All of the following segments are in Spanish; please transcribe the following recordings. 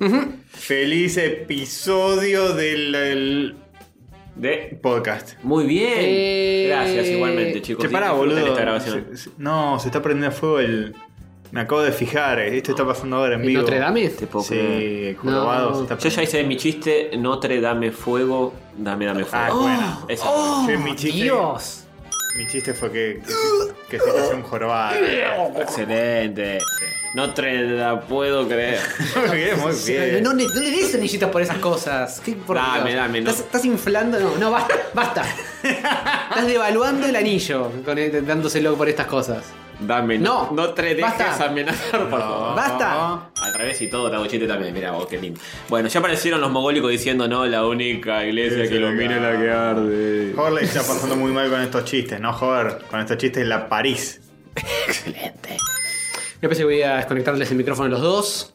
Ujú. Feliz episodio del, del De... podcast. Muy bien. Eh. Gracias igualmente, chicos. Che, pará, Disfruten boludo. Esta grabación. Se- se- no, se está prendiendo fuego el. Me acabo de fijar, eh, esto está pasando ahora en ¿En vivo. Notre Dame? Te puedo creer. Sí, jorobado. No. se está Yo ya prendiendo- hice mi chiste, Notre dame fuego, dame, dame fuego. Oh. Ah, bueno. Ese. Che, mi, chiste, Oh, Dios. mi chiste fue que, que, que se te hacía un jorobado. Excelente. Notre la puedo creer. Muy bien, muy bien. No, le- no le des anillitos por esas cosas. ¿Qué por Dame, Dios. dame, no. Estás, estás inflando. No, no, basta, basta. estás devaluando el anillo con el- dándoselo por estas cosas. Dame. No. No te dejes Basta. amenazar, por favor. Basta. Al revés y todo, te hago chiste también. Mira vos, qué lindo. Bueno, ya aparecieron los mogólicos diciendo, no, la única iglesia que ilumina es la que arde. Jorge le está pasando muy mal con estos chistes, no joder. Con estos chistes la París. Excelente. Yo pensé que voy a desconectarles el micrófono a los dos.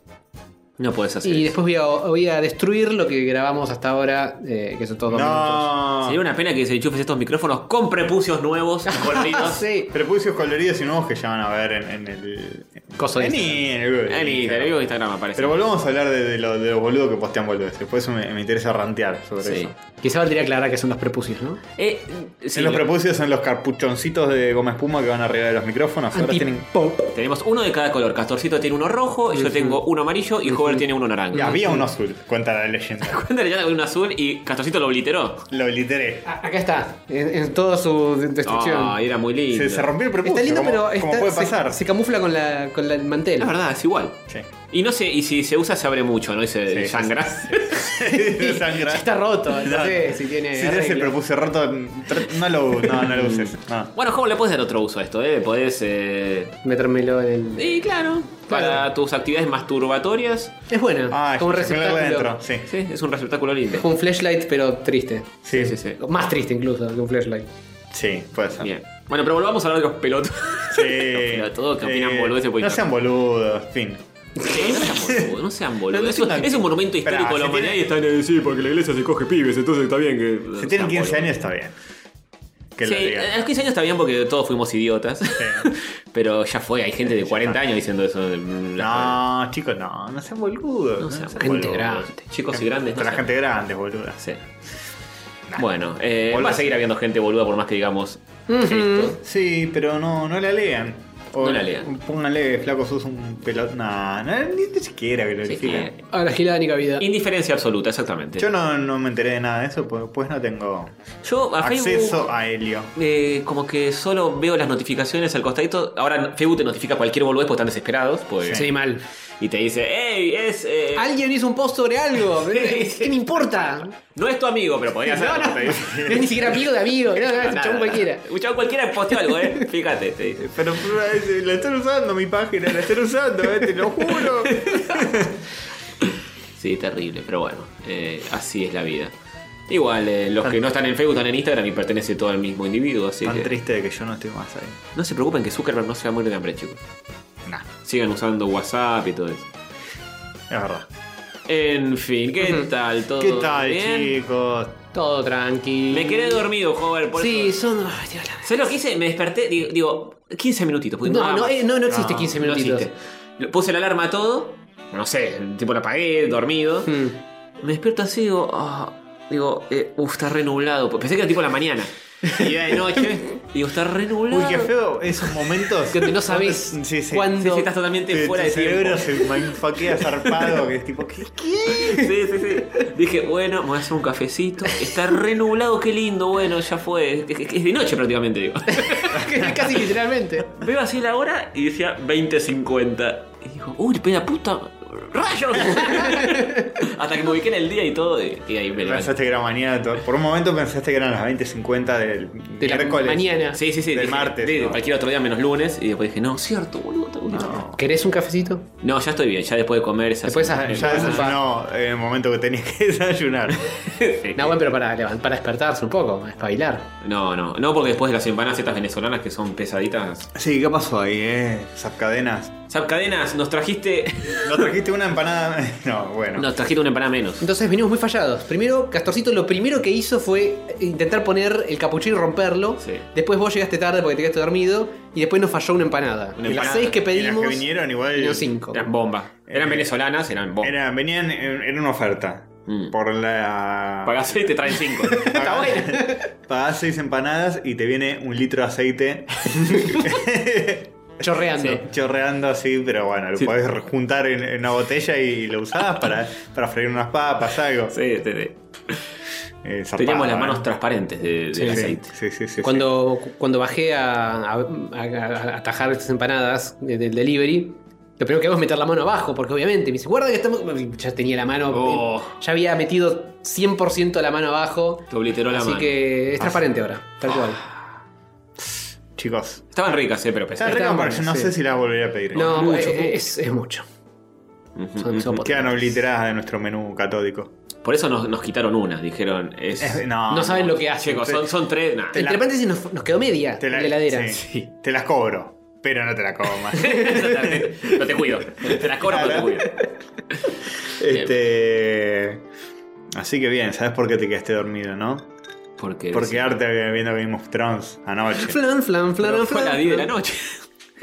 No puedes hacer Y eso. después voy a, voy a destruir lo que grabamos hasta ahora, eh, que son todos dos minutos. No. Sería una pena que se enchufes estos micrófonos con prepucios nuevos, Ah, coloridos. sí. Prepucios coloridos y nuevos que ya van a ver en, en el. Coso de en el- En Instagram, vivo en Instagram aparece. Pero volvamos a hablar de, de lo- de los boludos que postean boludos. Después me, me interesa rantear sobre Sí. eso. Quizá valdría aclarar que son los prepucios, ¿no? Eh, sí, en los lo- prepucios son los carpuchoncitos de goma espuma que van arriba de los micrófonos. Ahora tienen. Antipop. tenemos uno de cada color. Castorcito tiene uno rojo, yo tengo uno amarillo y Hover tiene uno naranja. Había uno azul, cuenta la leyenda. Cuando le llaman un azul y Castorcito lo obliteró. Lo literé. A- Acá está, en, en toda su de- destrucción. Ah, era muy lindo. Se, se rompió el prepucio. está lindo, como, pero como está- puede se- pasar. Se, camufla con, la, con la- el mantel. La verdad, es igual. Sí. Y no sé, y si se usa se abre mucho, ¿no? Y se Sí, sangra. Se sangra. Ya está roto, no No. sé si tiene. Si tienes el arreglo. prepucio roto, tra- no lo, no, no lo uses. Ah, No. Bueno, ¿cómo le puedes dar otro uso a esto, eh? Podés. Eh... Metérmelo en el. Y claro, para tus actividades masturbatorias. Es bueno, Ah, como un yo- yo me lo hago receptáculo. adentro. Sí. Sí, es un receptáculo lindo. Es como un flashlight, pero triste. Sí, Sí, sí, sí, sí. Más triste incluso que un flashlight. puede ser. Bien. Bueno, pero volvamos a hablar de los pelotos. Sí. Pero todo que opinan Sí. boludeces, pues, No no. sean boludos, fin. Sí, no sean boludos, no sean No, boludos. no Es, un, es una- es un monumento Esperá, histórico de la se humanidad tiene- y están eh, sí, porque la iglesia se coge pibes, entonces está bien que. no Si sean tienen 15 boludos. años, está bien. Que sí, lo digan. a los 15 años está bien porque todos fuimos idiotas. Pero ya fue, hay gente de 40 años diciendo eso. mm, las cosas. No, chicos, no, no sean boludos. No sean gente grande. Chicos y grandes, no Con la sean. gente grande, boluda. Sí. Bueno, eh, Boludo. va a seguir habiendo gente boluda por más que digamos. esto. Sí, pero no, no la lean. O No la lean. Pónganle, flaco, sos un pelotón. No, no, ni, ni siquiera glorifican. Eh, A la gilada ni cabida. indiferencia absoluta, exactamente. Yo no, no me enteré de nada de eso, pues, pues no tengo Yo a acceso Facebook. a Helio. eh, como que solo veo las notificaciones al costadito. Ahora Facebook te notifica cualquier boludez porque están desesperados. Pues, Sí, mal. Y te dice, ¡Ey! Es. eh, Alguien hizo un post sobre algo. ¿Qué me importa? no es tu amigo, pero podría ser. No, no, no es ni siquiera amigo de amigo. No, no, es un chabón cualquiera. Un chabón cualquiera posteó algo, ¿eh? Fíjate, te dice. Pero eh, la están usando mi página, la están usando, eh, te lo juro. Sí, terrible, pero bueno, eh, así es la vida. Igual, eh, los que no están en Facebook están en Instagram y pertenece todo al mismo individuo, así Tan que. triste de que yo no esté más ahí. No se preocupen que Zuckerberg no se va a morir de hambre, chicos. Nah, Sigan usando WhatsApp y todo eso. es verdad. En fin, ¿qué Ujú. tal todo? ¿Qué tal, bien? chicos? Todo tranqui. Me quedé dormido, joven, por Sí, eso. son. ay, Dios, la- ¿Sabes lo que hice? Me desperté, digo, digo 15 minutitos. porque No, nada no, más. eh, no, no existe No, 15 No minutitos. existe. Lo- Ah, Puse la alarma a todo. No sé, tipo la apagué, dormido. Hmm. Me despierto así, digo, ah, digo, eh, uf, está re nublado. Pues Pensé que era tipo la mañana. Y era de noche. Digo, está re nublado. Uy, qué feo esos momentos. Que no sabés Sí, sí. cuándo- Sí, sí, estás totalmente Tu- fuera tu de Este cerebro tiempo. se mindfuckea zarpado, que es tipo, ¿qué? Sí, sí, sí. Dije, bueno, me voy a hacer un cafecito. Está re nublado, qué lindo, bueno, ya fue. Es, es- es de noche prácticamente, digo. Casi literalmente. Veo así la hora y decía 20.50. Y digo, uy, peda puta, rayos. Hasta que me ubiqué en el día y todo. Y, y ahí me levanté. Pensaste que era mañana. to- Por un momento pensaste que eran las 20.50 del De la miércoles. mañana. Sí, sí, sí. Del dije, martes, de- de ¿no? Cualquier otro día menos lunes. Y después dije, no, cierto, boludo. tengo que ir. No. ¿Querés un cafecito? No, ya estoy bien, ya después de comer esa Después cena. a- Ya desayunó en el momento que tenías que desayunar. Sí. No, bueno, pero para, levant- para despertarse un poco, para espabilar. No, no, no, porque después de las empanadas estas venezolanas que son pesaditas. Sí, ¿qué pasó ahí, eh? Esas cadenas. Zap Cadenas, nos trajiste. ¿No trajiste una empanada? No, bueno. Nos trajiste una empanada menos. Entonces venimos muy fallados. Primero, Castorcito lo primero que hizo fue intentar poner el capuchino y romperlo. Sí. Después vos llegaste tarde porque te quedaste dormido. y después nos falló una empanada. Una Y las empanada. seis que Y las pedimos, que vinieron igual. vino cinco. Eran bombas. Eran venezolanas, eran bombas. Eh, Era, venían en, en una oferta. Mm. Por la. Pagás seis y te traen cinco. Está bueno. Pagás seis empanadas y te viene un litro de aceite Chorreando. chorreando así, pero bueno, lo Sí. podés juntar en, en una botella y lo usabas para, para freír unas papas, algo. Sí, sí, sí. Eh, zarpado, Teníamos las ¿eh? manos transparentes de- del Sí, aceite. Sí, sí, sí. Cuando, cuando bajé a, a- a- a atajar estas empanadas de- del delivery, lo primero que hago es meter la mano abajo, porque obviamente me dice, guarda que estamos. Ya tenía la mano. eh, Oh. Ya había metido 100% la mano abajo. Te obliteró la así mano. que es transparente ahora, tal cual. sí. Chicos. Estaban ricas, eh, pero pesadas. Está rico, Estaban pero buenas, yo no sé sí. si las volvería a pedir. No, mucho, eh, mucho. Es, es mucho. Ujú, Son- son ujú. pot- Quedan obliteradas de nuestro menú catódico. Por eso nos, nos quitaron una, dijeron. Es, Es- no, no saben lo que hacen. Chicos, son, son tres. nah. Te la- Entre paréntesis nos, nos quedó media Te en la- la heladera. sí. Te las cobro, pero no te las comas. Exactamente. no te cuido. Te la cobro, pero te cuido. este. Así que bien, ¿sabes por qué te quedaste dormido, no? Porque, Porque arte viendo Game of Thrones anoche. Flan, flan, Pero flan, fue a flan. las 10 de la noche.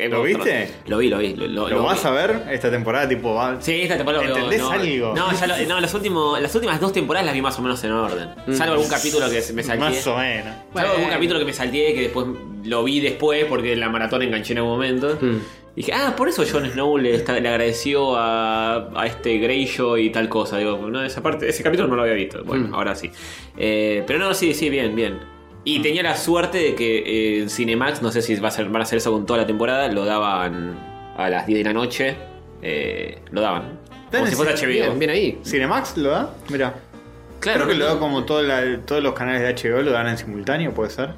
¿Lo viste? Lo vi, lo vi. Lo, lo- ¿Lo lo vas vi. a ver esta temporada? Tipo, va- Sí, esta temporada lo- ¿Entendés no, algo? No, ya lo- no, los últimos, las últimas dos temporadas las vi más o menos en orden. Salvo algún capítulo que se me salté. más o menos. Salvo Bueno. algún capítulo que me salté que después lo vi después porque la maratón enganché en algún momento. Mm. Dije, ah, por eso Jon Snow le, está- le agradeció a, a este Greyjoy y tal cosa. Digo, no, esa parte, ese capítulo no lo había visto. Bueno, Mm. ahora sí. Eh, pero no, sí, sí, bien, bien. Y Mm. tenía la suerte de que eh, en Cinemax, no sé si va a ser, van a hacer eso con toda la temporada, lo daban a las 10 de la noche. eh, lo daban. Como Dale, si fuera sí, HBO. Bien, bien ahí. ¿Cinemax lo da? Mira. Claro, Creo que lo da como todo la- todos los canales de HBO, lo dan en simultáneo, puede ser.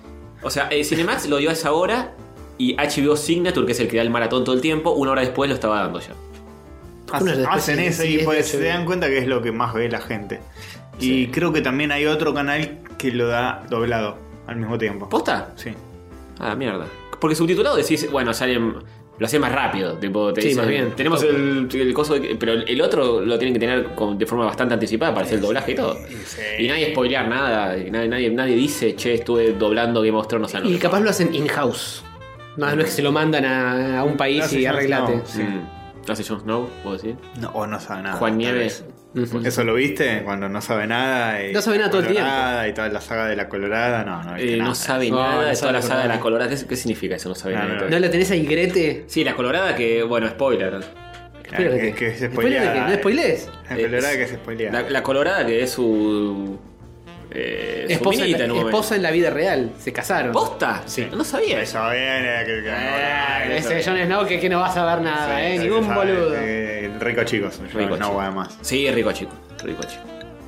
O sea, eh, Cinemax lo dio a esa hora y HBO Signature, que es el que da el maratón todo el tiempo, una hora después lo estaba dando ya. Una Hacen, después hacen sí, eso sí, y es pues, de se HBO. dan cuenta que es lo que más ve la gente. Y Sí. creo que también hay otro canal que lo da doblado al mismo tiempo. ¿Posta? Sí. Ah, mierda. Porque subtitulado decís, bueno, salen. Lo hacés más rápido, tipo, te Sí, dicen, más bien. Tenemos el, el coso de- Pero el otro lo tienen que tener con- de forma bastante anticipada para hacer el doblaje y todo. Sí. Y nadie spoilear nada, y nadie, nadie, nadie dice, che, estuve doblando Game of Thrones anoche". Y capaz lo hacen in-house. No, no es que se lo mandan a, a un país Gracias, y Jon arreglate. Snow. Mm. ¿Lo hace Jon Snow, puedo decir? Ah, No, o no sabe nada. Juan tal vez. Nieves. Ujú. ¿Eso lo viste? Cuando no sabe nada. Y No sabe nada todo el tiempo. Colorada Y toda la saga de la colorada. No, no, viste Eh, no nada. sabe No, no nada de sabe toda la nada. saga de la colorada. ¿Qué, qué significa eso? No sabe No, nada. no, de ¿No la tenés a Igrete? Sí, la colorada que, bueno, spoiler. Claro, que, que se spoileada. ¿No spoilees? La colorada que se spoilea. La, la colorada que es su. Eh, su Esposa, minita en un momento. esposa en la vida real. Se casaron. ¿Posta? Sí. No sabía eso. Eso viene. Que, que- Ah, que- Ese Jon Snow que, que no vas a ver nada, Sí, ¿eh? sí, Ningún sabe, boludo. eh, rico chicos. Yo Rico no chico. voy a más. Sí, rico chico. Rico chico.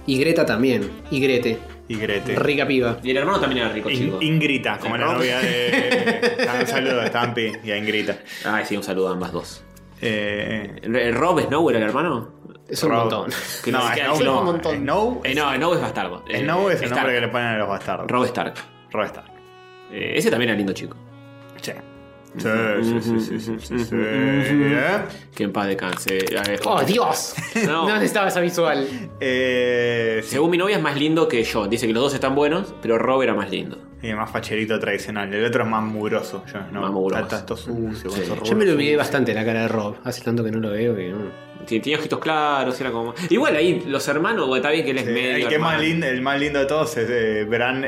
Y Greta también. Y Grete. Y Grete. Rica piba. Y el hermano también era rico In- chico. Ingrita, como la Perdón. novia de. Ah, Un saludo a Stampi y a Ingrita. Ay, sí, un saludo a ambas dos. Eh, ¿El Rob Snow era el hermano? Es un Rob. montón. Que no, no se queda- Snow es no. un montón. Snow, Eh, no, Snow es bastardo. Eh, Snow es el Stark. nombre que le ponen a los bastardos. Rob Stark. Rob Stark. Eh, ese también era lindo chico. Sí. Sí, sí, sí, sí, sí, sí, ¿eh? Que en paz descanse. Eh, ¡Oh, Dios! No. No. necesitaba esa visual. Eh, sí, Según mi novia es más lindo que yo. Dice que los dos están buenos, pero Rob era más lindo. y más facherito tradicional. El otro es más mugroso. Yo, no, Más mugroso. Está, está todo sucio, Sí. con esos Mm, Yo me lo rulos. olvidé bastante la cara de Rob. Hace tanto que no lo veo que. no. Tiene- Tenía ojitos claros, era como. Igual ahí, los hermanos, bueno, está bien que él es Sí, medio. el, que hermano. más lindo, el más lindo de todos es eh, Bran.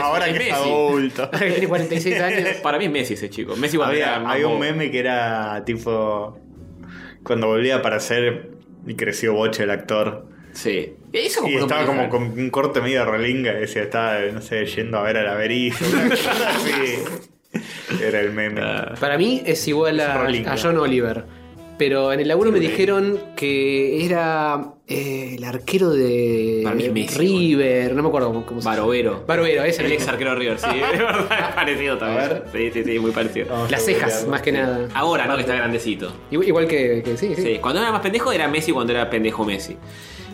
Ahora es que es Messi. adulto. Ahora que tiene 46 años. Para mí es Messi ese chico. Messi cuando había, era más había un bobo. meme que era tipo. Cuando volvía a aparecer y creció boche el actor. Sí. Eso Y lo estaba como manejan. con un corte medio relinga y decía, estaba, no sé, yendo a ver a la verija. una cosa así. Era el meme. Para mí es igual a, Rolling, a ¿no? John Oliver. Pero en el laburo me dijeron que era eh, el arquero de Para mí es Messi, River, no me acuerdo cómo, cómo se llama. Barovero. Barovero, ese El mismo. ex arquero de River, sí. De verdad, es parecido también. Sí, sí, sí, muy parecido. Las cejas, más que nada. Ahora, ¿no? Que está grandecito. Igual, igual que, que sí, sí. Sí. Cuando era más pendejo era Messi, cuando era pendejo Messi.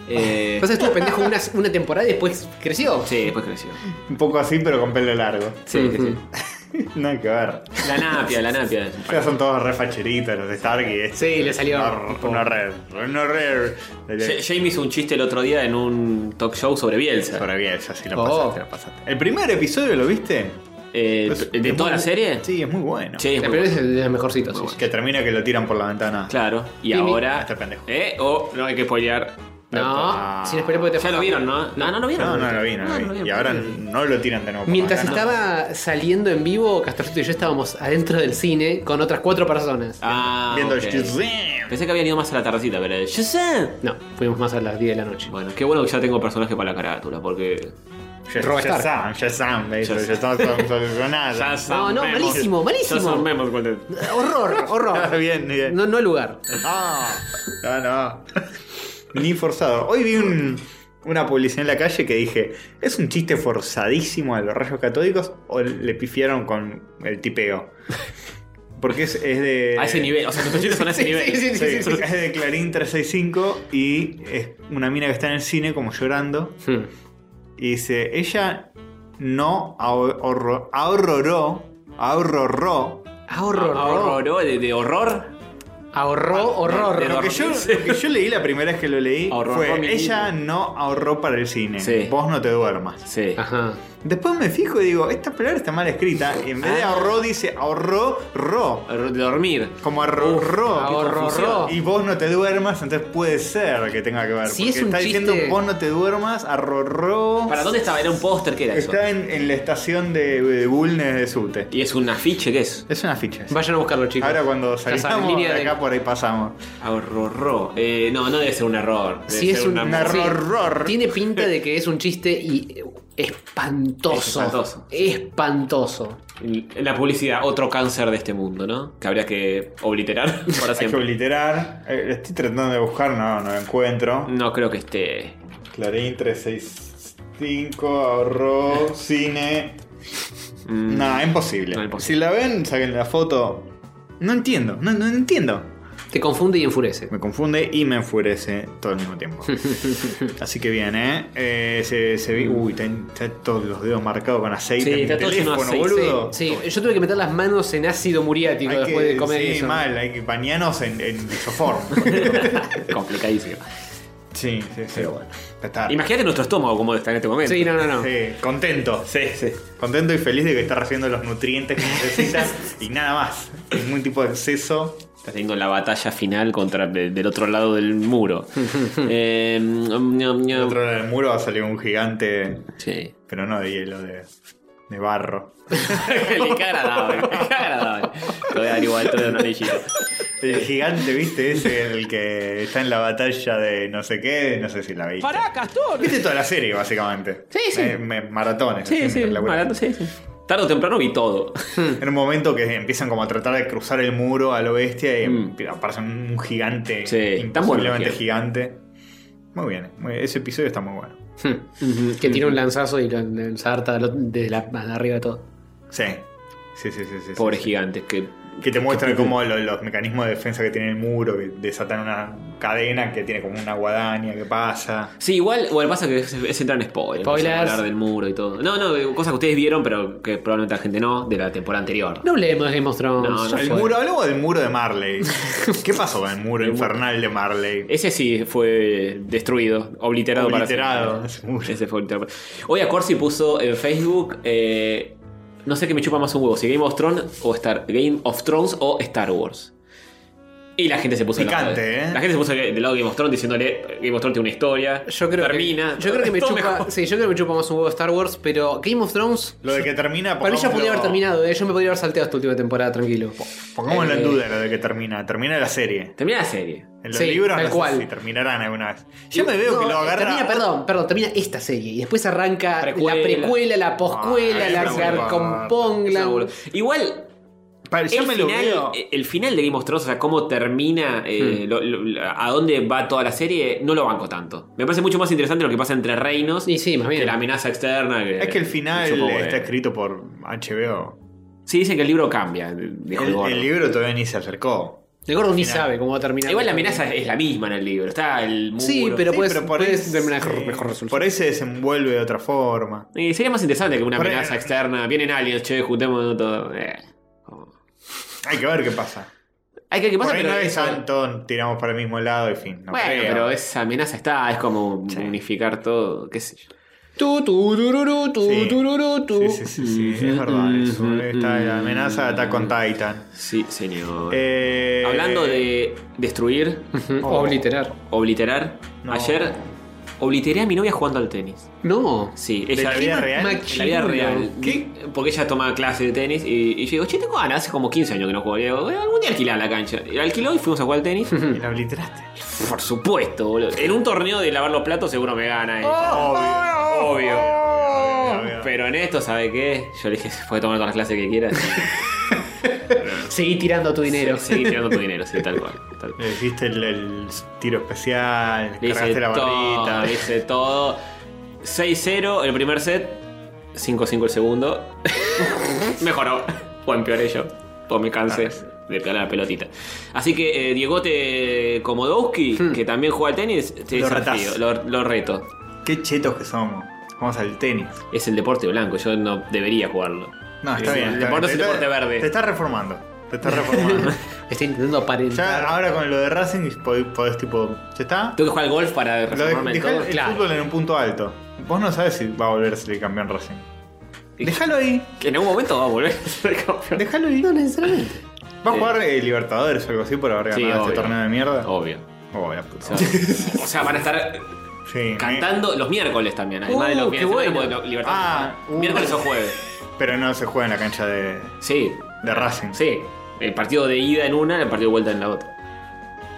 Eh, Entonces estuvo pendejo una, una temporada y después creció. sí, después creció. Un poco así, pero con pelo largo. Sí, sí, sí. Nada que ver. La napia, la napia. Ya son todos re facheritos los Stark y este. Sí, le salió No, tipo- no red. No red. Ja- Jamie hizo un chiste el otro día en un talk show sobre Bielsa. Sobre Bielsa, sí, lo Oh. pasaste, lo pasaste. ¿El primer episodio lo viste? eh, Pues, de es toda muy- la serie. Sí, es muy bueno. Sí, es muy Pero bueno. es el de los mejorcitos. sí. Que termina que lo tiran por la ventana. Claro. Y Timmy. ahora. Este pendejo. ¿Eh? Oh, no hay que spoilear. Ah. No, sin esperar porque te Ya lo vieron, ¿no? No, no lo vieron. No, no lo vi, no, lo vi. Y ahora no lo tiran de nuevo. por la Mientras ventana. estaba saliendo en vivo, Castorcito y yo estábamos adentro del cine con otras cuatro personas. Ah, Viendo ok. el Shazam. Pensé que habían ido más a la tardecita, pero. el ¡Shazam! No, fuimos más a las 10 de la noche. Bueno, qué bueno que ya tengo personaje para la carátula, porque. Roba Stark. Shazam, Shazam, me dice, Shazam. Shazam, Shazam, No, no, malísimo, malísimo. Ya son memes, cuando- Horror, horror. Bien, bien. No, no lugar. No, no, no. Ni forzado. Hoy vi un- una publicidad en la calle que dije, ¿es un chiste forzadísimo de los rayos catódicos o le pifiaron con el tipeo? Porque es, es de... A ese nivel, o sea, tus chistes son a ese Sí, nivel. sí, sí, eh, Sí, es de Clarín 365 y es una mina que está en el cine como llorando Hmm. y dice, ella no ahorro- ahorroró, ahorroró Ahorror. Ah, Horror, de, de horror. Ahorró horror. de Lo que, yo, lo que yo leí la primera vez que lo leí Ahorró, ahorró mi fue ella no ahorró para el cine. Sí. Vos no te duermas. Sí. Ajá. Después me fijo y digo, esta palabra está mal escrita. Y en vez de Ah. ahorró dice ahorró ro. Horror De dormir. Como ahorró. Ahorró. Y vos no te duermas, entonces puede ser que tenga que ver. Si porque es un está chiste- diciendo vos no te duermas, ahorró. ¿Para dónde estaba? Era un póster, ¿qué era eso? Está en, en la estación de, de Bulnes de Sute. Y es un afiche, ¿qué es? Es una ficha. esa. Vayan a buscarlo, chicos. Ahora cuando saben, salgamos de línea de- acá por ahí pasamos. Ahorrorro. Eh, no, no debe ser un error. Debe Si es ser un, un sí. horror. Tiene pinta de que es un chiste y eh, espantoso. Es espantoso. Espantoso. La publicidad, otro cáncer de este mundo, ¿no? Que habría que obliterar para Hay que siempre. obliterar. Eh, Estoy tratando de buscar, no, no lo encuentro. No creo que esté. Clarín 365, ahorró, cine. Mm, No, imposible. No, imposible. Si la ven, saquen la foto. No entiendo, no, no entiendo. Te confunde y enfurece. Me confunde y me enfurece todo al mismo tiempo. Así que bien, ¿eh? Eh, se, se vi. Uy, ten- está todos los dedos marcados con aceite. Mm. Sí, en mi está todo lleno de teléfono, aceite, boludo. Sí, yo tuve que meter las manos en ácido muriático Hay después que- de comer sí, eso. mal, hay que bañarnos en, en isoform. complicadísimo. sí, sí, sí. Pero bueno. Está Imagínate nuestro estómago cómo está en este momento. Sí, no, no, no. Sí, contento. Sí, sí. Contento y feliz de que está recibiendo los nutrientes que necesita y nada más. Ningún tipo de exceso. Estás teniendo la batalla final contra de- del otro lado del muro. Eh, ñam, ñam, Del ñam. otro lado del muro va a salir un gigante, Sí. pero no de hielo, de, de barro. Qué agradable, qué agradable. Te voy a dar igual todo un anillito. El gigante, viste, ese el que está en la batalla de no sé qué, no sé si la viste. Castor! Viste toda la serie, básicamente. Sí, sí. Eh, me- maratones. Sí, así, sí, me laburaba. barato, sí, sí. Tarde o temprano vi todo. En un momento que empiezan como a tratar de cruzar el muro a lo bestia y Mm. empi- aparece un gigante Sí, está bueno el imposiblemente gigante. Muy bien, muy bien, ese episodio está muy bueno. Hmm. que tiene un lanzazo y lo ensarta desde la, de arriba de todo. Sí. Sí, sí, sí, sí, sí. Pobres sí. gigantes, que Que te muestran como lo- los mecanismos de defensa que tiene el muro, que desatan una cadena que tiene como una guadaña que pasa. Sí, igual, bueno, pasa que es, es entrar en spoiler. Spoilers. empezar a Hablar del muro y todo. No, no, cosas que ustedes vieron, pero que probablemente la gente no, de la temporada anterior. No hablemos de Game of Thrones. No, no, ya El fue. muro, hablamos del muro de Marley. ¿Qué pasó con el muro infernal de Marley? Ese sí fue destruido, obliterado, Obliterado, para ese muro. siempre. Ese fue obliterado. Hoy a Corsi puso en Facebook, eh, no sé qué me chupa más un huevo, si Game of Thrones o Star, Game of Thrones o Star Wars. Y la gente se puso del lado Picante, de- ¿eh? La gente se puso del lado de Game of Thrones diciéndole Game of Thrones tiene una historia. Yo creo termina. que, yo creo que me todo chupa, mejor. sí, yo creo que me chupa más un huevo Star Wars, pero Game of Thrones Lo de que termina. para mí ya podría pongámoslo- haber terminado, eh, yo me podría haber salteado esta última temporada tranquilo. Pongámoslo Eh. en duda lo de que termina. Termina la serie. Termina la serie. En los Sí, libros tal no cual. sé si terminarán alguna vez. Yo me veo que No, lo agarra. Termina, perdón, perdón, termina esta serie y después arranca la Precuela. precuela, la poscuela, Ah, la es una buena carcompongla. No, Igual Pa- El yo me lo final, eh, veo. Hmm. el final de Game of Thrones, o sea, cómo termina, eh, lo- lo- a dónde va toda la serie, no lo banco tanto. Me parece mucho más interesante lo que pasa entre reinos Y sí, más bien. que la amenaza externa. es que el final supongo que- está escrito por HBO. Sí, dicen que el libro cambia. dijo El, el gordo. el libro todavía ni se acercó. El gordo ni Final. sabe cómo va a terminar. Igual la amenaza es la misma en el libro. Está el muro. Sí, pero puedes, puedes se- terminar mejor, mejor resultado. por ahí se desenvuelve de otra forma. Eh, sería más interesante que una Por- amenaza externa. Vienen aliens, che, juntemos todo. Eh, como- Hay que ver qué pasa. Hay que ver qué pasa, por ahí pero no es eso- tanto, tiramos para el mismo lado y fin. No bueno, creo. pero esa amenaza está, es como Sí. unificar todo, qué sé yo. Tu, tu, tururú, tu, Sí. tururú, tu. Sí, sí, sí, sí, es verdad eso. Está la amenaza de Attack on Titan. Sí, señor. Eh, Hablando de destruir, Ujú, Oh. Obliterar. obliterar, No. ayer obliteré a mi novia jugando al tenis. No. Sí, ¿De ella la vida real? En la vida Machirulo. real. ¿Qué? Porque ella tomaba clases de tenis y, y yo digo, che, tengo ganas, hace como 15 años que no juego. Le digo, "Eh, algún día alquilá la cancha. Y la alquiló y fuimos a jugar al tenis. Y la obliteraste. Por supuesto, boludo. En un torneo de lavar los platos seguro me gana. ella. Oh, Obvio. Obvio. obvio. Pero en esto, ¿sabe qué? Yo le dije, puede tomar todas las clases que quieras. Seguí tirando tu dinero. Seguí tirando tu dinero, sí, tal cual. Tal cual. Le hiciste el, el tiro especial, Le hice cargaste la todo, le barrita. hice todo. 6-0 el primer set, 5-5 el segundo. Mejoró. O empeoré yo. O me cansé Ah. de pegar la pelotita. Así que eh, Diegote Komodowski, que también juega al tenis, te Hmm. Lo desafío, retás. lo, lo reto. Qué chetos que somos. Vamos al tenis. Es el deporte blanco, yo no debería jugarlo. No, está Es- bien. El está bien. deporte es el Te está- deporte verde. Te estás reformando. Te estás reformando. Estoy intentando aparentar. ya ahora con lo de Racing podés, podés tipo. ¿Ya está? Tengo que jugar al golf para Lo de, reformarme del dejá todo. el claro. fútbol en un punto alto. Vos no sabes si va a volver a ser el campeón Racing. Déjalo ahí. Que en algún momento va a volver a ser campeón. Déjalo ahí. No necesariamente. Va a jugar eh, Libertadores o algo así por haber Sí, ganado este obvio. torneo de mierda. Obvio. Oh, la puta. O sea, o sea, van a estar Sí, me- cantando los miércoles también, además de los Uh, viernes. qué bueno. porque los Libertadores- Ah, uh. Miércoles o jueves. Pero no se juega en la cancha de, Sí. de Racing. Sí. El partido de ida en una, el partido de vuelta en la otra.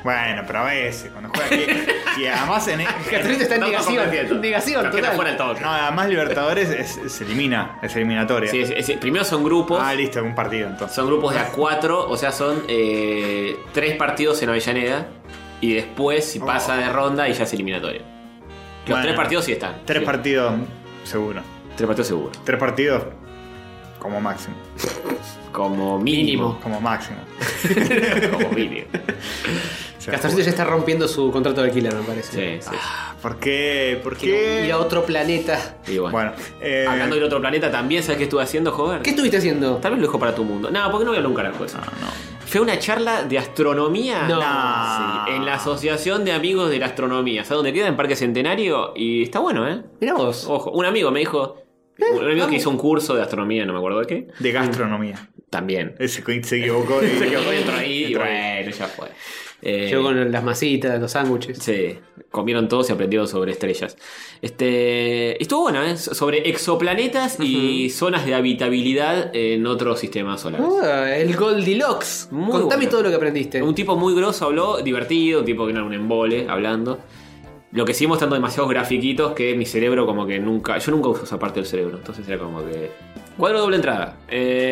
Bueno, pero a veces, cuando juega aquí. y además en. Castrito está en No, no, completo. negación. Negación, Pero que no fuera total. el todo. No, además Libertadores es- es- se elimina, es eliminatoria. Sí, es- es- primero son grupos. ah, listo, un partido entonces. Son grupos de a cuatro, o sea, son eh, tres partidos en Avellaneda. Y después, Oh. si pasa de ronda, y ya es eliminatorio. Los Bueno. tres partidos sí están. Tres Sí. partidos, seguro. Tres partidos seguro. Tres partidos como máximo. Como mínimo. Como máximo. como mínimo. Se Castorcito ya está rompiendo su contrato de alquiler, me parece. Sí, sí. juega. ¿Por qué? ¿Por Quiero qué? ir a otro planeta. Y bueno. Bueno, eh, Hablando del otro planeta también, ¿sabes qué estuve haciendo, joder? ¿Qué estuviste haciendo? Tal vez lo dejo para tu mundo. No, porque no voy a hablar un carajo de eso. Ah. Fue una charla de astronomía No. Sí, en la Asociación de Amigos de la Astronomía. ¿Sabes dónde queda? En Parque Centenario. Y está bueno, ¿eh? Mirá vos. Ojo, un amigo me dijo. Un amigo que hizo un curso de astronomía, no me acuerdo de qué. de gastronomía. También. Ese co- se equivocó. y- Se equivocó y entró ahí y entró Eh, ahí. bueno, ya fue. Eh, Yo con las masitas, los sándwiches. Sí, comieron todos y aprendieron sobre estrellas. Este, estuvo bueno, ¿eh? So- Sobre exoplanetas y zonas de habitabilidad en otros sistemas solares. Ah, el Goldilocks. Muy Contame bueno. todo lo que aprendiste. Un tipo muy grosso habló, divertido, un tipo que no era un embole hablando. Lo que seguimos mostrando demasiados grafiquitos que mi cerebro como que nunca... Yo nunca uso esa parte del cerebro, entonces era como que... Cuadro doble entrada. Eh,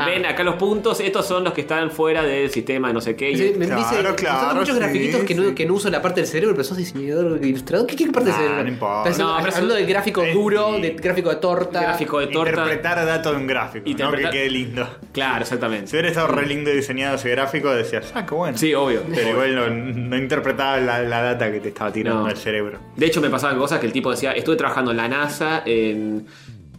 Ah. Ven acá los puntos, estos son los que están fuera del sistema de no sé qué. y- Sí, me Claro, dice, nosotros claro, muchos sí, grafiquitos sí. que, no, que no uso la parte del cerebro, pero sos diseñador, ilustrador. ¿Qué, qué parte del Ah, cerebro? no importa. Estás haciendo- No, pero hablando es- de gráfico es- duro, de gráfico de torta. Gráfico de torta. Interpretar datos de un gráfico. ¿no? Que Interpretar- quede lindo. Claro, Si exactamente. hubiera estado re lindo diseñado ese gráfico, decías, ah, qué bueno. Sí, obvio. Pero igual no, no interpretaba la, la data que te estaba tirando No. al cerebro. De hecho, me pasaban cosas que el tipo decía, estuve trabajando en la NASA, en,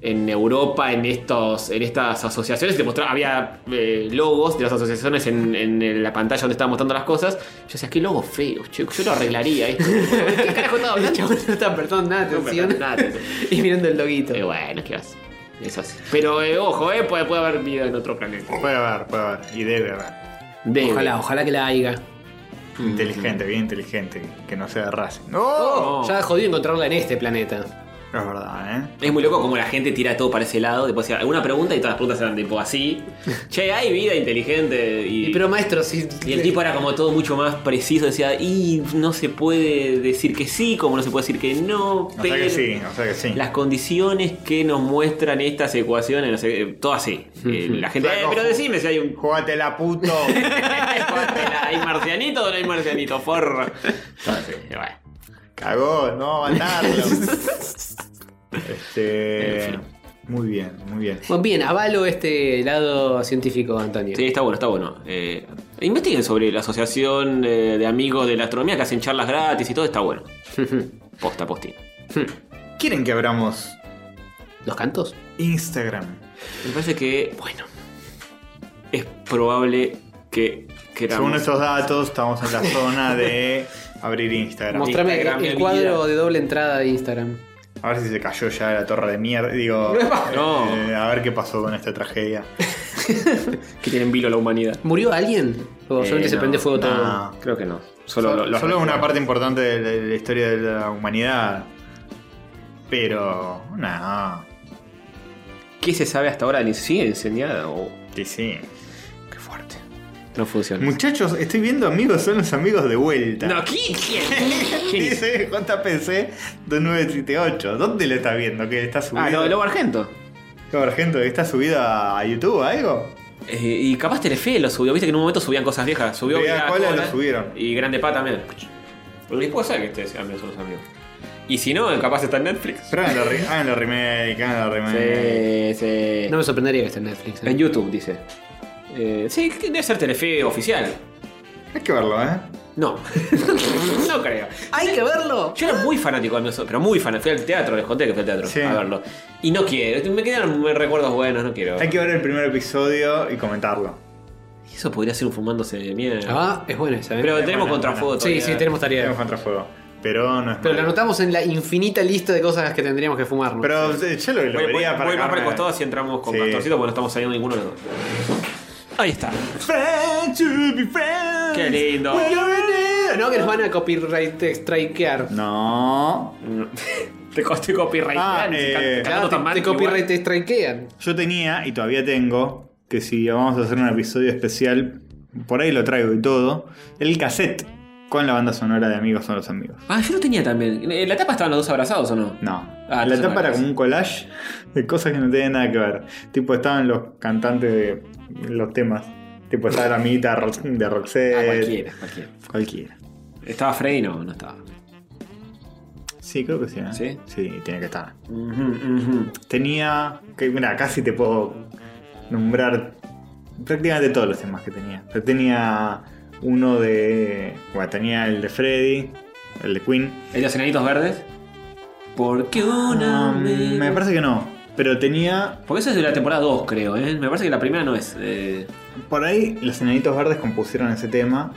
en Europa, en estos, en estas asociaciones, y te mostraba, había eh, logos de las asociaciones en, en la pantalla donde estaba mostrando las cosas. Yo decía, qué logo feo, che, yo lo arreglaría. esto". ¿Qué carajo estaba El hablando? chabón no está prestando nada de No, atención. pero nada, te- y mirando el loguito. Eh, bueno, ¿qué vas? Es así. Pero eh, ojo, eh, puede, puede haber vida en otro planeta. Puede haber, puede haber. Y debe haber. Debe. Ojalá, ojalá que la haya. Mm, Inteligente, bien inteligente. Que no sea de Racing. ¡No! Oh, No. Ya jodido encontrarla en este planeta. No es verdad, ¿eh? Es muy loco como la gente tira todo para ese lado, después hacía alguna pregunta y todas las preguntas eran tipo así. Che, hay vida inteligente y... Y pero maestro, si. Y el tipo era como todo mucho más preciso, decía, y no se puede decir que sí, como no se puede decir que no, O sea pero que sí, o sea que sí. las condiciones que nos muestran estas ecuaciones, no sé, eh, todo así. Eh, la gente, "Eh, Flaco. pero decime si hay un... Jugate la puto. ¿Hay marcianito o no hay marcianito, forro? Todo así, bueno. Cagó, no, matarlo. este. En fin. Muy bien, muy bien. Bueno, bien, avalo este lado científico, Antonio. Sí, está bueno, está bueno. Eh, investiguen sobre la asociación eh, de amigos de la astronomía que hacen charlas gratis y todo, está bueno. Posta, postín. ¿Quieren que abramos ¿Los cantos? Instagram? Me parece que, bueno, es probable que Según queramos. estos datos, estamos en la zona de abrir Instagram. Mostrame Instagram, el mi cuadro vida. de doble entrada de Instagram. A ver si se cayó ya la torre de mierda. Digo, No. eh, a ver qué pasó con esta tragedia. Que tienen vilo la humanidad. ¿Murió alguien? ¿O Eh, solamente se no. prende fuego todo? Nah. Creo que no. Solo, Solo, lo- lo- solo una parte importante de la, de la historia de la humanidad. Pero, nada. ¿Qué se sabe hasta ahora? ¿Ni sigue incendiada? o Sí, sí. qué fuerte. No funciona. Muchachos, estoy viendo amigos, son los amigos de vuelta. No, ¿quién? ¿Quién? ¿Quién es? Dice JPC 2978. ¿Dónde lo está viendo? ¿Que está subido? Ah, lo de Lobo Argento. Lobo Argento, ¿que está subido a YouTube o algo? Eh, y capaz Telefe lo subió. Viste que en un momento subían cosas viejas. Subió Vea Vea Cola, lo subieron. Y Grande Pa también. Porque puede ser que ustedes sean los amigos. Y si no, capaz está en Netflix. Pero hagan la re- hagan la remake, hagan la remake. Sí, sí. No me sorprendería que esté en Netflix. ¿eh? En YouTube, dice. Eh, sí, que debe ser Telefe oficial. Hay que verlo, ¿eh? No. no creo. ¡Hay que verlo! Yo era muy fanático de nosotros, pero muy fanático. Fui al teatro, les conté que fui al teatro Sí. a verlo. Y no quiero. Me quedan recuerdos buenos, no quiero. Hay que ver el primer episodio y comentarlo. Eso podría ser un fumándose de mierda. Ah, es buena esa, ¿eh? pero tenemos bueno, contrafuego sí, todavía. sí, tenemos Tenemos tarea. contrafuego. Pero no es Pero la malo. anotamos en la infinita lista de cosas que tendríamos que fumarnos. Pero eh, yo lo, lo Voy, voy- vería para voy más para acabarme- el costado si entramos con Sí. Castorcito porque no estamos saliendo ninguno de los dos. Ahí está. Friends should be friends. Qué lindo. When you're in it. no, que nos van a copyright strikear. No. Te costé copyright. Ah, Can- eh, cantando Claro, tan mal te, te igual. copyright strikean. Yo tenía y todavía tengo que si vamos a hacer un episodio especial, por ahí lo traigo y todo, el cassette con la banda sonora de Amigos son los amigos. Ah, yo lo tenía también. ¿En la tapa estaban los dos abrazados o no? No. Ah, la entonces tapa no era es. como un collage de cosas que no tenían nada que ver. Tipo, estaban los cantantes de los temas. Tipo, estaba la amiguita de Rox- de Roxette. Ah, cualquiera, cualquiera. Cualquiera. ¿Estaba Freddy? No, no estaba. Sí, creo que sí. ¿eh? ¿Sí? Sí, tiene que estar. Ujú, ujú. Tenía. Que, mira, casi te puedo nombrar prácticamente todos los temas que tenía. Pero tenía uno de. Bueno, tenía el de Freddy, el de Queen. ¿El de los enanitos verdes? Porque una Mm, me parece que no. Pero tenía. Porque eso es de la temporada 2, creo, ¿eh? Me parece que la primera no es. eh. Por ahí los enanitos verdes compusieron ese tema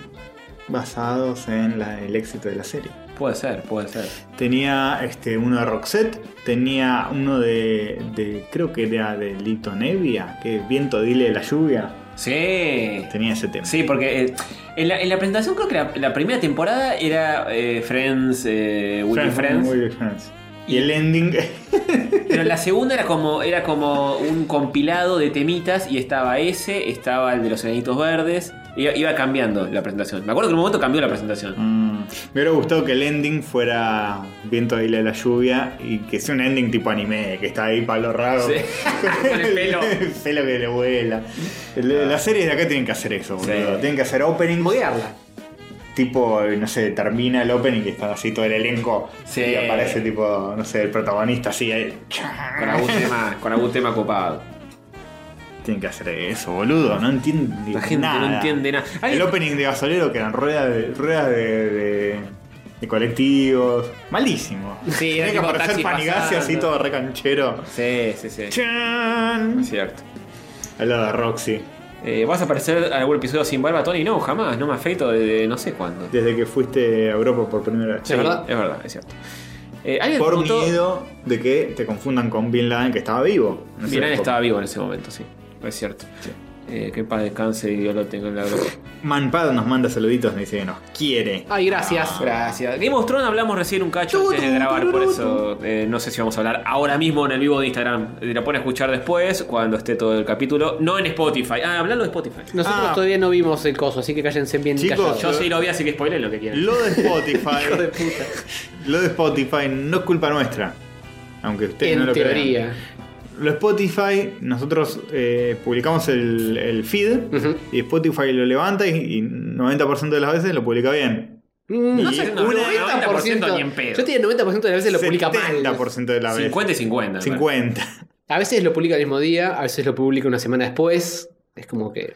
basados en la- el éxito de la serie. Puede ser, puede ser. Tenía este, uno de Roxette, tenía uno de, de- creo que era de Lito Nevia, que es Viento Dile de la Lluvia. Sí. Tenía ese tema. Sí, porque eh, en, la, en la presentación creo que la, la primera temporada era eh, Friends, eh, Will Be Friends, Friends, Will Be Friends. Y el ending. pero la segunda era como era como un compilado de temitas y estaba ese, estaba el de los enanitos verdes, iba, iba cambiando la presentación. Me acuerdo que en un momento cambió la presentación. Mm, me hubiera gustado que el ending fuera Viento de Isla de la Lluvia y que sea un ending tipo anime, que está ahí palo raro. Sí. Con el pelo. Ah. El pelo que le vuela. El- Las series de acá tienen que hacer eso, boludo. Sí. Tienen que hacer opening. Moguearla. Tipo, no sé, termina el opening y está así todo el elenco. Sí. Y aparece tipo, no sé, el protagonista así ahí. Con algún tema, con algún tema copado. Tienen que hacer eso, boludo. No entiende La gente nada. no entiende nada. Hay- El opening de gasolero que eran ruedas de. ruedas de, de- de colectivos. Malísimo. Sí, era Tiene que tipo aparecer taxi Panigasi así pasando. todo recanchero. Sí, sí, sí. ¡Chan! Es cierto. Al lado de Roxy. Eh, ¿Vas a aparecer en algún episodio sin barba, Tony? No, jamás. No me afeito desde no sé cuándo. Desde que fuiste a Europa por primera vez. Sí. ¿Es verdad? Es verdad, es cierto. Eh, ¿alguien Por preguntó- miedo de que te confundan con Bin Laden que estaba vivo. No sé, Miran por- estaba vivo en ese momento, sí. Es cierto. Eh, que paz descanse y Dios lo tenga en la gloria. Manpad nos manda saluditos, nos dice que nos quiere. Ay, Ah, gracias. Gracias. Game of Thrones hablamos recién un cacho Tu, antes de tu, grabar, tu, por tu, eso eh, no sé si vamos a hablar ahora mismo en el vivo de Instagram. Eh, Lo pueden escuchar después, cuando esté todo el capítulo. No en Spotify. Ah, hablalo de Spotify. Nosotros Ah. todavía no vimos el coso, así que cállense bien Chicos, callados. Yo sí lo vi, así que spoilen lo que quieran. Lo de Spotify. Lo de Spotify no es culpa nuestra. Aunque ustedes en no lo crean. teoría. Lo Spotify, nosotros eh, publicamos el, el feed Ujú. y Spotify lo levanta y, y 90% de las veces lo publica bien. Mm, No y sé, no, 90% ni en pedo. Yo te digo, 90% de las veces lo publica mal. 70% de las veces. 50 y 50. 50. A veces lo publica el mismo día, a veces lo publica una semana después. Es como que.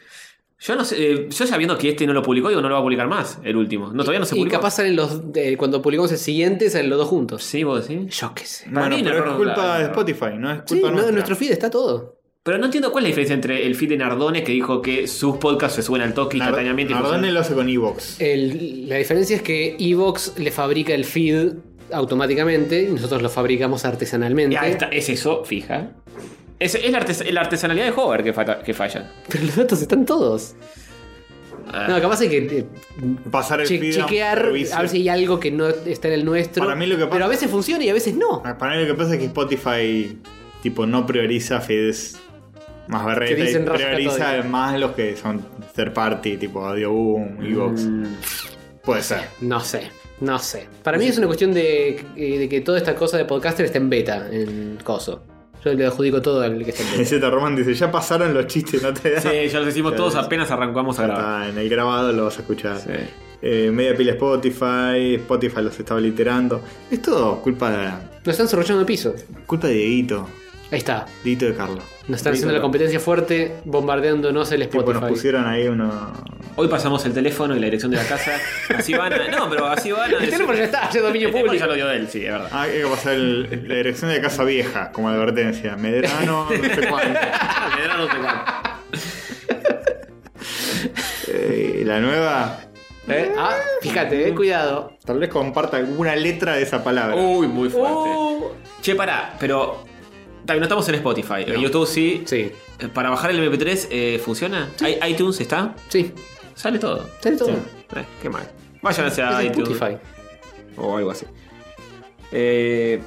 Yo no sé, eh, yo sabiendo que este no lo publicó, digo, no lo va a publicar más, el último. No, todavía no se y publicó. capaz salen los. de- cuando publicamos el siguiente, salen los dos juntos. Sí, vos decís. Yo qué sé. Para Bueno, mí no pero es es culpa verdad. de Spotify, no es culpa Sí, no, nuestra. en nuestro feed está todo. Pero no entiendo cuál es la diferencia entre el feed de Nardone que dijo que sus podcasts se suben al toque Nar- instantáneamente. y Nardone funcionan. lo hace con Evox. El- la diferencia es que Evox le fabrica el feed automáticamente y nosotros los fabricamos artesanalmente. Ah, está- es eso, fija. Es, es la, artes- la artesanalidad de Hover que, fata- que falla. Pero los datos están todos. No, capaz hay que eh, Pasar el che- feed a un chequear servicio. a ver si hay algo que no está en el nuestro. Para mí lo que pasa- Ah. Pero a veces funciona y a veces no. Para mí lo que pasa es que Spotify tipo no prioriza feeds más Que berreta y dicen rayos prioriza catódicos. más los que son third party, tipo Audio Boom, Evox. Mm. Mm. Puede ser. No sé, no sé. Para mí es una cuestión de, eh, de que toda esta cosa de podcaster está en beta, en coso. Yo le adjudico todo al que está en beta. Z Roman dice, ya pasaron los chistes, no te da. Sí, ya los decimos Sí. todos apenas arrancamos a grabar. Está en el grabado lo vas a escuchar. Sí. Eh, media pila Spotify, Spotify los estaba literando. Es todo culpa de Nos están sorrollando el piso. culpa de Dieguito, Ahí está. Dieguito de Carlos. Nos están haciendo la competencia fuerte, bombardeándonos el Tipo, Spotify. nos pusieron ahí uno. ah, Hoy pasamos el teléfono y la dirección de la casa. Así van a- No, pero así van a- el teléfono ya está, ya es dominio El teléfono público. ya lo dio él, sí, es verdad. Ah, hay que pasar el- la dirección de casa vieja, como advertencia. Medrano, no sé cuánto. Medrano no sé cuál. Eh, la nueva. Eh, Ah, fíjate, eh, cuidado. Tal vez comparta alguna letra de esa palabra. Uy, muy fuerte. Oh. Che, pará, pero. Está bien, no estamos en Spotify. En YouTube sí. Sí, Eh, Para bajar el MP3, eh, ¿funciona? ¿Hay- ¿iTunes está? sí, Sale todo. sale todo. Eh, qué mal. Vayan hacia Es el iTunes. Spotify. O algo así. Eh,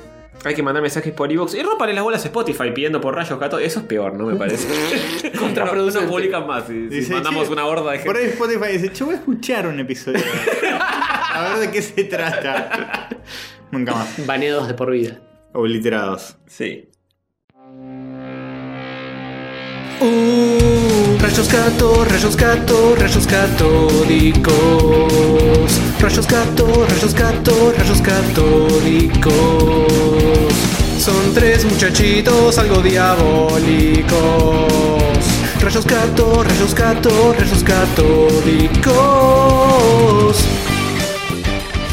hay que mandar mensajes por iVoox. Y rompanle las bolas a Spotify pidiendo por rayos gatos. Eso es peor, ¿no? Me parece. Contraproducente. No, no publican más. Si, si Dice, mandamos "Che, una horda de Por gente. ahí Spotify dice, yo voy a escuchar un episodio. a ver de qué se trata. Nunca más. Baneados de por vida. Obliterados. Sí. Uh, rayos gato, rayos gato, rayos católicos. Rayos gato, rayos gato, rayos católicos. Son tres muchachitos algo diabólicos. Rayos gato, rayos gato, rayos católicos.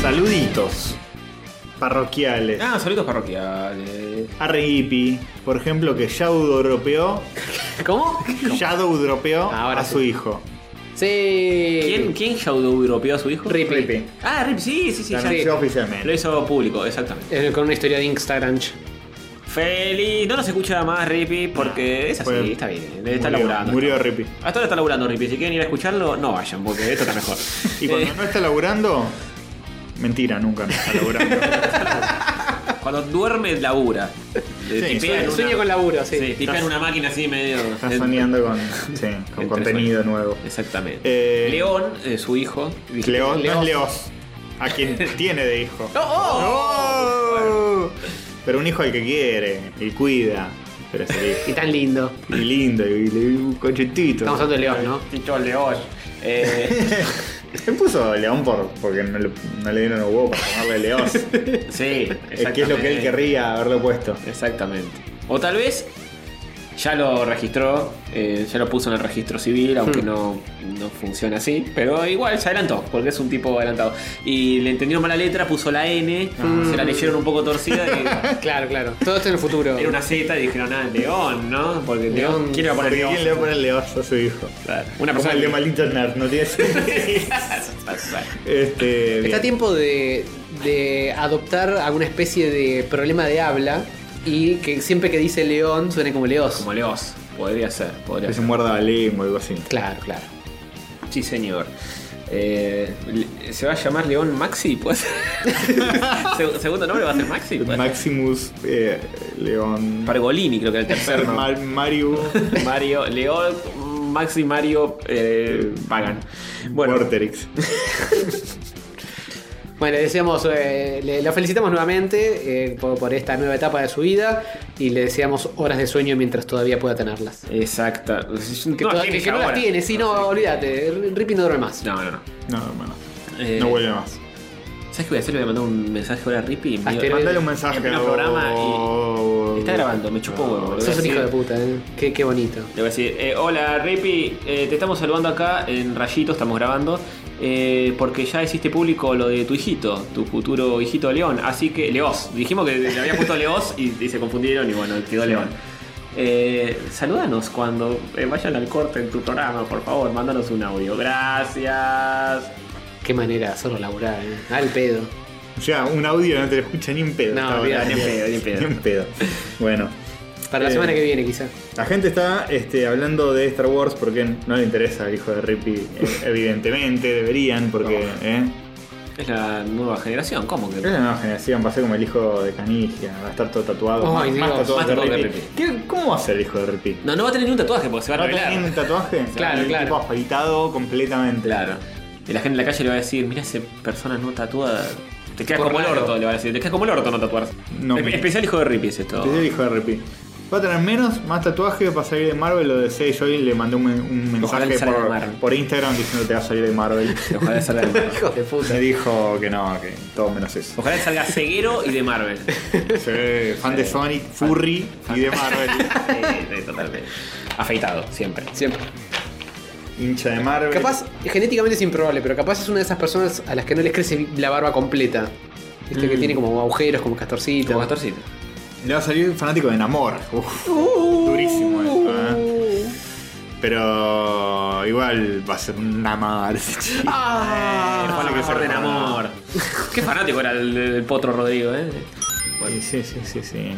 Saluditos. Parroquiales. Ah, saludos parroquiales. Arregipi, por ejemplo, que Shadow dropeó, ¿Cómo? Shadow dropeó Ah, Ahora a sí. su hijo. Sí. ¿Quién, ¿Quién Shadow europeó a su hijo? Rippy. Rippy. Ah, Rip, sí, sí, sí. La ya- anunció Lo oficialmente. hizo público, exactamente. Eh, Con una historia de Instagram. Feliz. No nos escucha más Rippy porque es así, Fue- está bien. Murió, Está laburando. Murió Rippy. Hasta ahora está laburando Rippy. Si quieren ir a escucharlo, no vayan porque esto está mejor. Y cuando Eh, no está laburando, mentira, nunca no está laburando. cuando duerme, labura. Eh, Sí, tipea en Sueño una- con laburo, sí. Sí, pica en una máquina así medio. está eh, soñando con, sí, con Entre contenido nuevo. Exactamente. Eh, León, eh, su hijo. León, no Leoz. es Leoz. A quien tiene de hijo. ¡Oh! ¡No! Pero un hijo al que quiere, y cuida. Pero es el hijo. Y tan lindo. Y lindo, y, y un cochetito. Estamos hablando de León, ¿no? Ticho León. Eh, Se puso León por, porque no le, no le dieron un huevo para ponerle León. sí, Es que es lo que él querría haberlo puesto. Exactamente. O tal vez ya lo registró, eh, ya lo puso en el registro civil, Hmm. aunque no, no funciona así. Pero igual se adelantó, porque es un tipo adelantado. Y le entendieron mala letra, puso la N, Hmm. se la leyeron un poco torcida y. Claro, claro. Todo esto en el futuro. Era una Z y dijeron, ah, León, ¿no? Porque León. León. ¿Quién le va a poner Porque León? ¿Quién le va a poner León a su hijo? Claro. Una Como persona el de maldito nerd, no tiene sentido. este, Está bien. a tiempo de, de adoptar alguna especie de problema de habla y que siempre que dice León suene como Leos. Como Leos. Podría ser, podría Que se ser. muerda la lengua o algo así. Claro, claro. Sí, señor. Eh, le- ¿Se va a llamar León Maxi? ¿Puede ser? Se- ¿Segundo nombre va a ser Maxi? ¿Puede ser? Maximus eh, León. Pargolini creo que era el tercer nombre. Mar- Mario. Mario, León, Maxi, Mario, eh, Pagan. Bueno, Vorterix. Bueno, le deseamos, eh, le, la felicitamos nuevamente eh, por, por esta nueva etapa de su vida y le deseamos horas de sueño mientras todavía pueda tenerlas. exacta. Que, no, todas- ¿quién es que no las ahora? tiene, si no, olvídate, Rippy no duerme más. No, no, no. No, hermano. Eh, No vuelve más. ¿Sabes qué voy a hacer? Le voy a mandar un mensaje ahora a Rippy. y me- Asteroide. Mándale un mensaje. en pleno programa oh, Está grabando, me chupó huevo. boludo. Sos un Sí. hijo de puta, ¿eh? Qué, qué bonito. Le voy a decir, eh, hola Rippy, eh, te estamos saludando acá en Rayito, estamos grabando, eh, porque ya hiciste público lo de tu hijito, tu futuro hijito León, así que Leoz, dijimos que le había puesto Leoz y, y se confundieron y bueno, quedó León. Eh, saludanos cuando eh, vayan al corte en tu programa, por favor, mándanos un audio. Gracias. Qué manera, solo laburar, ¿eh? Al pedo. O sea, un audio no te lo escucha ni un pedo. No, Estaba- olvídate. ni un pedo, ni un pedo. Ni un pedo. Bueno. Para la Eh, semana que viene, quizá. La gente está este, hablando de Star Wars porque no le interesa al hijo de Rippy, eh, evidentemente, deberían, porque eh, Es la nueva generación, ¿cómo que? es la nueva generación, va a ser como el hijo de Canigia, va a estar todo tatuado, Ay, más, más Dios, tatuados más de tatuado que Rippy. ¿Qué- ¿Cómo va a ser el hijo de Rippy? No, no va a tener ni un tatuaje porque se va a ¿Va a tener revelar. un tatuaje? Claro, El claro. tipo afeitado completamente. Claro. Y la gente en la calle le va a decir, mira esa persona no tatuada. Te quedas Por como el raro. orto, le van a decir. Te quedas como el orto no tatuarse. No. Espe- Especial hijo de Rippy es esto. Es el hijo de Rippy. Va a tener menos, más tatuajes, va a salir de Marvel o de DC. Yo hoy le mandé un, men- un Ojalá mensaje que salga de por, Marvel. por Instagram diciendo te va a salir de Marvel. Ojalá salga de Marvel. Hijo de puta. Me dijo que no, que todo menos eso. Ojalá salga ceguero y de Marvel. Sí, fan de Sonic, Furry y de Marvel. Sí, sí, totalmente. Afeitado, siempre. Siempre. Hincha de Marvel. Capaz, genéticamente es improbable, pero capaz es una de esas personas a las que no les crece la barba completa. Viste que tiene como agujeros, como castorcito. Como Castorcito. Le va a salir fanático de Namor. Uf, durísimo esto, ¿eh? Uh. Pero igual va a ser una madre. El Ah, Juan que se de amor. Qué fanático era el, el potro Rodrigo, eh. Sí, sí, sí, sí, sí.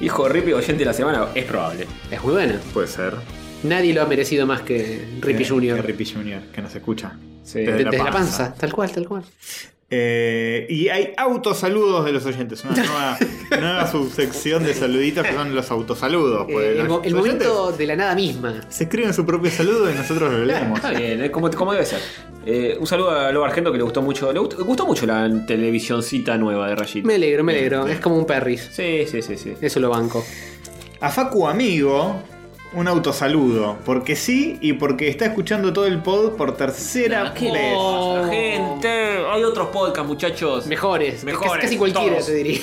Hijo de Rippy oyente de la semana, es probable. Es muy buena. Puede ser. Nadie lo ha merecido más que Rippy Que- Jr. Eh, que Rippy Jr., que nos escucha. Sí. De- Desde, la, panza. tal cual, tal cual. Eh, y hay autosaludos de los oyentes. Una nueva, nueva subsección de saluditos que son los autosaludos. pues, Eh, el, los mo- el oyentes momento de la nada misma. Se escriben su propio saludo y nosotros lo leemos. Está bien, eh, como, como debe ser. Eh, un saludo a Lobo Argento que le gustó mucho. Le gustó, gustó mucho la televisioncita nueva de Rayito. Me alegro, me alegro. Es como un perris. Sí, sí, sí, sí. Eso lo banco. A Facu Amigo, un autosaludo. Porque sí y porque está escuchando todo el pod por tercera ¿Qué vez. pasa, gente? Hay otros podcasts, muchachos. Mejores. Mejores, Casi- Casi cualquiera, todos. te diría.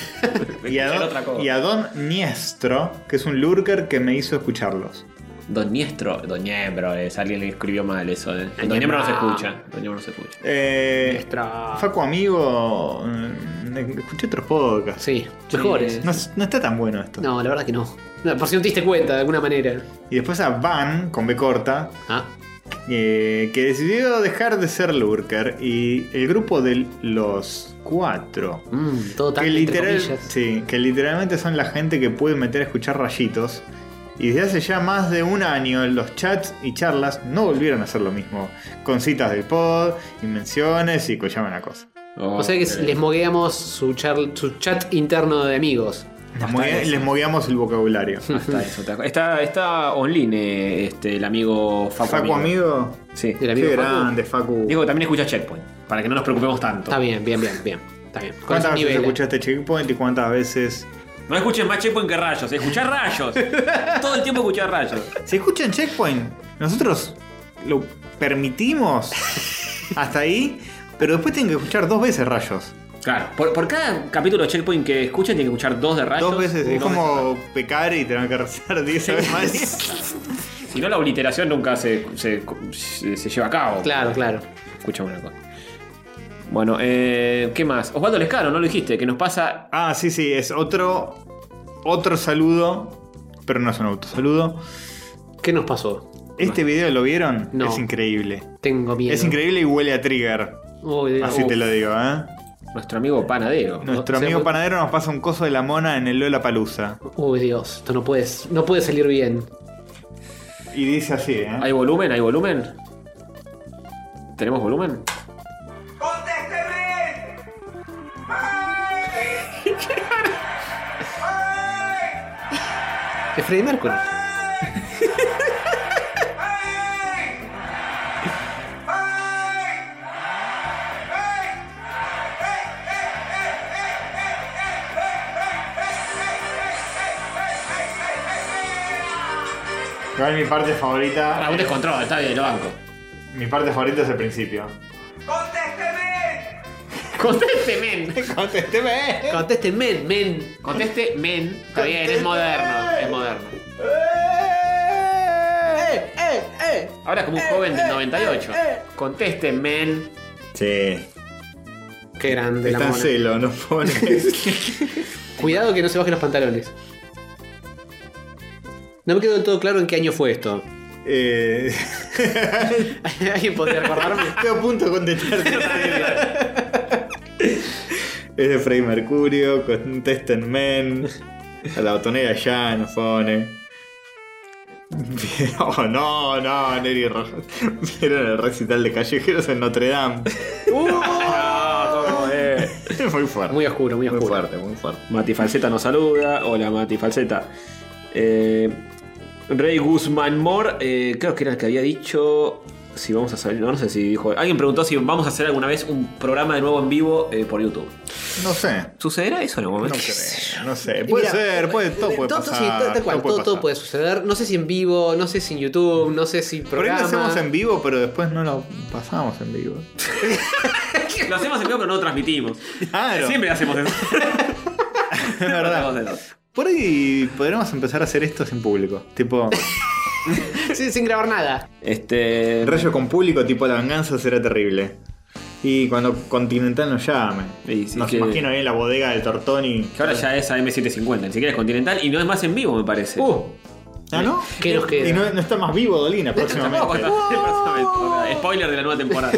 Y a, Escuchar otra don, cosa. y a Don Niestro, que es un lurker que me hizo escucharlos. Don Niestro, Don Niembro, es alguien le escribió mal eso. eh. Don Niembro no se escucha. Don Niembro no se escucha. Eh, Nuestra- Facu Amigo, mm, escuché otros podcasts. Sí, mejores. No, es- no está tan bueno esto. No, la verdad que no. No, Por si no te diste cuenta, de alguna manera. Y después a Van, con B corta, Ah, eh, que decidió dejar de ser Lurker. Y el grupo de los cuatro. mm, todo tan Que, entre literal- comillas. sí, que literalmente son la gente que pude meter a escuchar rayitos. Y desde hace ya más de un año los chats y charlas no volvieron a ser lo mismo. Con citas del pod, invenciones y collaban una cosa. Oh, O sea que les mogueamos su, charl- su chat interno de amigos. Les, mogue- les mogueamos el vocabulario. Ah, Está, eso, está, está, está online eh, este, el amigo Facu. Facu amigo. Sí. El amigo Qué Facu. grande, Facu. Digo que también escucha Checkpoint, para que no nos preocupemos tanto. Está bien, bien, bien, bien. Está bien. Con ¿Cuántas esos veces niveles. escuchaste Checkpoint y cuántas veces No escuches más Checkpoint que rayos, escuchar rayos. Todo el tiempo escuchar rayos. Si escuchan Checkpoint, nosotros lo permitimos hasta ahí, pero después tienen que escuchar dos veces rayos. Claro, por, por cada capítulo de Checkpoint que escuchen, tienen que escuchar dos de rayos. dos veces. es Dos veces. como pecar y tener que rezar diez veces más. Si no, la obliteración nunca se, se, se- se lleva a cabo. Claro, claro. Escucha una cosa. Bueno, eh, ¿qué más? Osvaldo Lescano, no lo dijiste, que nos pasa. Ah, sí, sí, es otro, otro saludo, pero no es un autosaludo. ¿Qué nos pasó? Este video lo vieron, No. es increíble. Tengo miedo. Es increíble y huele a trigger. Uy, Así uf. te lo digo, ¿eh? Nuestro amigo panadero. ¿no? Nuestro o sea, amigo muy- panadero nos pasa un coso de la mona en el Lola Palusa. Uy, Dios. Esto no puede, no puede salir bien. Y dice así, ¿eh? ¿Hay volumen? ¿Hay volumen? ¿Tenemos volumen? ¡Contésteme! Es Freddy Mercury. Eh. Igual mi parte favorita. Ah, un descontrol, está bien, lo banco. Mi parte favorita es el principio. ¡Contésteme! Conteste men. Contésteme. Contesten, men, men. Conteste men. Está bien, es moderno. Es moderno. Eh, Ahora es como un joven del 98. Conteste men. Sí. Qué grande la Está en mona. celo, no pones. Cuidado que no se bajen los pantalones. No me quedó del todo claro en qué año fue esto. eh... ¿Alguien podría recordarme? Estoy a punto de contestarte. Es de Freddy Mercurio, contesten men. A la botonera ya nos pone. Oh, no, no, Neri Rojas. Vieron el recital de Callejeros en Notre Dame. Uh. muy fuerte. Muy oscuro, muy muy oscuro. fuerte, muy fuerte. Mati Falseta nos saluda. Hola, Mati Falseta. Eh, Rey Guzmán Moore, eh, creo que era el que había dicho. Si vamos a salir, no, no sé si dijo. Alguien preguntó si vamos a hacer alguna vez un programa de nuevo en vivo eh, por YouTube. No sé. ¿Sucederá eso en algún No momento? creo, no sé. Y Eh, Puede mira, ser, puede, todo eh, puede pasar. sí, tal- tal cual, todo, todo pasar. puede suceder. No sé si en vivo, no sé si en YouTube, no sé si Por ahí lo programa. hacemos en vivo, pero después no lo pasamos en vivo. Lo hacemos en vivo, pero no lo transmitimos. Claro. Siempre hacemos eso. Es verdad. Por ahí podremos empezar a hacer esto sin público. Tipo, sin, sin grabar nada. Este. el rayo con público, tipo la venganza será terrible. Y cuando Continental nos llame. Y sí nos que- imagino ahí en la bodega del Tortoni. Que ahora ya es AM750, ni siquiera es continental y no es más en vivo, me parece. Uh, ¿Ah, no? ¿Qué nos queda? Y no, no está más vivo Dolina Tampoco próximamente. está- Spoiler de la nueva temporada.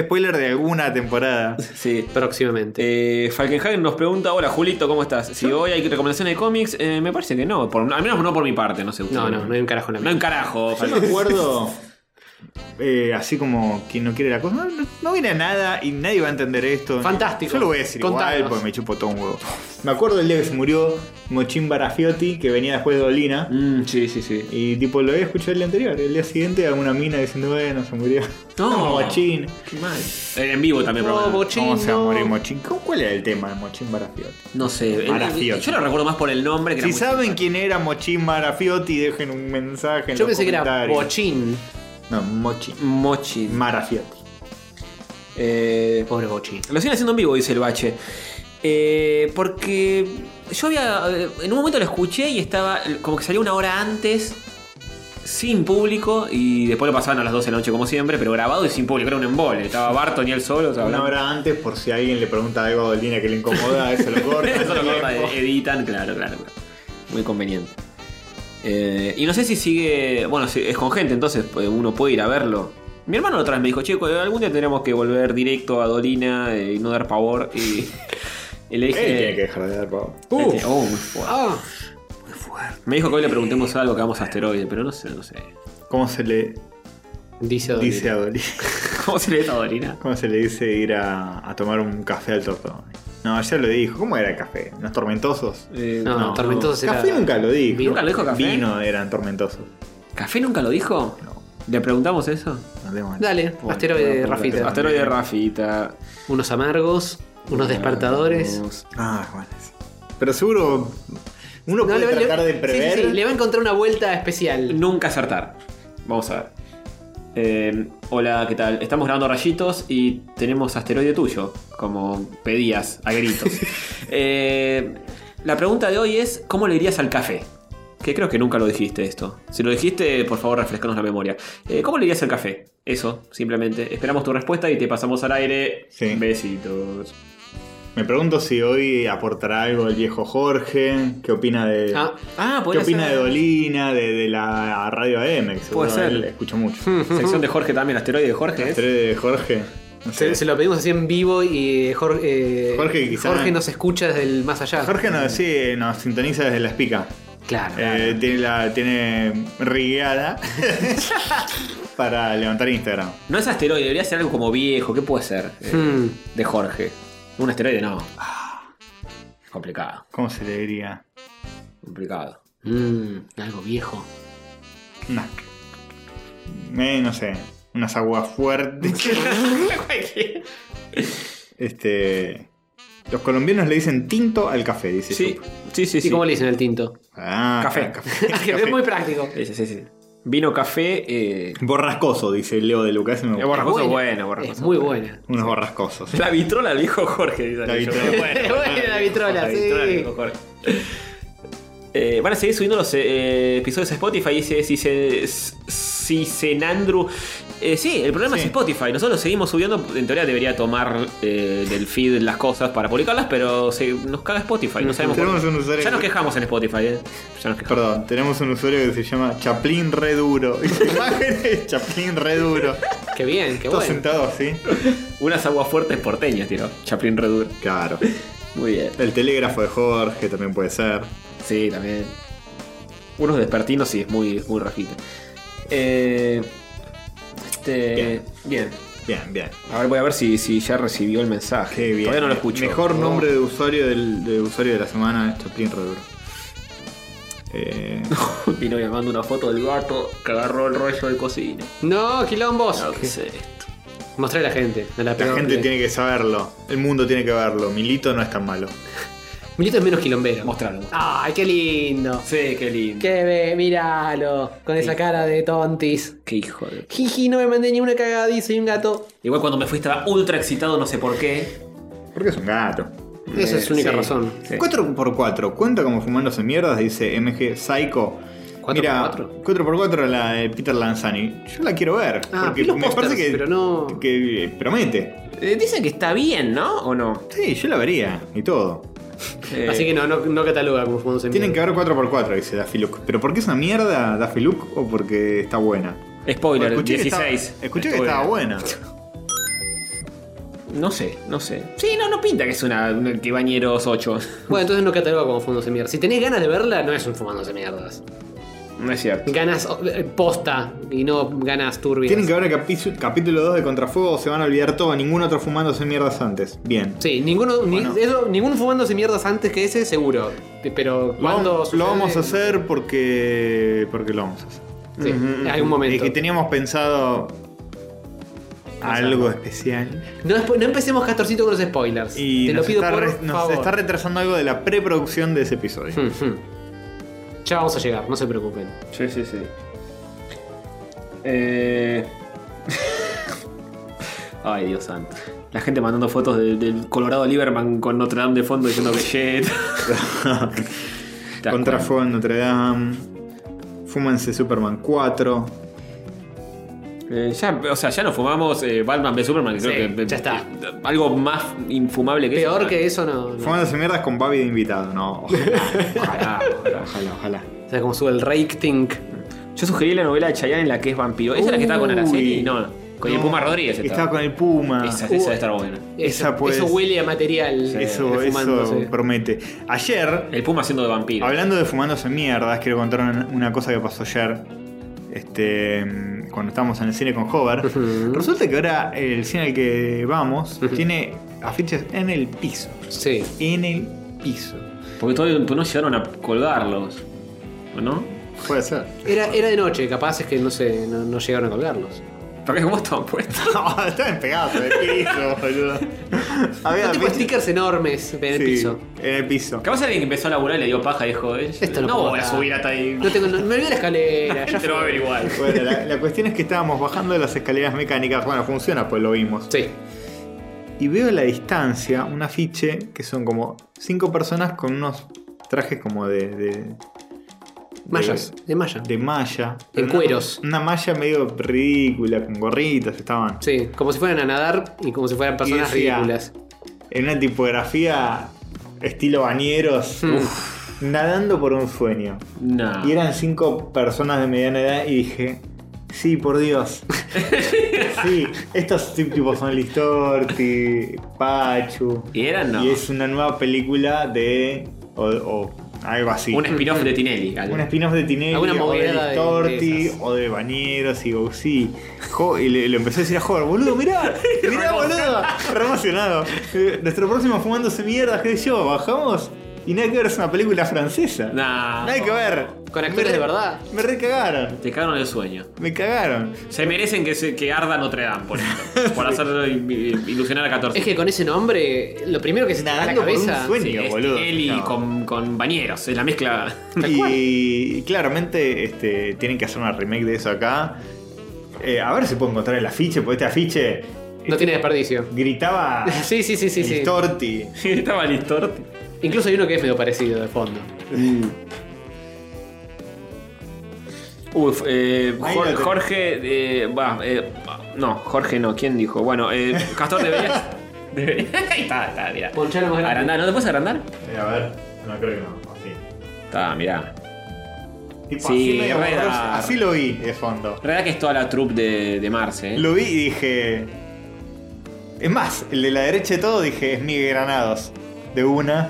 Spoiler de alguna temporada. Sí. próximamente. Eh, Falkenhagen nos pregunta: Hola Julito, ¿cómo estás? Si hoy hay recomendaciones de cómics, eh, me parece que no. por- al menos no por mi parte, no sé. usted. no, no, no hay un carajo en la No mía. en carajo, Yo me Falkenhagen. acuerdo, eh, así como quien no quiere la cosa, no, no- no viene a nada y nadie va a entender esto. Fantástico. Yo lo voy a decir igual Contanos. porque me chupo todo un huevo. Me acuerdo el día que se murió Mochín Barafiotti, que venía después de Dolina. Mm, sí, sí, sí. Y tipo, lo había escuchado el día anterior. El día siguiente, alguna mina diciendo, bueno, se murió. No. Mochín. Eh, En vivo también, No, probablemente. Mochín, ¿Cómo se va a no. morir Mochín? ¿Cómo- ¿Cuál era el tema de Mochín Barafiotti? No sé. eh, Marafiotti. Yo lo recuerdo más por el nombre que era Si muy- saben quién era Mochín Barafiotti, dejen un mensaje en Yo los pensé que era comentarios. Bochín. No, Mochín. Mochín. Marafiotti. Eh, Pobre Bochín. Lo siguen haciendo en vivo, dice el bache. Eh, porque yo había. eh, En un momento lo escuché y estaba. Como que salió una hora antes. Sin público. Y después lo pasaban a las 12 de la noche, como siempre. Pero grabado y sin público. Era un embole. Estaba Barton y él solo. o sea, Una hablando. hora antes, por si alguien le pregunta algo a Dolina que le incomoda, eso lo corta. Eso lo ese corta, tiempo. editan, claro, claro. claro. Muy conveniente. Eh, y no sé si sigue. Bueno, si- es con gente, entonces pues, uno puede ir a verlo. Mi hermano otra vez me dijo, che, cu- algún día tendremos que volver directo a Dolina eh, y no dar pavor. Y, y Él le dije. tiene que dejar de dar pavo. le Uh. dije, "Oh, muy fuerte". Ah, Me dijo que hoy le preguntemos algo que hagamos asteroide, pero no sé, no sé. ¿Cómo se le dice Dolina. dice a Dolina? ¿Cómo se le ve a Dolina? ¿Cómo se le dice ir a, a tomar un café al tortón? No, ya lo dijo. ¿Cómo era el café? ¿Los tormentosos? Eh, No, no. Tormentosos era- Café nunca lo dijo. Vino. ¿Nunca lo dijo café? Vino eran tormentosos. ¿Café nunca lo dijo? No, ¿Le preguntamos eso? no tengo Dale, no, asteroide, no, Rafita. no, no. Asteroide Rafita. Unos amargos, unos despertadores. Ah, bueno. sí. Pero seguro uno No, puede le- le- tratar de sí, sí, prever. sí, le va a encontrar una vuelta especial. Nunca acertar. Vamos a ver. Eh, hola, ¿qué tal? Estamos grabando rayitos y tenemos asteroide tuyo, como pedías a gritos. Eh, la pregunta de hoy es: ¿cómo le dirías al café? Que creo que nunca lo dijiste esto. Si lo dijiste, por favor, refrescanos la memoria. Eh, ¿Cómo le dirías al café? Eso, simplemente. Esperamos tu respuesta y te pasamos al aire. Sí. Besitos. Me pregunto si hoy aportará algo el viejo Jorge. ¿Qué opina de.? Ah, Ah, ¿Qué opina de Dolina, de, de la radio AM? Puede ser. Escucho mucho. Sección de Jorge también, asteroide de Jorge. ¿es? Estrella de Jorge. No sé. se, se lo pedimos así en vivo y eh, Jorge, eh, Jorge quizá- Jorge nos escucha desde el más allá. Jorge nos, sí, nos sintoniza desde la espica. Claro. Eh, tiene la tiene rigada para levantar Instagram. No es asteroide, debería ser algo como viejo. ¿Qué puede ser? Eh, Hmm. De Jorge. Un asteroide no. Ah, Complicado, ¿Cómo se le diría? complicado. Mm, algo viejo. Una- eh, no sé. Unas aguas fuertes. este. Los colombianos le dicen tinto al café, dice. Sí, Sup. sí, sí. ¿Y sí. cómo le dicen el tinto? Ah, Café. es muy práctico. Sí, sí, sí, sí. Vino café. Eh... Borrascoso, dice Leo de Lucas. y me gusta. Borrascoso, Buena. bueno, Es borrascoso. muy buena. Unos borrascosos. La vitrola del viejo Jorge, dice La aquello. vitrola. Bueno, Buena la vitrola, sí. vitrola del viejo Jorge. Eh, van a seguir subiendo los eh, episodios a Spotify, dice Cisen- Cisenandru. Eh, sí, el problema es Sí. Spotify. Nosotros seguimos subiendo. En teoría debería tomar eh, del feed las cosas para publicarlas, pero se, nos caga Spotify. No sabemos Tenemos por qué. un usuario Ya nos que- quejamos en Spotify, eh. Ya nos quejamos. Perdón, tenemos un usuario que se llama Chaplin Reduro. Imágenes de Chaplin Reduro. Qué bien, qué Todo bueno. sentado así. Unas aguas fuertes porteñas, tiró. Chaplin Redur. Claro. Muy bien. El telégrafo de Jorge también puede ser. Sí, también. Unos despertinos sí, es muy, es muy rajita. Eh, este, bien. Bien. Bien, bien. A ver, voy a ver si, si ya recibió el mensaje. Qué bien. Todavía no lo escucho. Mejor Oh. nombre de usuario del, de usuario de la semana, Chaplin Redur. Eh, Vino y me manda una foto del gato que agarró el rollo de cocina. No, quilombos. No, ¿qué es esto? Mostré a la gente. a la la peor gente de- tiene que saberlo. El mundo tiene que verlo. Milito no es tan malo. Milito es menos quilombero. Mostralo. mostralo. Ay, qué lindo. Ah, Sí, qué lindo. Qué be, míralo. Con esa cara de tontis. Qué hijo de. Jiji, no me mandé ni una cagadiza y un gato. Igual cuando me fui estaba ultra excitado, no sé por qué. Porque es un gato. Esa Eh, es su única razón. 4x4, cuenta como fumándose mierdas, dice MG Psycho. ¿Cuatro Mira, por cuatro? 4x4 la de Peter Lanzani. Yo la quiero ver. Ah, porque vi los me pósters, parece que, pero no- que promete. Eh, dicen que está bien, ¿no? ¿O no? Sí, yo la vería y todo. Eh, Así que no, no, no cataloga como fumándose Tienen que mierda. haber 4x4, dice Daffy Luke. ¿Pero por qué es una mierda Daffy Luke o porque está buena? Spoiler, Escuché que 16. estaba- escuché que Spoiler. estaba buena. No sé, no sé. Sí, no, no pinta que es una, una que bañeros 8. Bueno, entonces no cataloga como fumándose mierda. Si tenés ganas de verla, no es un fumándose mierdas. No es cierto. Ganas eh, posta y no ganas turbias. Tienen que ver el capi- capítulo 2 de Contrafuego, se van a olvidar todo, ningún otro fumándose mierdas antes. Bien. Sí, ninguno, ni- Bueno. eso, ninguno fumándose mierdas antes que ese, seguro. Te- Pero Lo, cuando. lo sucede- vamos a hacer porque. porque lo vamos a hacer. Sí, en algún momento. Es que teníamos pensado algo especial. No, espo- no empecemos Castorcito con los spoilers. Y Te nos, lo pido está por re- nos favor. está retrasando algo de la preproducción de ese episodio. Mm, mm. Ya vamos a llegar, no se preocupen. Sí, sí, sí. Eh... Ay, Dios santo. La gente mandando fotos de- del Colorado Lieberman con Notre Dame de fondo diciendo que shit. Contrafuego en Notre Dame. Fúmense Superman 4. Eh, ya, o sea, ya no fumamos eh, Batman v Superman. que creo Sí, que, ya está. eh, Algo más infumable que Peor eso. que eso no. no. Fúmense mierdas con Babi de invitado. No, Ojalá, ojalá. ojalá, ojalá. O sea, como sube el Rake Think. Yo sugerí la novela de Chayanne en la que es vampiro. ¿Esa es la que estaba con Araceli? Uy. No, con el No, Puma Rodríguez. que Estaba con el Puma. Esa, esa debe estar buena. Eso, Esa puede eso ser. huele a material. Eso, eh, fumándose. eso promete. Ayer El Puma siendo de vampiro. Hablando eh, de fumándose mierdas, quiero contar una, una cosa que pasó ayer. Este, mm, cuando estábamos en el cine con Hover. Resulta que ahora el cine al que vamos tiene afiches en el piso. Sí. En el piso. Porque todavía no llegaron a colgarlos. ¿O no? Puede ser. Era, era de noche, capaz es que no sé, no, no llegaron a colgarlos. ¿Por qué? ¿Cómo estaban puestos? no, estaban pegados Ah, en el piso, boludo. Había No tipo afiches- stickers enormes en el sí, piso. En el piso. Capaz alguien que empezó a laburar y le dio paja y dijo, eh, Esto no no puedo voy a pagar. subir hasta ahí. No tengo, no- me olvidé la escalera. ya Te lo va a fue. ver igual. Bueno, la, la cuestión es que estábamos bajando de las escaleras mecánicas. Bueno, funciona, pues lo vimos. Sí. Y veo a la distancia un afiche que son como cinco personas con unos trajes como de. de Mallas, de malla. De, de malla. En Una- cueros. Una malla medio ridícula, con gorritas estaban. Sí, como si fueran a nadar y como si fueran personas Y decía- ridículas. En una tipografía estilo bañeros. Hmm. Uf, nadando por un sueño. No. Ah. Y eran cinco personas de mediana edad y dije. Sí, por Dios. sí, estos tipos son Listorti, Pachu. Y eran no. Y es una nueva película de. o, o algo así. Un spin-off de Tinelli. algo. Un spin-off de Tinelli, Alguna o de movida de- de Listorti, esas. o de Bañeros, y digo, sí. Jo- y le, le empecé a decir a Jorge, boludo, mirá, mirá, boludo. Re emocionado. Eh, Nuestro próximo fumándose mierda, qué sé yo, bajamos. Y nada que ver, es una película francesa. Nah. Nada que ver. Con actores Me re- de verdad. Me recagaron. Te cagaron el sueño. Me cagaron. Se merecen que, se, que arda Notre Dame por esto. por hacerlo il- il- ilusionar a 14. Es que con ese nombre, lo primero que se te da a la Nadando por un cabeza. sueño. Sí, es boludo. Tinelli No. con, con bañeros. Es la mezcla. Y, y claramente este, tienen que hacer una remake de eso acá. Eh, a ver si puedo encontrar el afiche, porque este afiche este, No tiene desperdicio. gritaba Sí, sí, sí, sí, sí. Listorti. Estaba listor. Incluso hay uno que es medio parecido de fondo. Uf, eh, Ahí Jor- lo tenés. Jorge. eh, Va, eh, no, Jorge no, ¿quién dijo? Bueno, eh, Castor, deberías. deberías- Ahí está, está, mirá. Ponchalo más grande. Agrandá, ¿no te puedes agrandar? Eh, a ver, no creo que no. Así. Está, mirá. Tipo, Sí, así, medio re borroso. dark. Así lo vi de fondo. Realidad que es toda la troupe de, de Marce. ¿eh? Lo vi y dije. Es más, el de la derecha de todo dije, es Miguel Granados. De una.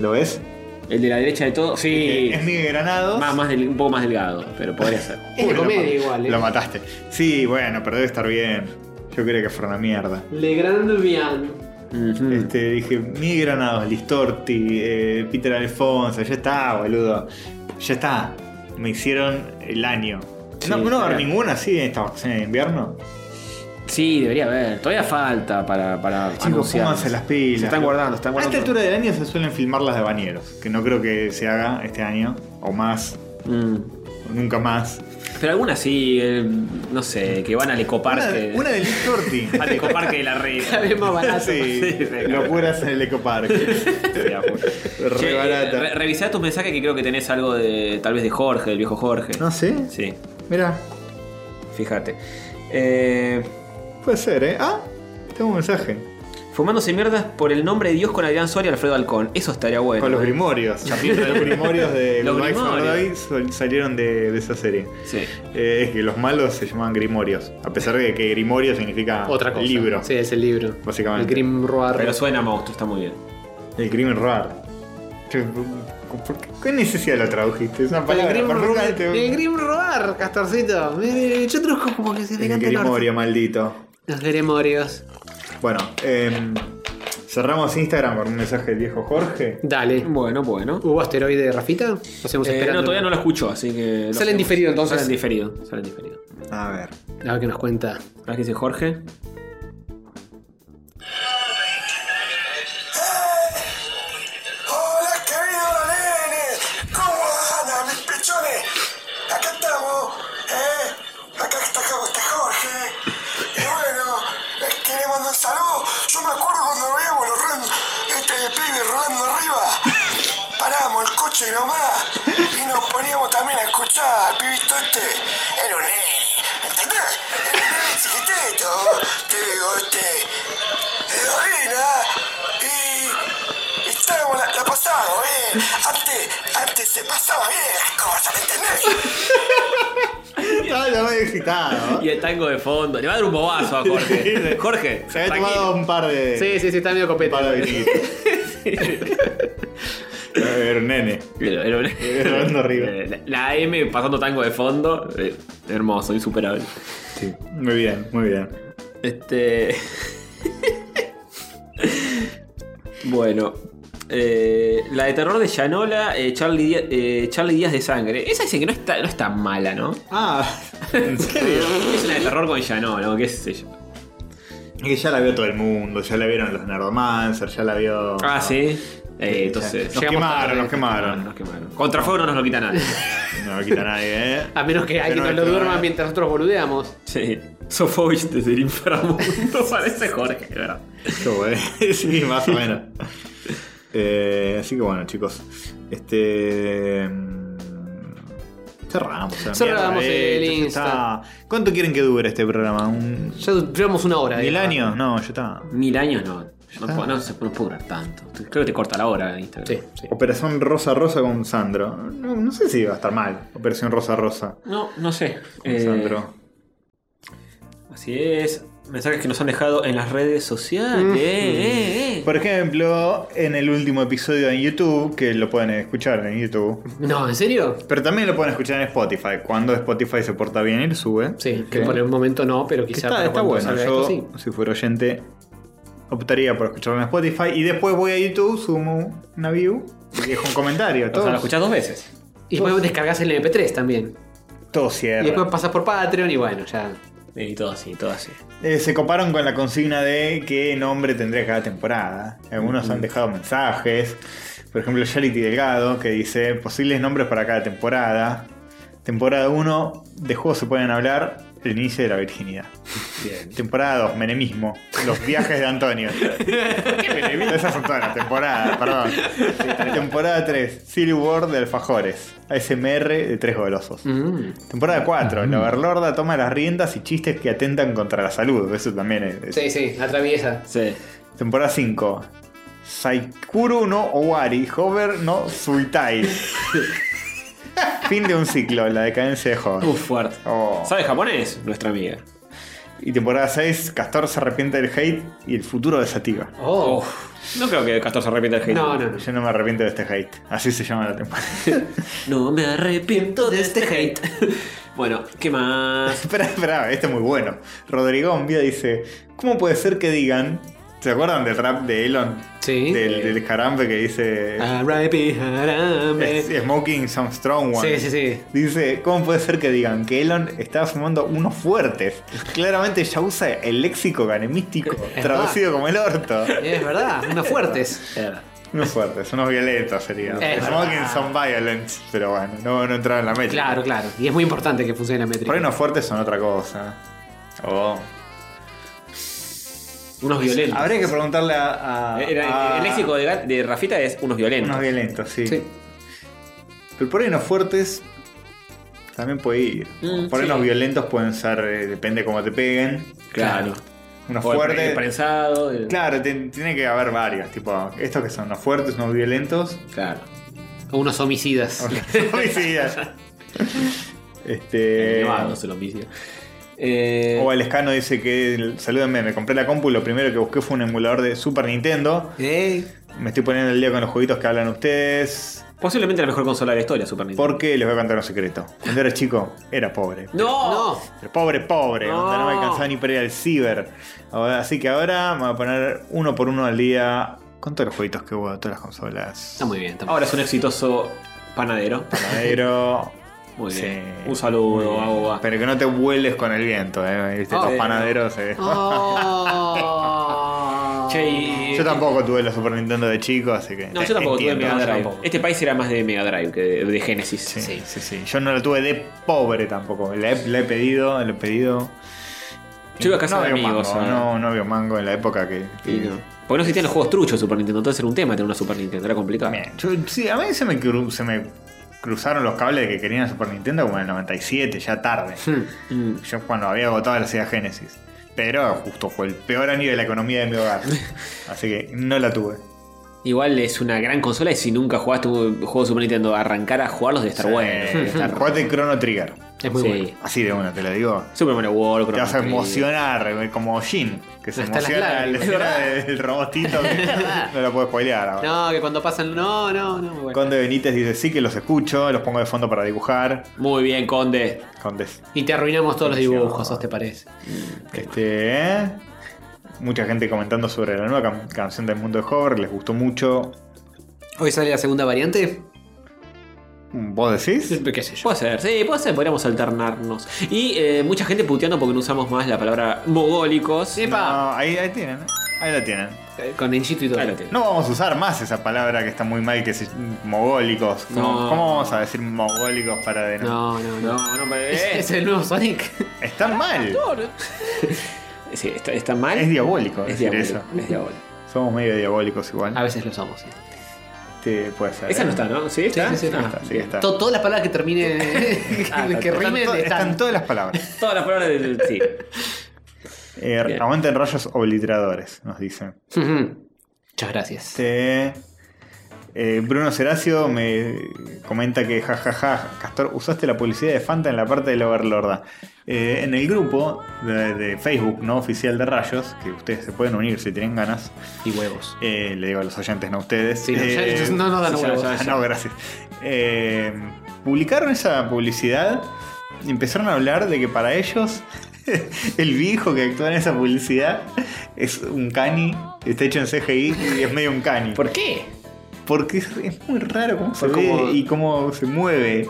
¿Lo ves? El de la derecha de todo. Sí. Dije, Es Miguel Granados. Más, más del- un poco más delgado, pero podría ser. Es de Uy, lo comedia ma- igual, Lo eh. mataste. Sí, bueno, pero debe estar bien. Yo creo que fue una mierda. Le Grand Bien. Ujú. Este, dije, mi Granados, Listorti, eh, Peter Alfonso, ya está, boludo. Ya está. Me hicieron el año. Sí, no, no va a haber claro. ninguna así en estas vacaciones de invierno. Sí, debería haber. Todavía falta para, para Chicos, anunciar. pónganse las pilas. Se están guardando, se están A esta guardando. altura del año se suelen filmar las de bañeros, que no creo que se haga este año, o más, Mm. o nunca más. Pero algunas sí, eh, no sé, que van al Una, ecoparque. una de Listorti. Al ecoparque de la red. Cada vez más barato. sí, Sí, sí. locuras en el ecoparque. Che, Re eh, barata. re- revisá tus mensajes que creo que tenés algo de. tal vez de Jorge, del viejo Jorge. No sé, Sí, mira, fíjate. Eh, puede ser, ¿eh? Ah, tengo un mensaje. fumándose mierdas por el nombre de Dios con Adrián Soria y Alfredo Alcón. Eso estaría bueno. Con los eh. grimorios. los grimorios de Los Goodbye grimorios. Faraday sol- salieron de, de esa serie. Sí. Eh, es que los malos se llamaban grimorios. A pesar de que grimorio significa Otra cosa. libro. Sí, es Ah, el libro. Básicamente. El Grim Roar. Pero suena monstruo, está muy bien. El crimen raro. Che, ¿por qué, qué necesidad lo tradujiste? Es una el palabra Grim Roar. perfectamente- El Grim Roar, Castorcito. Eh, Yo truco como que se me El canta el orto. grimorio, maldito. Los Gremorios. Bueno, em, cerramos Instagram con un mensaje del viejo Jorge. Dale. Bueno, bueno. ¿Hubo asteroide, Rafita? Nos hemos Eh, esperado. no, todavía no lo escucho, así que. lo Sale en hacemos. diferido, entonces. Sale en diferido. Sale en diferido. A ver. A ver qué nos cuenta. A ver qué dice Jorge. ¡Hola, queridos nenes! ¿Cómo andan, mis pichones? Acá estamos, ¿eh? Acá está, acá está Jorge. Y bueno, les queremos mandar un saludo. Yo me acuerdo cuando veíamos los ron, este pibe rodando arriba. Paramos el coche nomás y nos poníamos también a escuchar al pibito este. Era un nene. ¿Entendés? Era un nene chiquitito. Te digo, este. Heroína. Y. Estábamos la, la pasamos bien. Antes, antes se pasaba bien las cosas, ¿me entendés? Estaba ya muy excitado. Y el tango de fondo. Le va a dar un bobazo a Jorge. Jorge, Se había tranquilo. tomado un par de. Sí, sí, sí, está medio un par de copete. vinitos. Era un nene. Pero- pero- Rodando arriba. Eh, la- La M pasando tango de fondo. eh, hermoso, insuperable. Sí. Muy bien, muy bien. Este. bueno. eh, la de terror de Yanola, eh, Charlie, Díaz, eh, Charlie Díaz de Sangre. Esa dice que no está, no está mala, ¿no? Ah, ¿en serio? Es una de terror con Yanola, ¿no? ¿Qué sé yo? Que ya la vio todo el mundo, ya la vieron los Nerdomancer, ya la vio. Ah, sí. Eh, entonces. Nos quemaron, nos quemaron. Nos quemaron. Contra fuego no nos lo quita nadie. No lo quita nadie, ¿eh? A menos que alguien Pero nos lo esto- duerma mientras nosotros boludeamos. sí. Sofovich desde el inframundo parece Jorge, de verdad. Yo, güey. sí, más o menos. Eh, así que bueno, chicos. Este. mm, Cerramos. la Cerramos mierda, eh, el ya Insta. está. ¿Cuánto quieren que dure este programa? ¿Un Ya duramos una hora. mil digamos. años? No, ya está. Mil años no. No, puedo- no se puede no puedo durar tanto. Creo que te corta la hora Instagram. Sí, sí. Operación Rosa Rosa con Sandro. No, no sé si va a estar mal. Operación Rosa Rosa No, no sé. con Eh, Sandro. Así es. Mensajes que nos han dejado en las redes sociales. Eh, eh, eh. Por ejemplo, en el último episodio en YouTube, que lo pueden escuchar en YouTube. No, ¿en serio? Pero también lo pueden escuchar en Spotify. Cuando Spotify se porta bien y lo sube. Sí, que por el momento no, pero Que quizá está, para está cuando bueno. salga Yo, esto, sí. si fuera oyente, optaría por escucharlo en Spotify. Y después voy a YouTube, sumo una view y dejo un comentario. O sea, lo Todo, escuchás dos veces. Y después descargas el MP3 también. todo Y después cierra. pasas por Patreon y bueno, ya. Y todo así, todo así. Eh, se coparon con la consigna de qué nombre tendría cada temporada. Algunos han dejado mensajes. Por ejemplo, Charity Delgado, que dice posibles nombres para cada temporada. Temporada 1, de juegos se pueden hablar, el inicio de la virginidad. Bien. Temporada 2, menemismo. Los viajes de Antonio. Esas son todas las temporadas, perdón. Temporada 3, Silly World de alfajores. ASMR de tres golosos. Mm. Temporada 4, la Berlorda toma las riendas y chistes que atentan contra la salud. Eso también es. es- Sí, sí, atraviesa. Sí. Temporada 5, Saikuru no Owari, Hover no Suitai. fin de un ciclo, la decadencia de Homer. Uf, fuerte. Oh. ¿Sabes japonés? Nuestra amiga. Y temporada 6, Castor se arrepiente del hate y el futuro desativa. Oh. Uf. No creo que Castor se arrepienta del hate. No, no, no. Yo no me arrepiento de este hate. Así se llama la temporada. No me arrepiento de este hate. bueno, ¿qué más? espera, espera, este es muy bueno. Rodrigo un día dice: ¿Cómo puede ser que digan? ¿Se acuerdan del rap de Elon? Sí. Del, del jarambe que dice. R.I.P. Harambe. "Es- Smoking some strong E. Sí, ones. sí, sí. Dice, ¿cómo puede ser que digan que Elon estaba fumando unos fuertes? Claramente ya usa el léxico ganemístico, traducido como el orto. Es verdad, unas fuertes. Unos fuertes, unos violentos sería. Es Smoking verdad. some violent, pero bueno, no, no entraron en la meta. Claro, claro. Y es muy importante que funcione la métrica. Por ahí unos fuertes son otra cosa. Oh. Unos violentos. Habría que preguntarle a. a- Era- a- el léxico de, Gat- de Rafita es unos violentos. Unos violentos, sí. Sí. Pero por ahí unos fuertes también puede ir. Mm, por ahí sí. unos violentos pueden ser, eh, depende cómo te peguen. Claro. Unos O el- fuertes. El prensado. el- Claro, te- tiene que haber varios, tipo, estos que son los fuertes, no violentos. Claro. O unos homicidas. o los homicidas. este. Elevados, el homicidio. Eh, O el escano dice que el- salúdenme, me compré la compu y lo primero que busqué fue un emulador de Super Nintendo. Eh, Me estoy poniendo el día con los jueguitos que hablan ustedes. Posiblemente la mejor consola de la historia, Super Nintendo. Porque les voy a contar un secreto. Cuando era chico, era pobre. ¡No! No. Pero pobre, pobre, No. onda, no me alcanzaba ni para ir al ciber. Ahora- así que ahora me voy a poner uno por uno al día con todos los jueguitos que hubo, todas las consolas. Está muy bien. Está muy Ahora es un exitoso panadero. Panadero. Muy Sí. bien. Un saludo, Agua. Ah, Pero que no te vueles con el viento, ¿eh? Viste, Oh. los panaderos. eh. Oh. Che, y- Yo tampoco tuve la Super Nintendo de chico, así que. No, te- yo tampoco tuve entiendo. Mega Drive. Yo tampoco. Este país era más de Mega Drive que de, de Genesis. Sí, sí, sí, Yo no la tuve de pobre tampoco. La he, la he pedido, la he pedido. Yo iba a casa no de había un amigos. Mango, a- no, no había un mango en la época que. que- y no. Porque no existían los juegos truchos de Super Nintendo, entonces era un tema tener una Super Nintendo, era complicado. Bien. Yo- sí, a mí se me, cru- se me cruzaron los cables de que querían Super Nintendo como en el 97, ya tarde. Hmm, Mm. Yo cuando había agotado la Sega Genesis. Pero justo fue el peor año de la economía de mi hogar. Así que no la tuve. Igual es una gran consola y si nunca jugaste un juego de Super Nintendo, arrancar a jugarlos debe estar bueno. debe estar- Jugate Eh, Chrono Trigger. Es muy Sí. bueno. Así de una, te lo digo. Super Mario World, Te Chrono vas a Trigger. emocionar, eh, como Jin, que se Hasta las emociona al lágrimas. escena del robotito. que no la puedo spoilear ahora. No, que cuando pasan. No, no, no. muy bueno. Conde Benítez dice: Sí, que los escucho, los pongo de fondo para dibujar. Muy bien, Conde. Conde. Y te arruinamos todos los dibujos, ¿os te parece? Este. ¿eh? Mucha gente comentando sobre la nueva can- canción del mundo de Hover, les gustó mucho. Hoy sale la segunda variante. ¿Vos decís? ¿Qué sé yo? Puede ser, sí, puede ser, podríamos alternarnos. Y eh, mucha gente puteando porque no usamos más la palabra mogólicos. Epa. No, ahí, ahí tienen, ¿eh? ahí la tienen. Eh, Con Enchito y todo. Claro, tío. No vamos a usar más esa palabra que está muy mal, que es mogólicos. ¿Cómo, No. cómo vamos a decir mogólicos para de No, no, no. no, no, ¿Es, eh, es el nuevo Sonic? Está mal. sí, está, está mal. Es diabólico Es decir diabólico. eso. Es diabólico. Somos medio diabólicos igual. A veces lo somos. sí. Este, puede ser. Esa no está, ¿no? Sí, está. sí, sí, Ah, Está, sí, está. Ah, To- todas las palabras que terminen. que- que Están rimen to- están. están todas las palabras. Todas las palabras del. Sí. Eh, Bien. aguanten rayos obliteradores, nos dicen. Ujú. Muchas gracias. Este, eh, Bruno Ceracio me comenta que jajaja, Castor, usaste la publicidad de Fanta en la parte de la Overlorda. Eh, en el grupo de, de Facebook no oficial de Rayos, que ustedes se pueden unir si tienen ganas, Y huevos. eh, le digo a los oyentes, no a ustedes. Sí, no, ya- eh, entonces no nos dan sí, ya- huevos. ya- ya- No, gracias. Eh, publicaron esa publicidad y empezaron a hablar de que para ellos el viejo que actúa en esa publicidad es un cani, está hecho en CGI y es medio un cani. ¿Por qué? Porque es, es muy raro cómo se Por ve cómo- y cómo se mueve.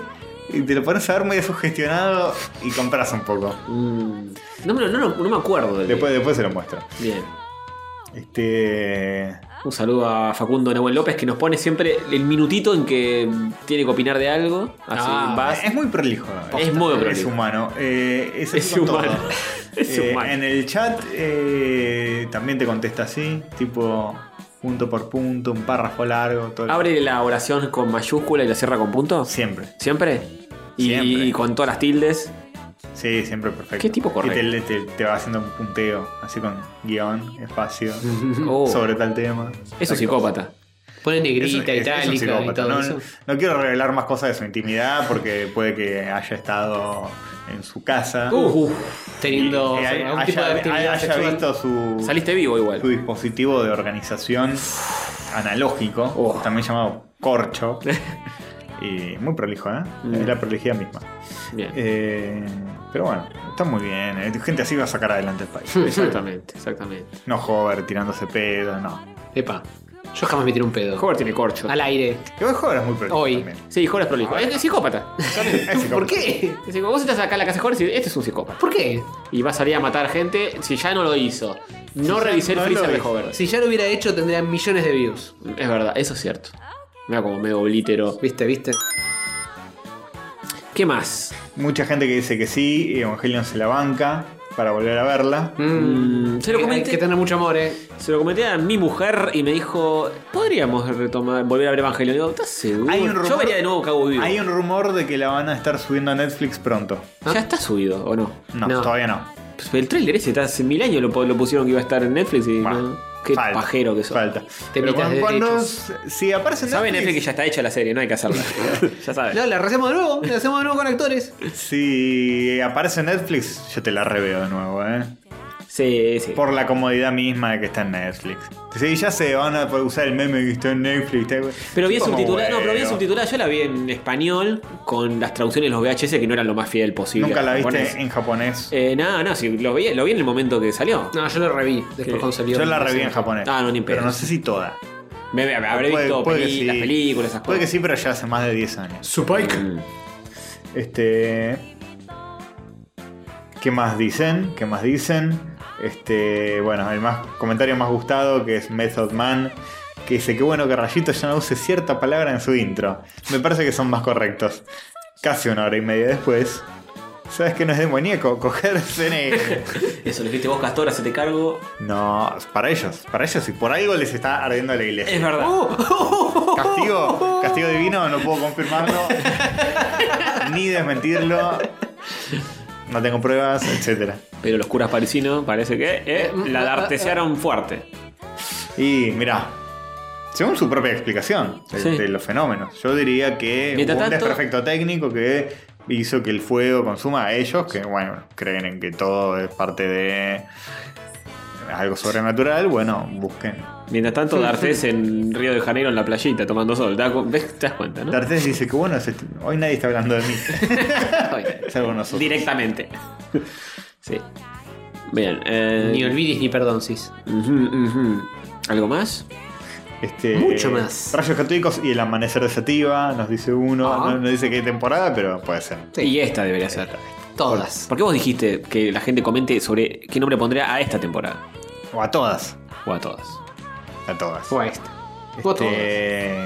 Y te lo pones a ver medio sugestionado y compras un poco. Mm, no, me lo- no, no, no me acuerdo del. Después, después se lo muestro. Bien. Este. Un saludo a Facundo Nahuel López que nos pone siempre el minutito en que tiene que opinar de algo. Así Ah, vas. Es muy prolijo. Es muy Es prolijo. humano. Eh, es así Es con todo. humano. Es Eh, humano. En el chat eh, también te contesta así, tipo punto por punto, un párrafo largo, todo. el- Abre la oración con mayúscula y la cierra con punto. Siempre. ¿Siempre? Y, Siempre. y con todas las tildes. Sí, siempre perfecto. Qué tipo correcto. Y te, te- te va haciendo un punteo, así con guión, espacio, Oh, sobre tal tema. Es un Tal cosa. psicópata. Pone Es un- negrita, es- es un itálica y psicópata. todo no, eso. no quiero revelar más cosas de su intimidad porque puede que haya estado en su casa. Uh, y- teniendo y haya, algún tipo de actividad haya sexual. visto su, Saliste vivo igual. su dispositivo de organización analógico, Oh. también llamado corcho. y muy prolijo, ¿eh? Es la prolijidad misma. Bien. Eh, pero bueno, está muy bien. eh, Gente así va a sacar adelante el Hmm. país. Exactamente, exactamente. No Hover tirándose pedo, no. Epa, yo jamás me tiré un pedo. Howard tiene corcho. Al aire. Igual Hover es muy prolijo Hoy. también. Sí, Howard es prolijo. Es, es psicópata. Es psicópata. ¿Por qué? Es psicópata. Vos estás acá en la casa de Howard y decís, este es un psicópata. ¿Por qué? Y va a salir a matar gente si ya no lo hizo. No revisé el no freezer lo de hizo. Howard. Si ya lo hubiera hecho tendría millones de views. Es verdad, eso es cierto. Mira como medio oblítero. ¿Viste, viste? ¿Qué más? Mucha gente que dice que sí, y Evangelion se la banca para volver a verla. Mm, Eh, se, lo Hay comenté, que tener mucho amor, eh. se lo comenté a mi mujer y me dijo, podríamos retomar, volver a ver Evangelio. Digo, ¿estás seguro? Hay un Yo rumor- vería de nuevo Cabo Vivo. Hay un rumor de que la van a estar subiendo a Netflix pronto. ¿Ya está subido o no? No, No. todavía no. Pues el trailer ese, está hace mil años lo, po- lo pusieron que iba a estar en Netflix y... Bah, no. Qué falta, pajero que sos. Falta. Temitas de derechos. s- si aparece en Saben Netflix que Netflix, ya está hecha la serie, no hay que hacerla. ya sabes. No, la hacemos de nuevo, la hacemos de nuevo con actores. si aparece en Netflix, yo te la reveo de nuevo, ¿eh? Sí, sí. Por la comodidad misma de que está en Netflix. Sí, ya se van a usar el meme que está en Netflix. tal- Pero bien Como subtitulada, no, pero bien huevo. subtitulada, yo la vi en español con las traducciones de los VHS que no eran lo más fiel posible. Nunca la viste Japonés. en japonés. Eh, nada, no, sí, lo vi, lo vi en el momento que salió. No, yo lo reví después ¿Qué? cuando salió. Yo la reví en japonés. Ah, no, ni en pero pedo. no sé si toda. Me, me- me habré Puede- visto puede que peli- las sí. películas, esas Puede que cosas. sí, pero ya hace más de 10 años. Mm. Este. ¿Qué más dicen? ¿Qué más dicen? Este. Bueno, el más comentario más gustado que es Method Man. Que dice que bueno que Rayito ya no use cierta palabra en su intro. Me parece que son más correctos. Casi una hora y media después. ¿Sabes que no es demoníaco? Coger CNG. Eso lo dijiste vos, Castor, hacete cargo. No, para ellos. Para ellos, si por algo les está ardiendo la iglesia. Es verdad. Oh. Castigo, castigo divino, no puedo confirmarlo ni desmentirlo. No tengo pruebas, etcétera. Pero los curas parisinos parece que eh, la eh, dartesearon fuerte. Y mirá, según su propia explicación de, Sí. de los fenómenos, yo diría que Mientras hubo un tanto- desperfecto técnico que hizo que el fuego consuma a ellos, que bueno, creen en que todo es parte de algo sobrenatural. Bueno, busquen. Mientras tanto, D'Artes en Río de Janeiro en la playita tomando sol. ¿Te das cu- ves- te das cuenta, no? D'Artes dice que bueno, es este- hoy nadie está hablando de mí, salvo nosotros. Directamente. sí. Bien. eh, Ni olvides ni perdón, sis. ujú, ujú. ¿Algo más? Este, Mucho más. Rayos católicos y el amanecer de Sativa, nos dice uno. Ah. No, no dice qué temporada, pero puede ser. Sí. Y esta debería ser. Todas. ¿Por qué vos dijiste que la gente comente sobre qué nombre pondría a esta temporada? O a todas. O a todas. A todas. O a esta. O a todas. Este,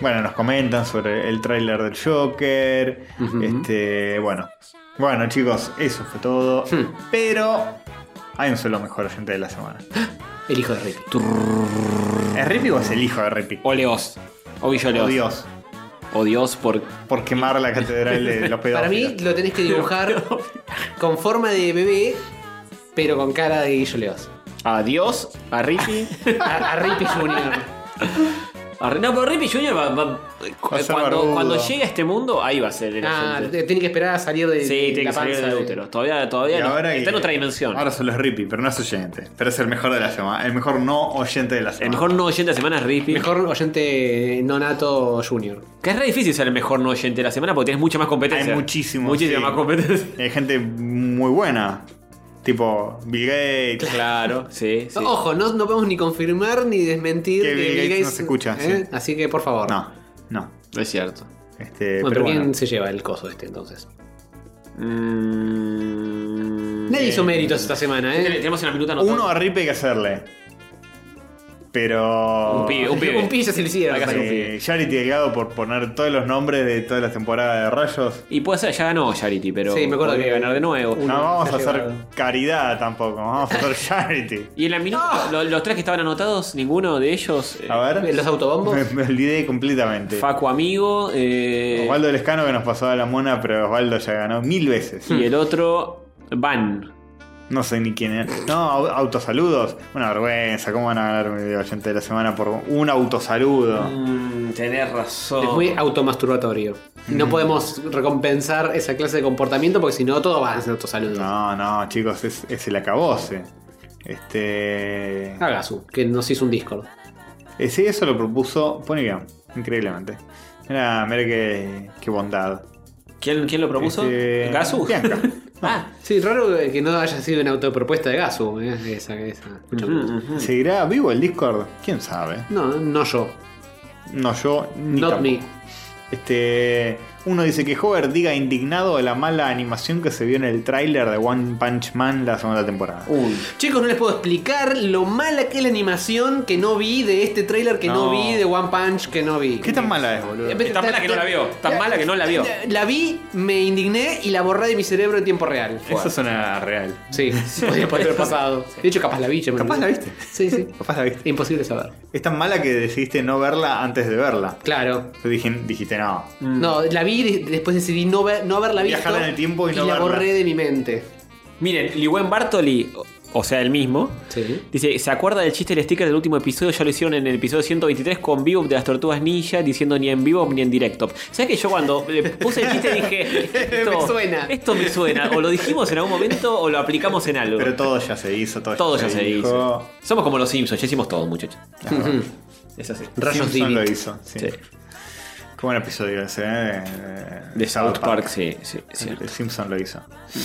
Bueno, nos comentan sobre el tráiler del Joker. Este, bueno. Bueno, chicos, eso fue todo. Hmm. Pero hay un solo mejor oyente de la semana. El hijo de Rick. ¿Es Rippy o es el hijo de Rippy? O Leos. O Villaleos. Oh, Dios. O Dios por. Por quemar la catedral de los pedófilos. Para mí lo tenés que dibujar con forma de bebé, pero con cara de Guillo Leos. A Dios, a Rippy. A, a Rippy Junior. a Re- No, pero Rippy Jr. va. va- a ser cuando, barbudo. cuando llegue a este mundo, ahí va a ser el Ah, oyente. te- tiene que esperar a salir de, Sí, de tiene la que salir panza del de- útero. Todavía, todavía Y no. ahora Está y- en otra dimensión. Ahora solo es Rippy, pero no es oyente. Pero es el mejor de la semana. El mejor no oyente de la semana. el mejor no oyente de la semana es Rippy. Mejor oyente nonato Junior. Que es re difícil ser el mejor no oyente de la semana porque tienes mucha más competencia. Hay muchísimos, Muchísima sí. más competencia. Hay gente muy buena. Tipo Bill Gates. Claro, sí, sí. Ojo, no, no podemos ni confirmar ni desmentir Que Bill Gates no se escucha, sí. ¿eh? Así que por favor. No, no. Es cierto. Este, Bueno, pero pero ¿quién bueno. se lleva el coso este entonces? Mm, Nadie hizo méritos esta semana, Ten- ¿eh? Tenemos una minuta anotada. Uno a Rippy hay que hacerle. Pero. Un pibe, un pibe. Un pillo se le hicieron. Hay que hacer un Eh, Eh, Charity Delgado por poner todos los nombres de todas las temporadas de Rayos. Y puede ser, ya ganó Charity, pero. Sí, me acuerdo podría que- ganar de nuevo. Uno. No vamos se a ha hacer llevado. caridad tampoco, vamos a hacer Charity. Y en la minuta, lo- los tres que estaban anotados, ninguno de ellos. eh, A ver. ¿Los autobombos? Me, me olvidé completamente. Facu Amigo. eh, Osvaldo Hmm. Lescano que nos pasó a la mona, pero Osvaldo ya ganó mil veces. y el otro, Van. No sé ni quién es. No, au- autosaludos. Una vergüenza. ¿Cómo van a ganarme de oyente de la semana por un autosaludo? Mm, tenés razón. Es muy automasturbatorio. No podemos recompensar esa clase de comportamiento porque si no, todo va a ser autosaludo. No, no, chicos, es, es el acabose. Este. Hagasu, que nos hizo un Discord. Eh, sí, eso lo propuso Ponygram, increíblemente. Mira, mira qué, qué bondad. ¿Quién, quién lo propuso? Este, ¿Gasu? Bianca. Ah, Sí, raro que no haya sido una autopropuesta de Gasu. eh, Esa, esa. Escuchame. mm, mm, mm. ¿Seguirá vivo el Discord? ¿Quién sabe? No, no yo. No, yo ni Not tampoco. me. Este, uno dice que Hover diga indignado de la mala animación que se vio en el tráiler de One Punch Man la segunda temporada. Uy. Chicos, no les puedo explicar lo mala que es la animación que no vi de este trailer, que no, No. vi de One Punch, que no vi. ¿Qué tan mala es, boludo? Eh, pero Tan ta- mala que no ta- la vio. Tan mala que no la vio. La- La vi, me indigné y la borré de mi cerebro en tiempo real. Eso suena real. Sí, podría haber pasado. De hecho, capaz la vi. yo me Capaz olvidé. la viste. Sí, sí. Capaz la viste. Imposible saber. Es tan mala que decidiste no verla antes de verla. Claro. Tú dije, dijiste, no. No, la vi y después decidí no, ver- no haberla visto. Mm. Viajar en el tiempo y no la verla. borré de mi mente. Miren, Liwen Bartoli, o- o sea, el mismo, Sí. dice: ¿Se acuerda del chiste del sticker del último episodio? Ya lo hicieron en el episodio 123 con Bebop de las Tortugas Ninja, diciendo ni en Bebop ni en directo. ¿Sabes que yo cuando le puse el chiste dije: esto Me suena. Esto me suena. O lo dijimos en algún momento o lo aplicamos en algo. Pero todo ya se hizo, todo, todo ya se dijo. hizo. Somos como los Simpsons, ya hicimos todo, muchachos. Ah. Es así. Rayos Simpson lo Divi. hizo. Sí. Sí. Qué buen episodio ese, ¿eh? De, De South Park, sí, sí, sí. El Simpson lo hizo.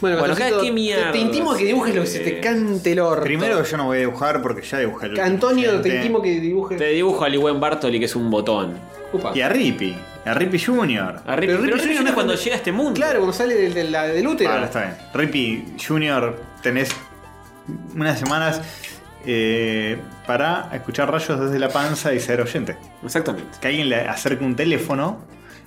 Bueno, Bueno, Castorcito, ¿qué mierda? te- Te intimo que dibujes lo que se te cante el orto. Primero yo no voy a dibujar porque ya dibujé el Antonio, te gente. intimo que dibujes. Te dibujo a Liwen Bartoli, que es un botón. Upa. Y a Rippy, a Rippy Jr. A Rip- Pero pero Rip- Rip Rip- Jr. es cuando llega a este mundo. Claro, cuando sale del, del- la- del útero. Ahora está bien. Rippy Jr. tenés unas semanas eh, para escuchar rayos desde la panza y ser oyente. Exactamente. Que alguien le acerque un teléfono.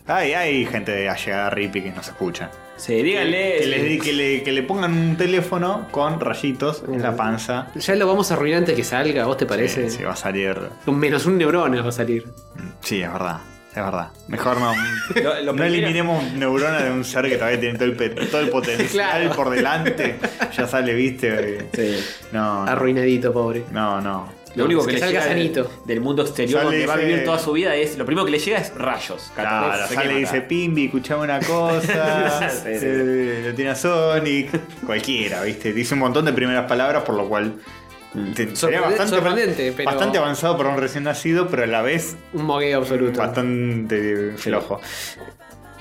Ay, hay gente allegada a Rippy que nos escucha. Sí, díganle. Que le, que le- que le pongan un teléfono con rayitos en la panza. Ya lo vamos a arruinar antes que salga, ¿vos te parece? Eh, se va a salir. Con menos un neurona va a salir. Sí, es verdad. Es verdad. Mejor no. Lo- lo no primero- eliminemos neuronas de un ser que todavía tiene todo el, pe- todo el potencial Claro. por delante. Ya sale, viste. eh. Sí. No. Arruinadito, pobre. No, no. Lo único que, Que le salga llega del, sanito. del mundo Sale exterior donde va a ese- vivir toda su vida es. Lo primero que le llega es rayos. Claro, Catorce, sale y quema, dice Pimbi, escuchaba una cosa. Sí, sí, sí. eh, lo tiene a Sonic. Cualquiera, viste. Dice un montón de primeras palabras, por lo cual. te- sería bastante, sorprendente, pero- bastante avanzado para un recién nacido, pero a la vez Un mogueo absoluto. bastante flojo.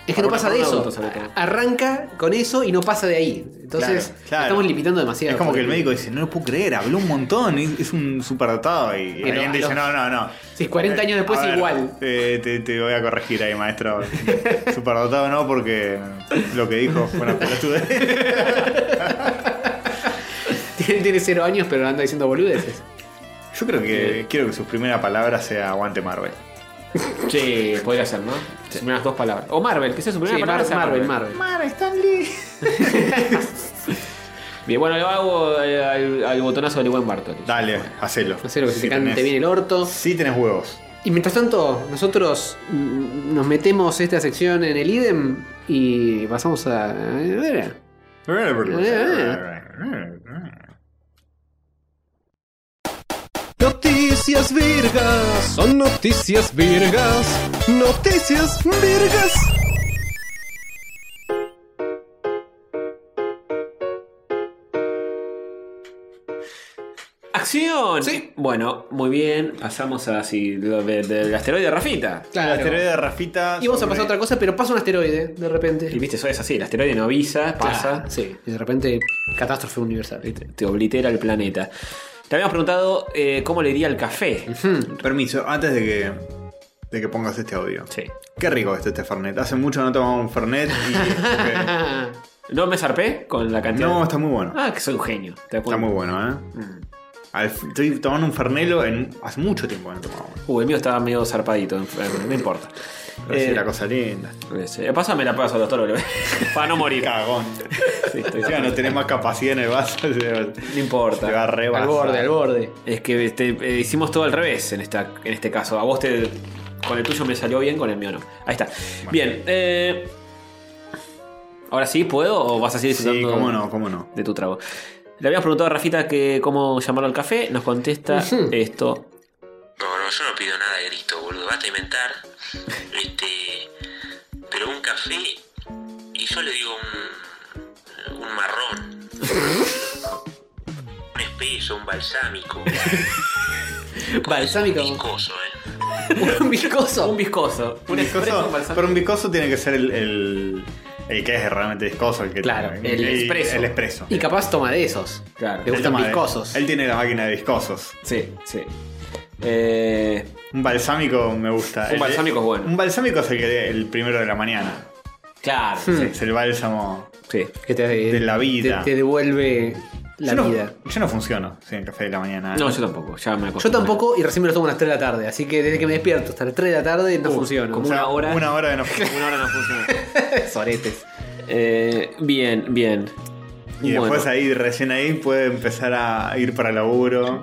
Es que no pasa de eso. Perdón, sobre todo. Arranca con eso y no pasa de ahí. Entonces, Claro, claro. estamos limitando demasiado. Es como que el médico dice, no lo puedo creer, habló un montón, es es un superdatado. Y Pero alguien a dice, los- no, no, no. Sí, 40 años después A ver, igual. eh, te, te voy a corregir ahí, maestro. superdotado no, porque lo que dijo fue una pelotude. Tiene, tiene cero años, pero anda diciendo boludeces. Yo creo Eh, que quiero que su primera palabra sea aguante Marvel. catorce. Sí, podría ser, ¿no? Sus primeras dos palabras. O Marvel, que sea su primera Sí, palabra. Mar- sea Marvel, Marvel. Bien, bueno, lo hago eh, al, al botonazo de buen Bartoli. Dale, hacelo. No sé lo que se Sí te cante tenés- bien el orto. Sí tenés huevos. Y mientras tanto, nosotros mm, nos metemos esta sección en el idem y pasamos a. a ver. Noticias virgas, son noticias virgas, noticias virgas. ¡Acción! Sí. Bueno, muy bien. Pasamos a si lo de- del asteroide Rafita. El asteroide de Rafita. Y vamos a sobre- pasar a otra cosa, pero pasa un asteroide de repente. Y viste, eso es así. El asteroide no avisa, pasa. Ah, sí, y de repente catástrofe universal. te- Te oblitera el planeta. Te habíamos preguntado eh, cómo le iría al café. Hmm. Permiso, antes de que, de que pongas este audio. Sí. Qué rico este, este Fernet. Hace mucho no tomaba un Fernet y. Ah, ¿No me zarpé con la cantidad? no, está muy bueno. Ah, que soy un genio. ¿Te das Está cuenta? muy bueno, ¿eh? Mm. Al- Estoy tomando un Fernelo en, hace mucho tiempo que no tomaba uno. Uh, el mío estaba medio zarpadito. en- en- No importa. Pero sí, Eh, la cosa linda. es- eh, Pásame la paso a los toros. Para no morir. Cagón. Sí, estoy- Encima no tenés más capacidad en el vaso. se va- No importa. se va a rebasar. al borde, al borde. Es que este, eh, hicimos todo al revés en, esta, en este caso. A vos te. Con el tuyo me salió bien, con el mío no. Ahí está. Bien. eh, ¿Ahora sí puedo o vas a seguir Sí, disfrutando cómo no, cómo no. de tu trago? Le habíamos preguntado a Rafita que cómo llamarlo al café, nos contesta esto. No, no, yo no pido nada de grito, boludo. Basta de inventar. Este. Pero un café. Y yo le digo un. Un marrón. un espeso, un balsámico. Balsámico. Un coso, eh. Un viscoso. Un viscoso. Un expreso Viscoso, con balsam- pero un viscoso tiene que ser el, el, el que es realmente viscoso. El que Claro, el, el expreso. El expreso. Y capaz toma de esos. Claro. Le Él gustan toma de- viscosos. Él tiene la máquina de viscosos. Sí, sí. Eh, Un balsámico me gusta. Un El- balsámico es bueno. Un balsámico es el, que, el primero de la mañana. claro, Hmm. sí, Es el bálsamo. sí. Que te, De la vida. Te, te devuelve la yo, vida. No, yo no funciono sin el café de la mañana. No, yo tampoco, ya me Yo acostumbré. tampoco y recién me lo tomo a las 3 de la tarde. Así que desde que me despierto hasta las 3 de la tarde no Uh, funciona. como O sea, una hora. Una hora de no funcionar. Una hora no funciona. soretes. Eh, bien, bien. Y Bueno. después ahí, recién ahí, puede empezar a ir para laburo.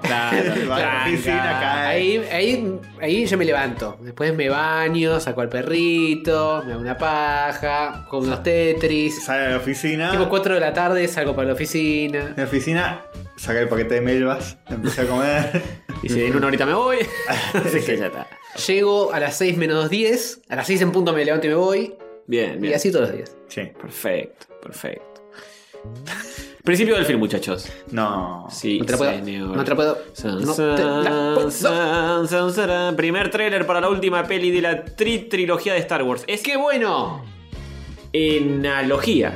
Claro, Va a la tranca. oficina, eh. cae. Ahí, ahí, ahí yo me levanto. Después me baño, saco al perrito, me hago una paja, juego unos Tetris. Sale a la oficina. Tipo 4 de la tarde salgo para la oficina. En la oficina, saca el paquete de melvas, empecé a comer. Y si en una horita me voy. Así que ya está. Llego a las 6 menos 10. A las 6 en punto me levanto y me voy. Bien, bien. Y así todos los días. sí. Perfecto, perfecto. Principio del film, muchachos. No. Sí, No te la puedo. señor. No te la puedo. San, No te san, la puedo. san, san, san. Primer tráiler para la última peli de la tri trilogía de Star Wars. Es ¡Qué bueno! analogía.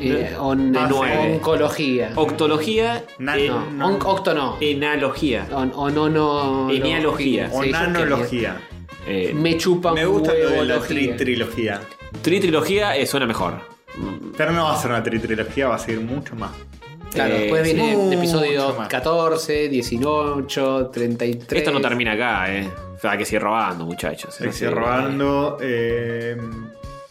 Eh, on- Ah, on- nueve. oncología. Octología. Na- en- No, on- octo no. Enalogía. On- onono- Enealogía. sí, O yo nanología. qué Eh, bien. Me chupa un Me gusta lo de la huevología. tri trilogía. tri trilogía eh, suena mejor. Pero no va a ser una tri trilogía, va a seguir mucho más. Claro, Eh, después sí. viene Mucho episodio más. 14, 18, 33. Esto no termina acá, eh. O sea, hay que seguir robando, muchachos. Hay que seguir Sí. robando. eh,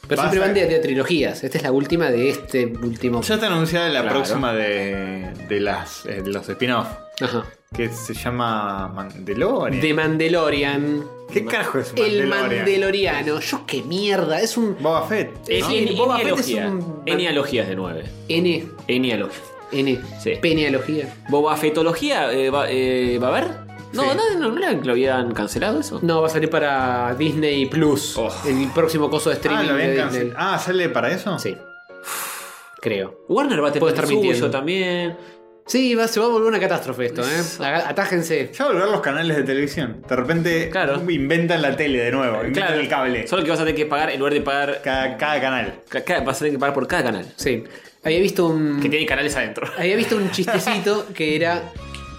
Pero va siempre a- van de, de trilogías. Esta es la última de este último. Ya está anunciada la Claro. próxima de, de las, eh, los spin-off. Ajá. Que se llama Mandalorian. De Mandalorian. ¿Qué carajo es El Mandalorian? Mandaloriano. Yo qué mierda. Es un Boba Fett. Es ¿no? en- Boba Fett es enealogía. un- Enealogías de 9. N. Enealogía. N. Sí. Penealogía. ¿Boba Fetología eh, va, eh, ¿va a haber? No, no, no, no la- lo habían cancelado eso. No, va a salir para Disney Plus. Oh. El próximo coso de Ah, streaming lo de habían Disney. cancelado. Ah, ¿sale para eso? Sí. Creo. Warner va a tener Puedo estar el suyo mintiendo. también. Sí, va, se va a volver una catástrofe esto, ¿eh? Aga- Atájense. Ya volver los canales de televisión. De repente Claro. inventan la tele de nuevo, inventan el cable. Solo que vas a tener que pagar en lugar de pagar. Cada, cada canal. ca- ca- vas a tener que pagar por cada canal. Sí. Había visto un. Que tiene canales adentro. Había visto un chistecito que era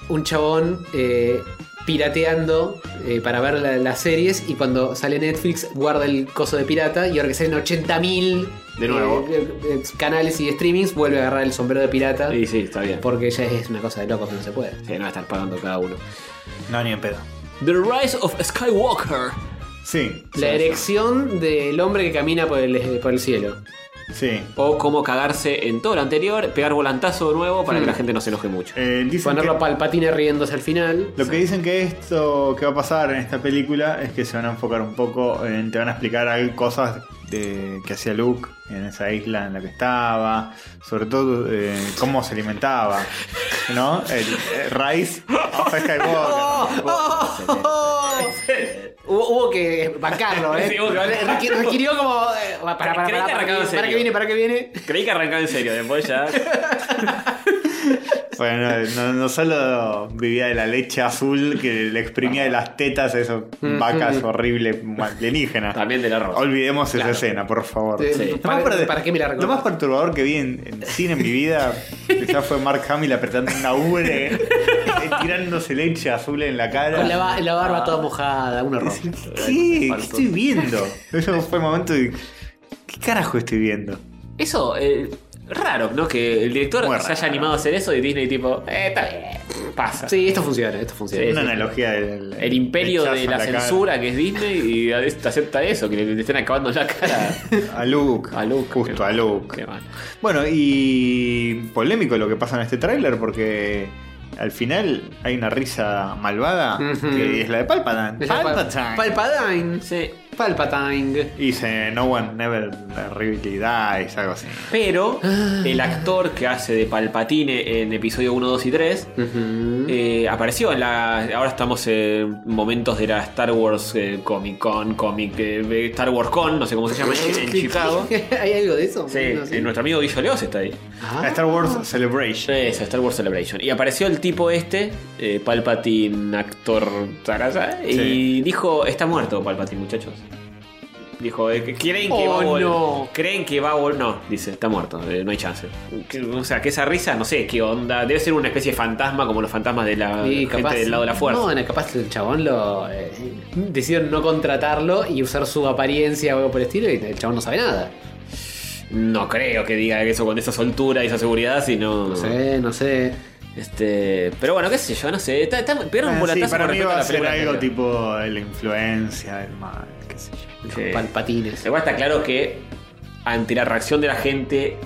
un chabón eh, pirateando eh, para ver la- las series y cuando sale Netflix guarda el coso de pirata y ahora que salen 80.000 De nuevo. eh, eh, eh, canales y streamings vuelve a agarrar el sombrero de pirata Sí, sí, está bien. porque ya es una cosa de locos que no se puede. Sí, no va a estar pagando cada uno. No, ni en pedo. The Rise of Skywalker. Sí, La erección del hombre que camina por el, por el cielo. sí. O cómo cagarse en todo lo anterior, pegar volantazo nuevo para que la gente no se enoje mucho. Eh, dicen Ponerlo que- a Palpatine riéndose al final. Lo que dicen que esto que va a pasar en esta película es que se van a enfocar un poco en. Te van a explicar algo- cosas de, que hacía Luke en esa isla en la que estaba, sobre todo eh, cómo se alimentaba, ¿no? El, eh, Rice of Skywalker. Hubo, hubo que bancarlo, ¿eh? Sí, hubo que bancarlo. Requi- Requirió como. eh, para, para, para, Creí que para, para, arrancaba en que- para que serio. viene, para que viene. Creí que arrancaba en serio, después ya. Bueno, no, no solo vivía de la leche azul que le exprimía de las tetas a esas vacas horribles alienígenas. También del arroz. Olvidemos esa escena, por favor. Sí. Lo más ¿Para- perturb- para qué me la Lo recordás? más perturbador que vi en, en cine en mi vida quizás fue Mark Hamill apretando una ubre, eh, tirándose leche azul en la cara. Con la, ba- la barba toda mojada, un horror. ¿Qué? ¿Qué estoy viendo? Eso fue el momento de... ¿Qué carajo estoy viendo? Eso, eh, raro, ¿no? Que el director Muy se raro. haya animado a hacer eso y Disney tipo, eh, está bien, pasa. Sí, esto funciona, esto funciona. Una analogía del... El imperio lechazo de en la, cara. censura que es Disney y a- acepta eso, que le, le estén acabando la cara. A Luke. A Luke. Justo, a Luke. Qué mal. Bueno, y polémico lo que pasa en este tráiler porque al final hay una risa malvada Ujú. que es la de Palpatine. Es la pal- Palpatine. Palpatine. Palpatine. Y dice No one never really dies, algo así. Pero el Ah. actor que hace de Palpatine en episodio 1, 2 y 3 Ujú. eh, apareció en la. Ahora estamos en momentos de la Star Wars eh, Comic Con, Comic eh, Star Wars Con, no sé cómo se llama, en, en Chicago. ¿Hay algo de eso? Sí, No sé. eh, nuestro amigo Guillo Leos está ahí. Ah. La Star Wars Celebration. Eso, Star Wars Celebration. Y apareció el tipo este, eh, Palpatine, actor Sarasa, y dijo: Está muerto Palpatine, muchachos. Dijo, eh, que ¿creen que va a Oh, volver? no. ¿Creen que va a volver? No, dice, está muerto, eh, no hay chance. Que- O sea, que esa risa, no sé qué onda. Debe ser una especie de fantasma como los fantasmas de la Sí, gente capaz- del lado de la fuerza. No, bueno, capaz el chabón lo. eh, decidieron no contratarlo y usar su apariencia o algo por el estilo y el chabón no sabe nada. No creo que diga eso con esa soltura y esa seguridad, sino. No sé, no sé. Este. Pero bueno, qué sé yo, no sé. Está, está, pegaron Ah, un sí, volantazo para con mí respecto va a a la ser película algo anterior. tipo la influencia del mal, qué sé yo. Los Sí. palpatines. Igual está claro que ante la reacción de la gente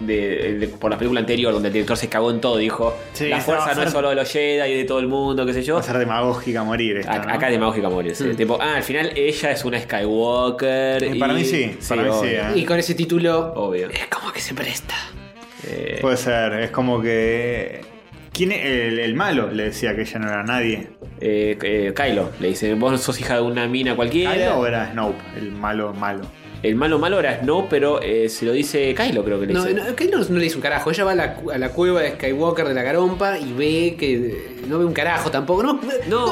de- de- por la película anterior, donde el director se cagó en todo, dijo: Sí, La esta fuerza va a no ser- es solo de los Jedi y de todo el mundo, qué sé yo. Va a ser demagógica a morir esta, Ac- ¿no? Acá de Mágica Morir. sí. Tipo, ah, al final ella es una Skywalker. Eh, para mí sí, para mí sí, obvio, ¿eh? Y con ese título. Obvio. Es como que se presta. Eh, Puede ser, es como que... ¿Quién es el, el malo? Le decía que ella no era nadie. eh, eh, Kylo le dice: Vos sos hija de una mina cualquiera. ¿Kylo eh. o era Snope? El malo malo. El malo malo era no, pero eh, se lo dice Kylo, creo que le No, dice. no, que no, no le dice un carajo. Ella va a la, cu- a la cueva de Skywalker de la Garompa y ve que. No ve un carajo tampoco. No. No.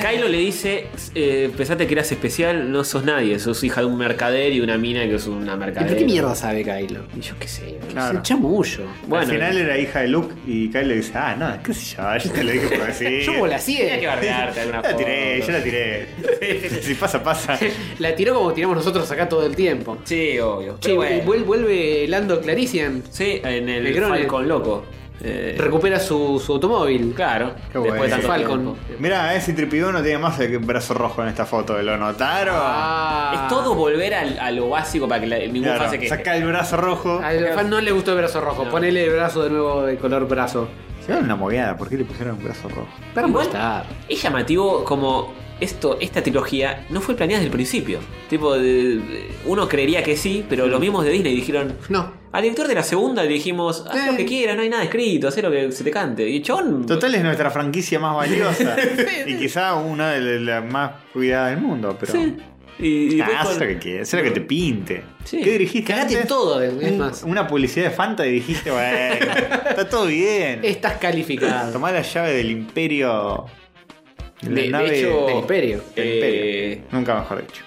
Kylo le dice, eh, pensate que eras especial, no sos nadie, sos hija de un mercader y una mina que es una ¿Y mercader. por qué mierda sabe Kylo? Y yo qué sé. boludo. Es Claro. un chamullo. Bueno, eh. Al final era hija de Luke y Kylo le dice, ah, no, qué sé yo, yo te lo dije por decir. Yo la tenía que bardearte alguna Yo la tiré, foto. yo la tiré. si pasa, pasa. La tiró como tiramos nosotros acá todo el tiempo. Sí, obvio. Che, Pero bueno. vuel- vuelve Lando Clarician. Sí, en el Negrone. Falcon loco. Eh, Recupera su, su automóvil. claro, Qué después de bueno. tanto Falcon. tiempo. Mirá, ese tripidón no tiene más el brazo rojo en esta foto, ¿lo notaron? Ah. Es todo volver al- a, lo básico para que la, ninguna Claro, fase que. saca el brazo rojo. Al fan no le gustó el brazo rojo. Ponele el brazo de nuevo de color brazo. Se ve una mogueada, ¿por qué le pusieron un brazo rojo? Para Igual- molestar. Es llamativo como esto, esta trilogía no fue planeada desde el principio. Tipo, de- de- uno creería que sí, pero los mismos de Disney dijeron. No. Al director de la segunda le dijimos, haz lo Eh. que quieras, no hay nada escrito, haz lo que se te cante. Y Chon. Total es nuestra franquicia más valiosa y quizá una de las más cuidadas del mundo, pero... Sí. Y, y Ah, fue haz con- lo que quieras, haz lo que te pinte. Sí. ¿Qué dirigiste? Cagate en antes? todo, es Un- más. Mm. Una publicidad de Fanta y dijiste, bueno, está todo bien. Estás calificado. Tomá la llave del imperio. de la De- de nave hecho- Del imperio. del Eh, imperio. Nunca mejor dicho.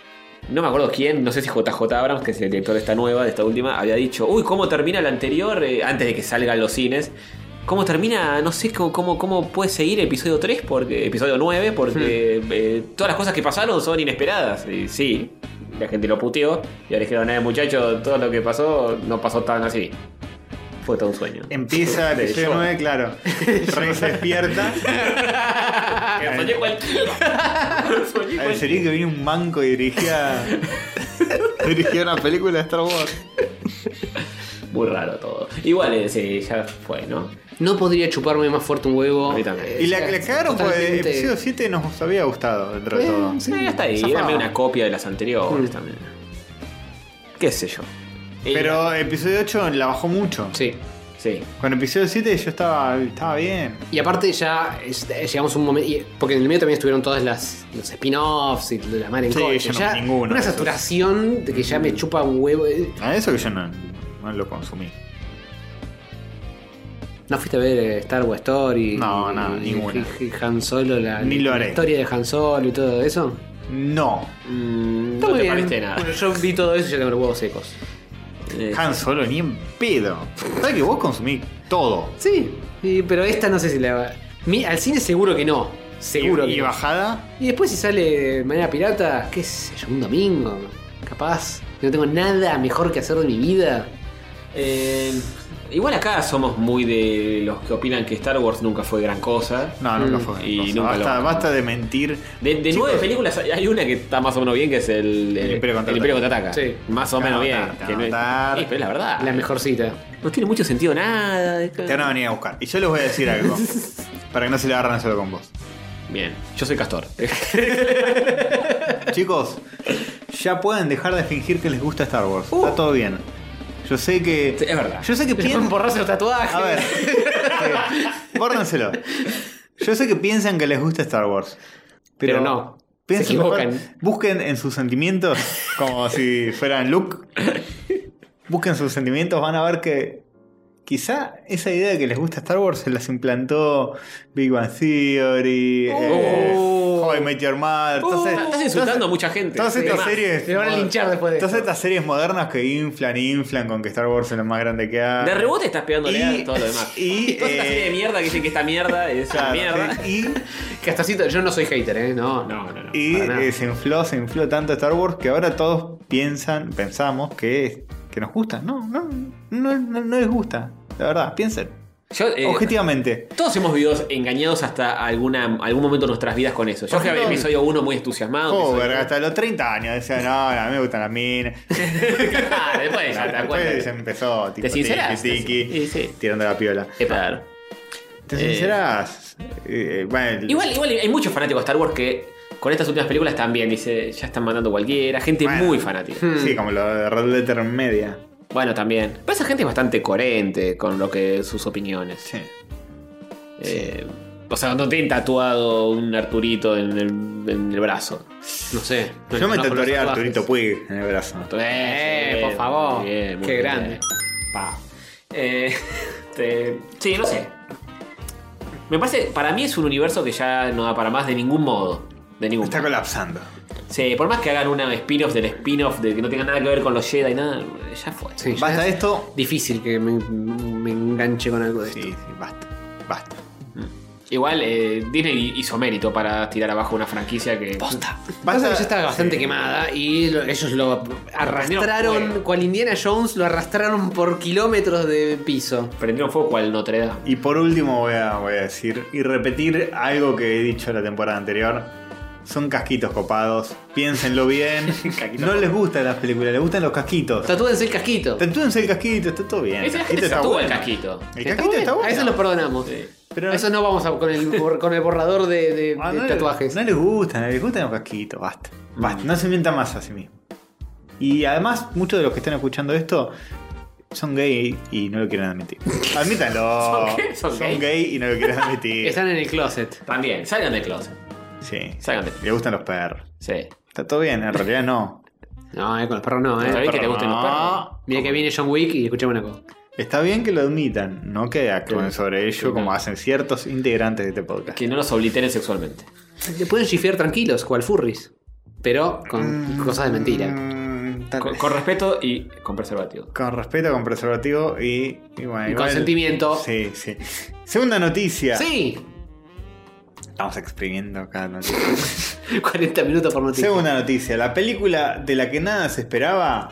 No me acuerdo quién, no sé si JJ Abrams, que es el director de esta nueva, de esta última, había dicho, uy, ¿cómo termina la anterior? eh, antes de que salga a los cines. ¿Cómo termina? No sé cómo, cómo, cómo puede seguir episodio 3, porque, episodio 9, porque eh, todas las cosas que pasaron son inesperadas. Y sí, la gente lo puteó y le dijeron, eh, muchacho, todo lo que pasó no pasó tan así. Fue todo un sueño. Empieza el De episodio yo. 9, claro. Rey se despierta. Que soñé cualquiera. Soñé Al sería que viene un banco y dirigía. dirigía una película de Star Wars. Muy raro todo. Igual, eh, sí, ya fue, ¿no? No podría chuparme más fuerte un huevo. A mí también. Y la que le cagaron porque el Totalmente. episodio 7 nos había gustado dentro de todo. Sí, ya Eh, está ahí. zafaba. Dame una copia de las Mm. anteriores también. Qué sé yo. Y- Pero episodio 8 la bajó mucho. Sí. Sí. Con episodio 7 yo estaba, estaba bien. Y aparte ya es- llegamos a un momento. Porque en el medio también estuvieron todas las los spin-offs y la madre en Sí, coche. yo no Ya vi ninguno Una de esos. saturación de que ya me chupa un huevo. Eh, A Ah, eso que yo no, no lo consumí. ¿No fuiste a ver eh, Star Wars Story? No, no, Y- ninguna. y Han Solo, la, Ni lo la haré. historia de Han Solo y todo eso. No. Mm, No te perdiste nada. Bueno, yo vi todo eso y ya tengo los huevos secos. Eh, Han Solo ni en pedo. ¿Sabes que vos consumís todo? Sí, y- pero esta no sé si la. Mi- al cine seguro que no. Seguro Y, que y no. bajada. Y después si sale de manera pirata, qué sé yo, un domingo, capaz. No tengo nada mejor que hacer de mi vida. eh, Igual acá somos muy de los que opinan que Star Wars nunca fue gran cosa. No, nunca fue. Y cosa. nunca lo- basta, basta de mentir. De, de nueve películas hay hay una que está más o menos bien, que es el, El Imperio Contraataca. Contraataca. Sí. Más o Te van a menos bien. matar, te que van no a es- matar. Sí, pero es la verdad. La mejor cita. No tiene mucho sentido nada. Te van a venir a buscar. Y yo les voy a decir algo. para que no se la agarren solo con vos. Bien, yo soy Castor. Chicos, ya pueden dejar de fingir que les gusta Star Wars. Está todo bien. Yo sé que. Sí, es verdad. Yo sé que Pueden piensan. borrarse los tatuajes. A ver. sí, bórrenselo. Yo sé que piensan que les gusta Star Wars. Pero, Pero no, piensen se equivocan. mejor. busquen en sus sentimientos, como si fueran Luke. Busquen sus sentimientos, van a ver que. Quizá esa idea de que les gusta Star Wars se las implantó Big Bang Theory, eh, Uh. How I Met Your Mother. entonces- Uh, Estás insultando a mucha gente. Todas estas Además, series. Le van a linchar después de Todas esto. estas series modernas que inflan, inflan con que Star Wars es lo más grande que hay. De rebote estás pegándole a todo lo demás. Y. Toda esta eh, serie de mierda que dice que esta mierda es una claro, mierda. sí, Que hasta así, yo no soy hater, ¿eh? No, no. No, no, no. Y, y, para nada. eh, se infló, se infló tanto Star Wars que ahora todos piensan, pensamos que, que nos gusta. No, no, no, no, no les gusta. La verdad, piensen. Yo, eh, Objetivamente. Todos hemos vivido engañados hasta alguna, algún momento de nuestras vidas con eso. Yo Por que ejemplo, episodio 1 muy entusiasmado. Oh, episodio- verga, hasta los 30 años decían, no, a mí me gustan las minas. Ah, después ya te Después se acuerdas. empezó, tipo, ¿Te sincerás? tiki, tiki, Sí, sí. tirando la piola. Epa. ¿Te Eh, sincerás? Eh, bueno, el- Igual, igual hay muchos fanáticos de Star Wars que con estas últimas películas también dice, ya están matando cualquiera, gente Bueno. Hmm. muy fanática. Sí, como lo de Red Letter Media. Bueno, también. Pero esa gente es bastante coherente con lo que sus opiniones. Sí. Eh, O sea, no tienen tatuado un Arturito en el, en el brazo. No sé. No, Yo me no, por los tatuaría a tatuajes. Arturito Puig en el brazo. Eh, bien, por favor. muy bien, muy Qué bien. grande. Pa. Eh, te- sí, no sé. Me parece, para mí es un universo que ya no da para más de ningún modo. De ningún Está modo. colapsando. Sí, por más que hagan una spin-off del spin-off de que no tenga nada que ver con los Jedi y nada, ya fue. Sí, ya Basta es esto. Difícil que me, me enganche con algo de Sí, esto. sí, basta. Basta. Igual eh, Disney hizo mérito para tirar abajo una franquicia que. Posta. Basta- Pasa que ya estaba bastante sí. quemada y lo- ellos lo Prendieron arrastraron, fuego. cual Indiana Jones, lo arrastraron por kilómetros de piso. Prendieron fuego cual Notre Dame. Y por último voy a, voy a decir y repetir algo que he dicho la temporada anterior. Son casquitos copados. Piénsenlo bien. no les gustan las películas, les gustan los casquitos. Tatúense el casquito. Tatúense el casquito, está todo bien. El Esa casquito gente se está tatúa bueno. el casquito. El Está casquito bien, está bueno. A eso los perdonamos. Pero- a eso no vamos a- con, el, bor- con el borrador de, de- Ah, de no le- tatuajes. no les gustan, no les gustan los casquitos, basta. Basta, no se mientan más a sí mismos. Y además, muchos de los que están escuchando esto son gay y no lo quieren admitir. Admítanlo. ¿Son qué? ¿Son gay? y no lo quieren admitir. Están en el closet. También, salgan del closet. Sí. Salgan del Le gustan los perros. Sí. Está todo bien, en realidad no. No, eh, con los perros no, eh. ¿Sabés que te perro gustan los perros? no. Mira que viene John Wick y escuchamos una cosa. Está bien que lo admitan, no que actúen sobre ello como hacen ciertos integrantes de este podcast. Que no los obliteren sexualmente. Le pueden shifear tranquilos, cual furries. Pero con Mm, cosas de mentira. mm, tal Con, vez. con respeto y con preservativo. Con respeto, con preservativo y, y bueno, Y igual- consentimiento. Sí, sí. Segunda noticia. Sí, Estamos exprimiendo cada noticia. 40 minutos por noticia. Segunda noticia. La película de la que nada se esperaba,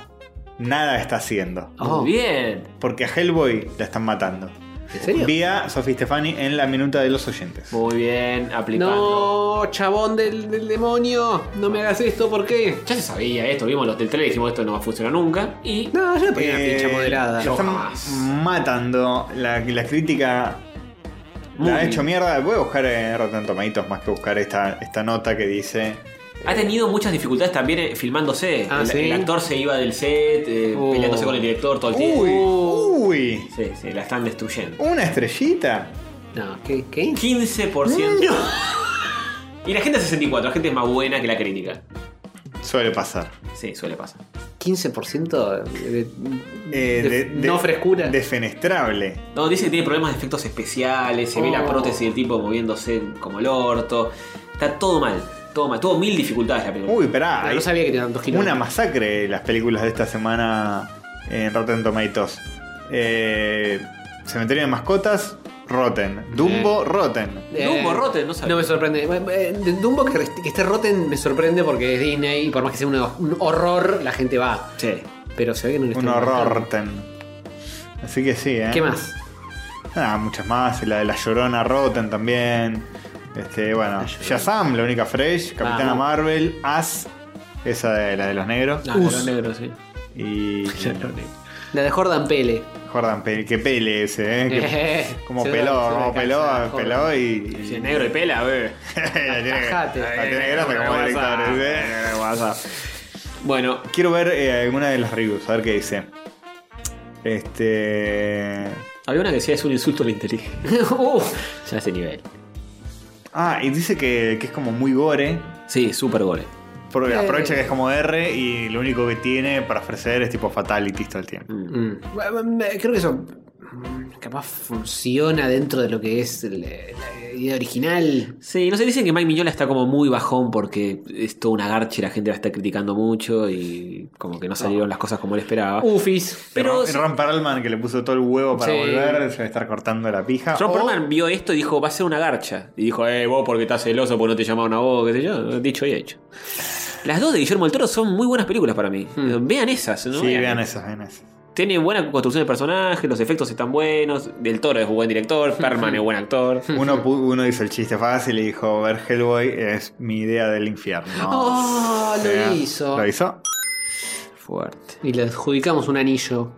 nada está haciendo. Oh, Muy bien. Porque a Hellboy la están matando. ¿En serio? Vía Sophie Stefani en la minuta de los oyentes. Muy bien, aplicando. No, chabón del, del demonio. No me hagas esto, ¿por qué? Ya se sabía esto, vimos los del trailer y dijimos esto no va a funcionar nunca. Y No, yo le ponía una Eh, pincha moderada. La están Jamás. matando. La, la crítica Muy la ha bien. hecho mierda. Voy a buscar en Rotten Tomatoes más que buscar esta, esta nota que dice. ha tenido muchas dificultades también eh, filmándose. Ah, el, ¿sí? el actor se iba del set, eh, Oh. peleándose con el director todo el Uy, tiempo. Uh. uy. Sí, sí, la están destruyendo. Una estrellita. No, ¿qué? ¿Qué? 15%. Y la gente es 64, la gente es más buena que la crítica. Suele pasar. Sí, suele pasar. 15% de, Eh, de- de- de- no frescura. Defenestrable. No, dice que tiene problemas de efectos especiales, se ve la Oh. prótesis del tipo moviéndose como el orto. Está todo mal, todo mal. Tuvo mil dificultades la película. Uy, pará. Ah, hay no sabía que tenían dos kilos. una masacre las películas de esta semana en Rotten Tomatoes. Eh, Cementerio de mascotas, Rotten. Dumbo, Rotten. Eh, Dumbo, Rotten, no sabía. No me sorprende. Eh, de Dumbo que, rest- que esté Rotten me sorprende porque es Disney y por más que sea un, un horror, la gente va. Sí. Pero se ve que no le Un están- horrorten. Así que sí, ¿eh? Este ¿Qué más? Ah, muchas más. La de la Llorona Rotten también. Este, bueno, Shazam, la única Fresh. Capitana Vamos. Marvel. As, esa de la de los negros. Ah, los negros, sí. Y. La de Jordan Pele. Jordan Pele, que pele ese, ¿eh? Que- como Se ve- peló, se ve como peló, cansada, joven. peló y. y- Si es negro y pela, bebé. la tiene, Atajate. la tiene grasa como Guasa. lectores, ¿eh? Guasa. Bueno, Quiero ver eh, alguna de las reviews, a ver qué dice. Este. había una que decía es un insulto a la inteligencia. Uf, Ya ese nivel. Ah, y dice que, que es como muy gore. Sí, super gole. Porque Eh. aprovecha que es como R y lo único que tiene para ofrecer es tipo fatalities todo el tiempo. Mm. Bueno, Creo que eso mm, capaz funciona dentro de lo que es la, la idea original. Sí, no se dicen que Mike Mignola está como muy bajón porque es toda una garcha y la gente la está criticando mucho y como que no Uh, salieron las cosas como él Ah. esperaba. Ufis. Pero Ron, sí, Ron Perlman, que le puso todo el huevo para Sí. volver, se va a estar cortando la pija. Oh, Ron O- Perlman vio esto y dijo, va a ser una garcha. Y dijo, eh, vos porque estás celoso porque no te llamaron a vos, qué sé yo. Dicho y hecho. Las dos de Guillermo del Toro son muy buenas películas para mí. Hmm. Vean esas, ¿no? Sí, vean esas, vean esas. Tiene buena construcción de personajes, los efectos están buenos. Del Toro es buen director, Perman es buen actor. Uno, pu- uno hizo el chiste fácil y dijo: Ver Hellboy es mi idea del infierno. Oh, lo Sí. hizo. ¿Lo hizo? Fuerte. Y le adjudicamos un anillo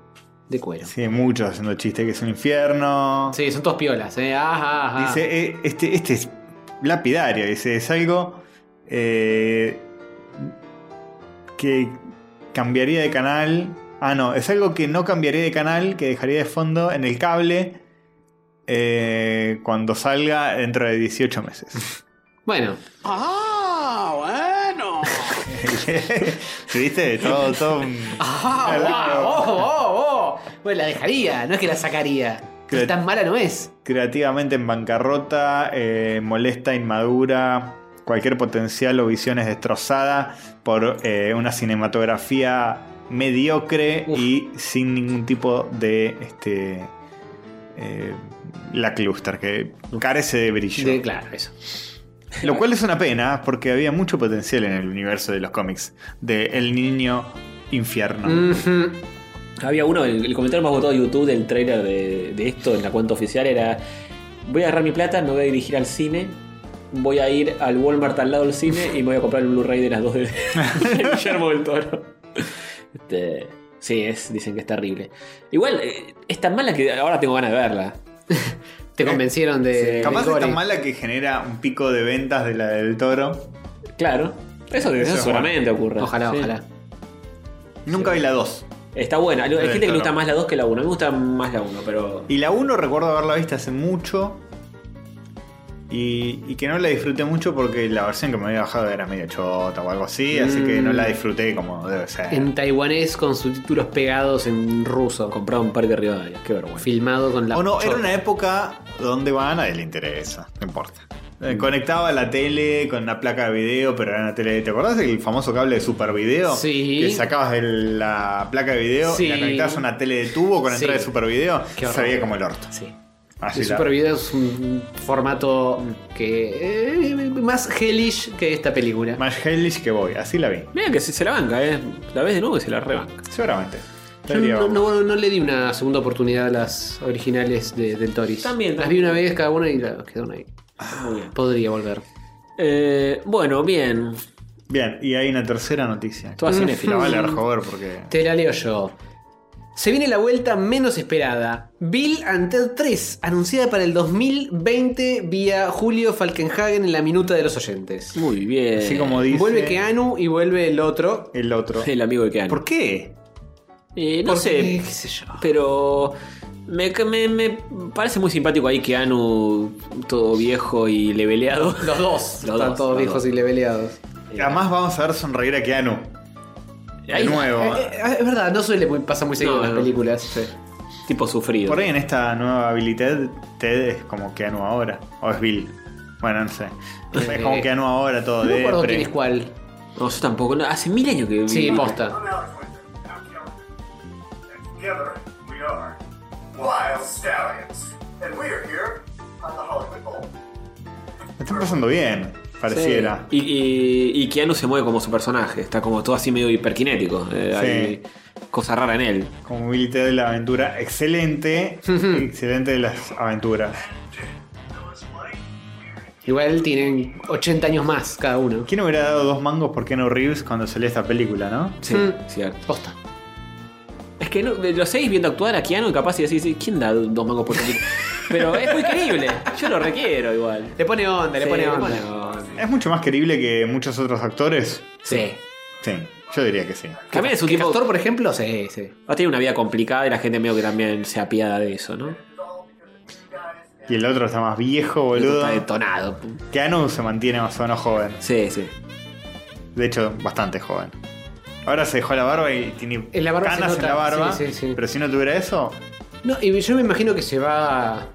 de cuero. Sí, muchos haciendo chistes que es un infierno. Sí, son todos piolas, eh. Ajá, ajá. Dice, eh, este, este es lapidario, dice, es algo eh, que cambiaría de canal. Ah, no, es algo que no cambiaría de canal, que dejaría de fondo en el cable eh, cuando salga dentro de 18 meses. Bueno, ¿Sí, ¿Viste? Todo, todo un- Ah, wow, oh, oh, oh. Bueno, la dejaría, no es que la sacaría. Claro. Tan mala no es. creativamente en bancarrota, eh, molesta, inmadura, cualquier potencial o visión es destrozada por eh, una cinematografía mediocre Uf. y sin ningún tipo de este eh, la cluster que carece de brillo. De- claro, eso. Lo cual es una pena porque había mucho potencial en el universo de los cómics de El Niño Infierno. Ujú. Había uno, el, el comentario más votado de YouTube del trailer de, de esto en la cuenta oficial era: Voy a agarrar mi plata, me voy a dirigir al cine, voy a ir al Walmart al lado del cine y me voy a comprar un Blu-ray de las dos de, de Guillermo del Toro. Este, sí, es, dicen que es terrible. Igual, eh, es tan mala que ahora tengo ganas de verla. Te convencieron de. Eh, Capaz de es gore. tan mala que genera un pico de ventas de la del toro. Claro, eso, eso Eso es seguramente ocurre. Ojalá, Sí. ojalá. Nunca vi la 2. Está buena. Hay gente que le Toro. gusta más la 2 que la 1. A mí me gusta más la 1, pero. Y la 1 recuerdo haberla visto hace mucho. Y, y que no la disfruté mucho porque la versión que me había bajado era medio chota o algo así, así que no la disfruté como debe ser. Mm. En taiwanés con subtítulos pegados en ruso. Compraba un par de Rivadavia, qué vergüenza. Filmado con la. O no, era chota. una época donde van a nadie le interesa, no importa. Mm. Eh, Conectaba la tele con una placa de video, pero era una tele. ¿Te acordás del famoso cable de super video? Sí. Que sacabas de la placa de video Sí. y la conectabas a una tele de tubo con entrada Sí. de super video. Qué horror. Sabía como el orto. Sí. Así El Ah, la- Super Video es un formato que. eh, más hellish que esta película. Más hellish que voy, así la vi. Mira que se, se la banca, eh. La ves de nuevo y se la rebanca. Seguramente. Yo Debería- no, no- no le di una segunda oportunidad a las originales de- del Toris. También, Las vi también. una vez cada una y la- quedaron ahí. Muy bien. Podría volver. Eh, bueno, bien. Bien, y hay una tercera noticia. Mm. Toda La cinéfila. voy a leer, joder, porque. Te la leo yo. Se viene la vuelta menos esperada. Bill and Ted 3, anunciada para el 2020 vía Julio Falkenhagen en la minuta de los oyentes. Muy bien. Así como dice. Vuelve Keanu y vuelve el otro. El otro. El amigo de Keanu. ¿Por qué? Eh, no Porque, sé, qué sé yo. pero. Me, me- me parece muy simpático ahí Keanu, todo viejo y leveleado. Los dos. Los Están dos, todos los viejos dos. y leveleados. Además, vamos a ver sonreír a Keanu. De Ahí, nuevo. Eh, eh, es verdad, no suele muy- pasa muy seguido No, en las no. películas. Tipo sufrido. Por ahí en esta nueva habilidad, Ted es como Keanu ahora. O es Bill. Bueno, no sé. Es como Keanu ahora todo Eh, No me de. acuerdo quién es cuál. No, yo tampoco. no, hace mil años que. Sí, vi- posta. Now, Quentin, now, Kelly. And together, we are Wild Stallions. And we are here on the Hollywood Bowl. Me está pasando bien. pareciera. Y, y, y Keanu se mueve como su personaje, está como todo así medio hiperkinético. eh, Sí. Hay cosa rara en él. Como Billy Ted de la aventura, excelente, excelente de las aventuras. Igual tienen 80 años más cada uno. ¿Quién hubiera dado dos mangos por Keanu Reeves cuando salió esta película, no? Sí, Mm. cierto. Posta. Es que no, lo seguís viendo actuar a Keanu y capaz y decís, ¿quién da dos mangos por película? Pero es muy creíble. Yo lo requiero igual. Le pone onda, le pone Sí, onda. onda. Es mucho más querible que muchos otros actores. Sí. Sí, yo diría que sí. También es un ¿Que tipo. actor, por ejemplo? Sí, sí. Va a tener una vida complicada y la gente medio que también se apiada de eso, ¿no? Y el otro está más viejo, boludo. Está detonado. Keanu se mantiene más o menos joven. Sí, sí. De hecho, bastante joven. Ahora se dejó la barba y tiene En la barba se canas nota, en la barba. sí, sí, sí. Pero si no tuviera eso, No, y yo me imagino que se va.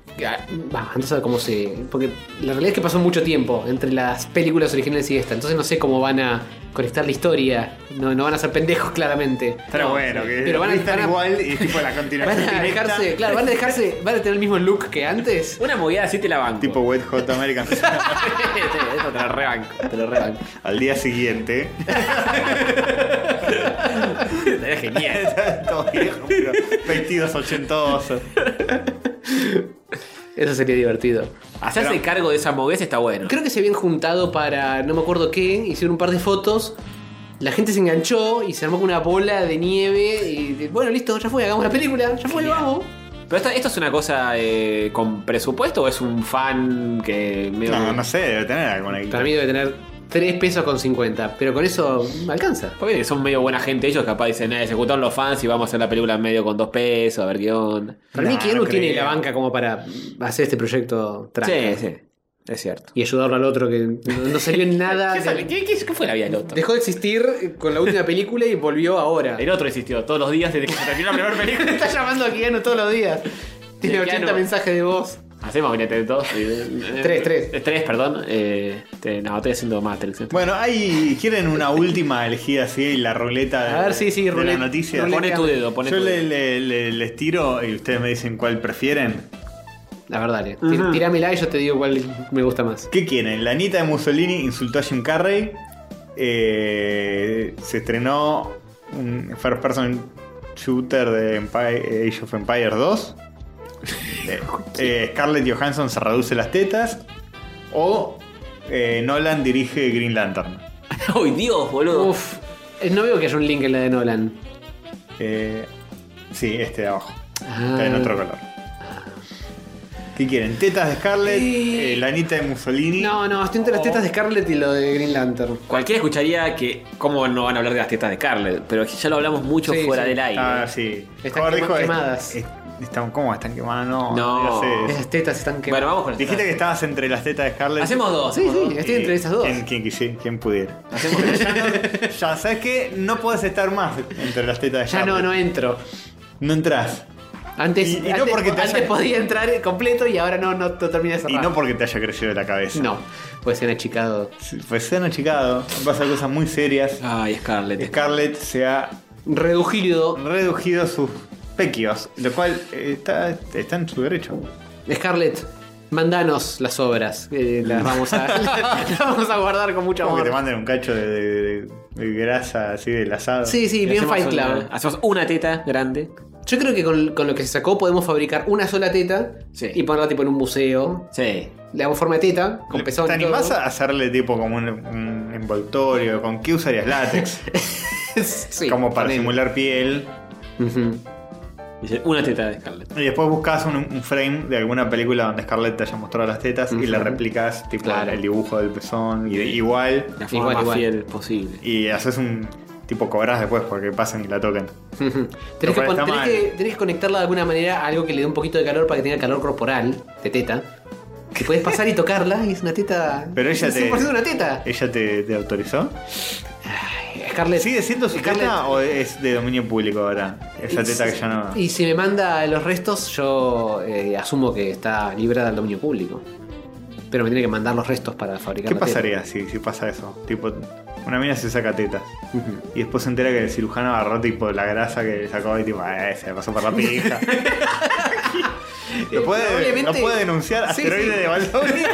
Va, no sé cómo se. Porque la realidad es que pasó mucho tiempo entre las películas originales y esta. Entonces no sé cómo van a conectar la historia. No, no van a ser pendejos, claramente. estaría No, bueno. Que pero van a, estar van a- igual y es tipo la continuación. van a directa, dejarse. Claro, van a dejarse. Van a tener el mismo look que antes. Una movida así te la banco. Tipo Wet Hot American. Eso te la rebanco, te lo rebanco. Al día siguiente. Estaría genial. Todo viejo, pero vestidos ochentosos. Eso sería divertido. Hacerse cargo de esa movida está bueno. Creo que se habían juntado para no me acuerdo qué, hicieron un par de fotos. La gente se enganchó y se armó con una bola de nieve. Y de- bueno, listo, ya fue, hagamos la película, ya fue, vamos. Pero esto, esto es una cosa eh, con presupuesto o es un fan que medio- No, no sé, debe tener alguna guita. Para mí debe tener 3 pesos con 50, pero con eso alcanza. Porque bien, son medio buena gente ellos, capaz dicen, eh, se juntaron los fans y vamos a hacer la película en medio con dos pesos, a ver qué onda. Para mí No, Keanu no tiene creo. la banca como para hacer este proyecto tranca. Sí, sí, es cierto. Y ayudarlo al otro que no, no salió en nada. ¿Qué, sale- de- qué- qué- qué fue la vida del otro? dejó de existir con la última película y volvió ahora. El otro existió todos los días desde que se terminó la primera película. Está llamando a Keanu todos los días. Tiene Sí, 80 Keanu. mensajes de voz. Hacemos vinete de dos. Tres, tres. Eh, Tres, perdón. Eh, te- no, estoy haciendo Matrix. ¿eh? Bueno, ahí quieren una última elegida así, la ruleta de, A ver, sí, sí, de ruleta- la noticia. ruleta. Pone tu dedo, pone Yo tu le- dedo. le- le- les tiro y ustedes me dicen cuál prefieren. La verdad, dale. Tir- Tíramela y yo te digo cuál me gusta más. ¿Qué quieren? La Anita de Mussolini insultó a Jim Carrey. eh, se estrenó un first person shooter de Empire- Age of Empires 2. Eh, Scarlett Johansson se reduce las tetas. O eh, Nolan dirige Green Lantern. ¡Ay, Dios, boludo! Uf, eh, no veo que haya un link en la de Nolan. Eh, sí, este de abajo. Ah. Está en otro color. ¿Qué quieren? ¿Tetas de Scarlett? Y- eh, ¿La Anita de Mussolini? No, no, estoy Oh. entre las tetas de Scarlett y lo de Green Lantern. Cualquiera escucharía que cómo no van a hablar de las tetas de Scarlett, pero ya lo hablamos mucho Sí, fuera sí. del aire. Ah, sí. Están Jorge quema- dijo, quemadas. "Est- están, ¿Cómo? ¿Están quemadas? No. No. digas eso. Esas tetas están que. bueno, vamos con las Dijiste tetas. que estabas entre las tetas de Scarlett. Hacemos dos. Sí, sí, estoy entre esas dos. ¿Quién, quién, quisi- quién pudiera? ya, no- ya, sabes que no puedes estar más entre las tetas de Ya no, Scarlett. no entro. No entras. Antes, Y- y no antes- porque te antes hayan- podía entrar completo y ahora no, no, no termina de Y cerrar. no porque te haya crecido la cabeza. No, pues se han achicado. Sí, Pues se han achicado. Han pasado cosas muy Ah. serias. Ay, Scarlett. Scarlett se ha Redugido. reducido sus pequios, lo cual eh, está, está en su derecho. Scarlett, mandanos las obras. eh, las, vamos a, las vamos a guardar con mucho Como que te amor. manden un cacho de, de- de- de grasa así del asado. Sí, sí, bien Hacemos Fight una- Club. Hacemos una teta grande. Yo creo que con, con lo que se sacó podemos fabricar una sola teta Sí. y ponerla tipo en un museo. Sí. Le damos forma de teta, con pezón. ¿Te y todo. animás a hacerle tipo como un, un envoltorio? ¿Con qué usarías látex? sí, como para ponele. simular piel. Ujú. Dice, Una teta de Scarlett. Y después buscas un, un frame de alguna película donde Scarlett te haya mostrado las tetas y le replicas tipo Claro. el dibujo del pezón y- igual. La forma Igual, más igual. fiel posible. Y haces un tipo cobras después porque pasen y la toquen. Ujú. Lo tenés, que cual pon- está tenés mal. que- tenés que conectarla de alguna manera a algo que le dé un poquito de calor para que tenga calor corporal, de teta. Que puedes pasar y tocarla y es una teta. Pero ella es te- Eh, 100% una teta. ¿Ella te, te autorizó? Scarlett. ¿Sigue siendo su Scarlett- teta o es de dominio público ahora? Esa teta que ya no. Y si me manda los restos, yo eh, asumo que está librada al dominio público. Pero me tiene que mandar los restos para fabricar ¿Qué la teta. pasaría si, si pasa eso? Tipo, una mina se saca tetas y después se entera que el cirujano agarró tipo la grasa que le sacó y tipo, eh, se la pasó por la pija. lo, puede, Eh, lo Probablemente- puede denunciar Sí, asteroide sí. de Baldoria.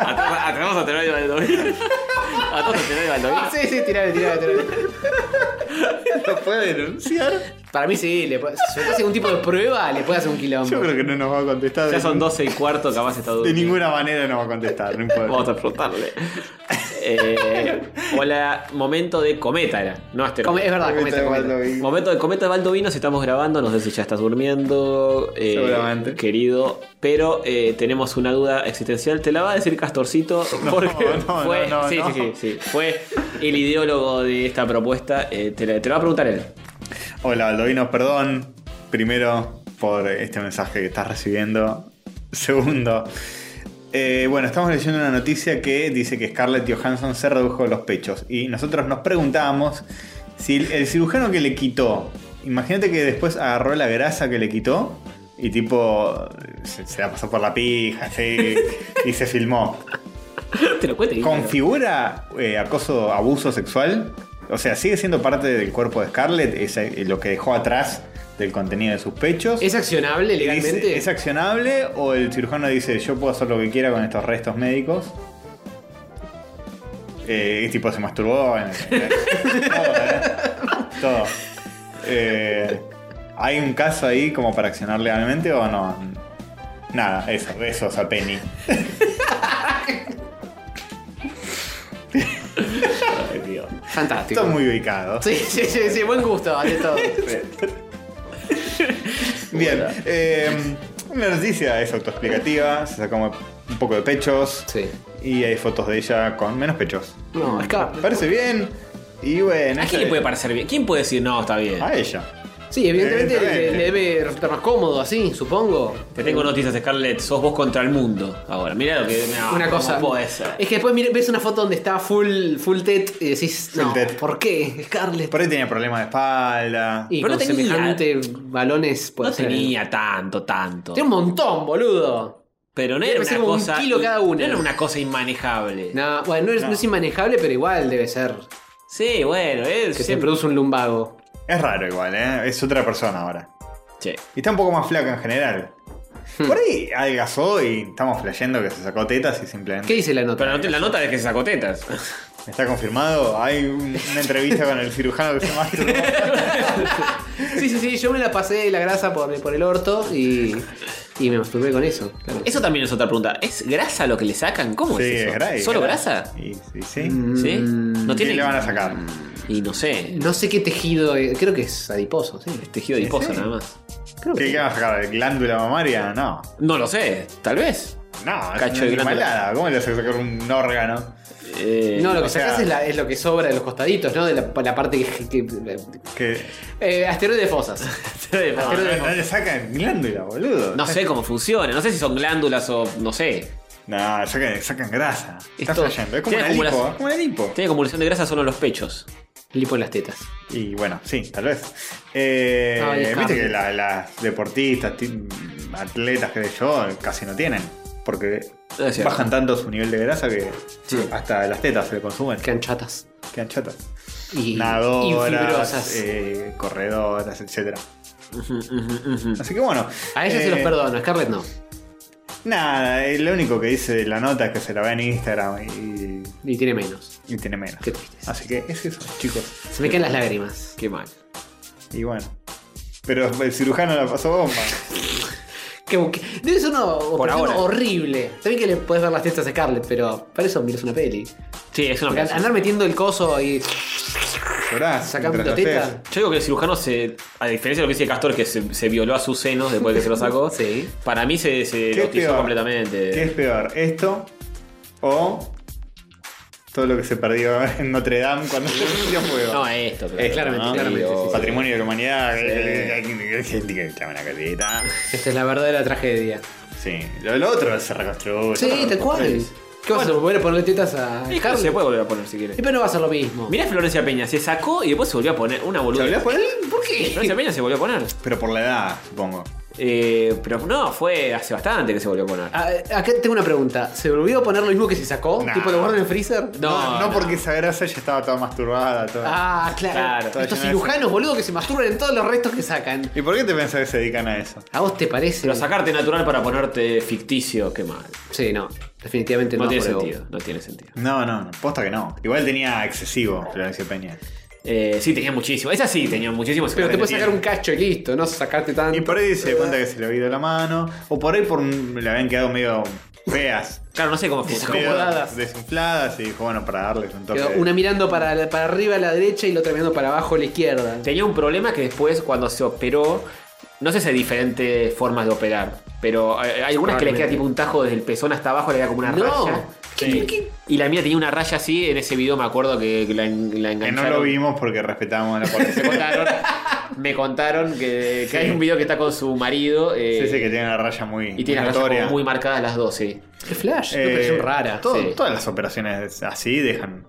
Atra- Atrapamos a Teodorio Valdoví. Atrapamos a Teodorio Valdoví. Sí, sí, tirale, tirale, tirale. ¿Lo puede denunciar? Para mí sí, le puede- si hace algún tipo de prueba, le puede hacer un quilombo. Yo creo que no nos va a contestar. Ya de son ningún- 12 y cuarto, capaz está De durmiendo. ninguna manera nos va a contestar, no importa. Vamos a explotarle. Eh, hola, momento de cometa era, no Come- asteroide. es verdad, cometa, cometa. Momento de cometa de Baldovinos, estamos grabando, no sé si ya estás durmiendo, eh, Seguramente. querido, pero eh, tenemos una duda existencial, te la va a decir Castorcito, porque no, fue, no, no, sí, no. sí, sí, sí, fue el ideólogo de esta propuesta, eh, te, la- te lo va a preguntar él. Hola, Baldovinos, perdón. Primero, por este mensaje que estás recibiendo. Segundo, eh, bueno, estamos leyendo una noticia que dice que Scarlett Johansson se redujo los pechos. Y nosotros nos preguntábamos si el cirujano que le quitó, imagínate que después agarró la grasa que le quitó y tipo se, se la pasó por la pija, así, y se filmó. Te lo cuento. y- ¿Configura eh, acoso, abuso sexual? O sea, ¿sigue siendo parte del cuerpo de Scarlett esa- eh, lo que dejó atrás del contenido de sus pechos? ¿Es accionable Y dice, legalmente? ¿Es accionable o el cirujano dice yo puedo hacer lo que quiera con estos restos médicos? Eh, y tipo se masturbó. en- en- todo, ¿eh? Todo. Eh, ¿Hay un caso ahí como para accionar legalmente o no? Nada, eso, besos a Penny. Fantástico. Está muy ubicado. Sí, sí, sí, sí, buen gusto, ante todo. Bien, eh, una noticia es autoexplicativa, se sacó un poco de pechos Sí. y hay fotos de ella con menos pechos. No, Scar. Parece bien y bueno. ¿A esa- quién le puede parecer bien? ¿Quién puede decir no, está bien? A ella. Sí, evidentemente le, Evidentemente. le debe resultar más cómodo así, supongo. Te tengo noticias, Scarlett, sos vos contra el mundo. Ahora, mirá lo que... no, una ¿cómo cosa. eh, puede ser? Es que después mire- ves una foto donde está full, full tet y decís, Full no, tet. ¿por qué? Scarlett. Por ahí tenía problemas de espalda. Y Pero no con tenía. semejante balones puede No ser. tenía tanto, tanto. Tiene un montón, boludo. Pero no era Debe una ser un cosa. kilo cada una. No era una cosa inmanejable. No, bueno, no es, no es inmanejable, pero igual debe ser. Sí, bueno, es. Que se siempre- produce un lumbago. Es raro igual, ¿eh? Es otra persona ahora. Che. Y está un poco más flaca en general. Hmm. Por ahí algazó y estamos flasheando que se sacó tetas y simplemente. ¿Qué dice la nota? Pero la nota- la nota es que se sacó tetas. Está confirmado. Hay un- una entrevista con el cirujano que se masturbó. Sí, sí, sí, yo me la pasé la grasa por, por el orto y, y me masturbé con eso. claro. Eso también es otra pregunta. ¿Es grasa lo que le sacan? ¿Cómo Sí, es eso? es gra- ¿Solo gra- grasa? Y, sí, sí. ¿Sí? No ¿Qué tiene. le van a sacar? Y no sé. Mm, No sé qué tejido, eh, creo que es adiposo, sí. Tejido adiposo Sí, sí. nada más. Creo que ¿Qué sí. le van a sacar? ¿Glándula mamaria? No. No lo sé, tal vez. No, es Cacho una de glándula. animalada. ¿Cómo le vas a sacar un órgano? Eh, No, lo que o sea- sacas es, la- es lo que sobra de los costaditos, ¿no? De la, la parte que. que- Que eh, asteroide de fosas. no, no, no le sacan glándula, boludo. Eh, no sé cómo funciona. No sé si son glándulas o. No sé. No, sacan, sacan grasa. Está Esto- fallando. Es como tiene una como lipo. las- Es como una lipo. Tiene convulsión de grasa solo en los pechos. Lipo en las tetas. Y bueno, sí, tal vez. Eh, Ay, Viste Harry. que la- las deportistas, ti- atletas, que yo, casi no tienen. Porque Es cierto. bajan tanto su nivel de grasa que hasta las tetas se le consumen. Quedan chatas. Quedan chatas. Y, y Nadadoras, fibrosas. eh, corredoras, etcétera. Ujú, ujú, ujú. Así que bueno. A ellos se los eh, perdono, a Scarlett no. Nada, eh, lo único que dice la nota es que se la ve en Instagram y, Y tiene menos. y tiene menos. Qué tristeza. Así que es eso, chicos. Se me caen las lágrimas. Qué mal. Y bueno. Pero el cirujano la pasó bomba. Que, que- debe ser una operación ahora. horrible. También que le puedes ver las tetas a Scarlett, pero para eso miras una peli. Sí, es una Porque persona. andar metiendo el coso y Llorás. sacando mientras lo haces. teta. Yo digo que el cirujano se. A diferencia de lo que dice Castor, que se, se violó a sus senos después que se lo sacó. Sí. Para mí se, se ¿Qué es erotizó peor? completamente. ¿Qué es peor? ¿Esto o todo lo que se perdió en Notre Dame cuando se prendió fuego? No, esto, Ah, pero. Esto, claramente, ¿no? claramente, Digo, sí, sí. Patrimonio de la humanidad. Clama una carita. Esta es la verdadera tragedia. Sí. Lo, lo otro se reconstruyó. Sí, tal cual. ¿Qué vas a hacer? ¿Volver a ponerle tetas a Es que Scarlett? se puede volver a poner si quiere. Y pero no va a ser lo mismo. Mirá a Florencia Peña, se sacó y después se volvió a poner. Una ¿Se boluda. habló por él? ¿Por qué? Florencia Peña se volvió a poner. Pero por la edad, supongo. Eh, pero no, fue hace bastante que se volvió a poner. Ah, acá tengo una pregunta. ¿Se volvió a poner lo mismo que se sacó? Nah. ¿Tipo lo guardan en el freezer? No, No, no, no. porque esa grasa ya estaba toda masturbada. Toda. Ah, claro. Claro. Estos Toda llena de cirujanos, boludo, que se masturban en todos los restos que sacan. ¿Y por qué te pensás que se dedican a eso? ¿A vos te parece? Pero sacarte natural para ponerte ficticio, qué mal. Sí, no. Definitivamente no. No tiene apruebo. sentido, no tiene sentido. No, no, no, posta que no. Igual tenía excesivo Florencio Peña. Eh, sí, tenía muchísimo. Esa sí, tenía muchísimos. Pero te puedes sacar un cacho y listo, no sacarte tanto. Y por ahí se cuenta que se le había ido la mano. O por ahí por, le habían quedado medio feas. Claro, no sé cómo funciona. medio Acomodadas. Desinfladas. Y dijo, bueno, para darles un toque. Quedó una mirando para, para arriba a la derecha y la otra mirando para abajo a la izquierda. Tenía un problema que después, cuando se operó, no sé si hay diferentes formas de operar, pero eh, hay hay algunas que le queda tipo un tajo desde el pezón hasta abajo, le queda como una No. raya. ¿Qué- Sí. qué- qué? Y la mía tenía una raya así, en ese video me acuerdo que, que la, en- la que engancharon. no lo vimos porque respetábamos la Me policía. contaron, me contaron que, que hay un video que está con su marido eh, Sí, sí, que tiene una raya muy y tiene las rayas notoria. como muy marcadas las dos, sí. Qué flash, Eh, qué operación rara. todo- sí. Todas las operaciones así dejan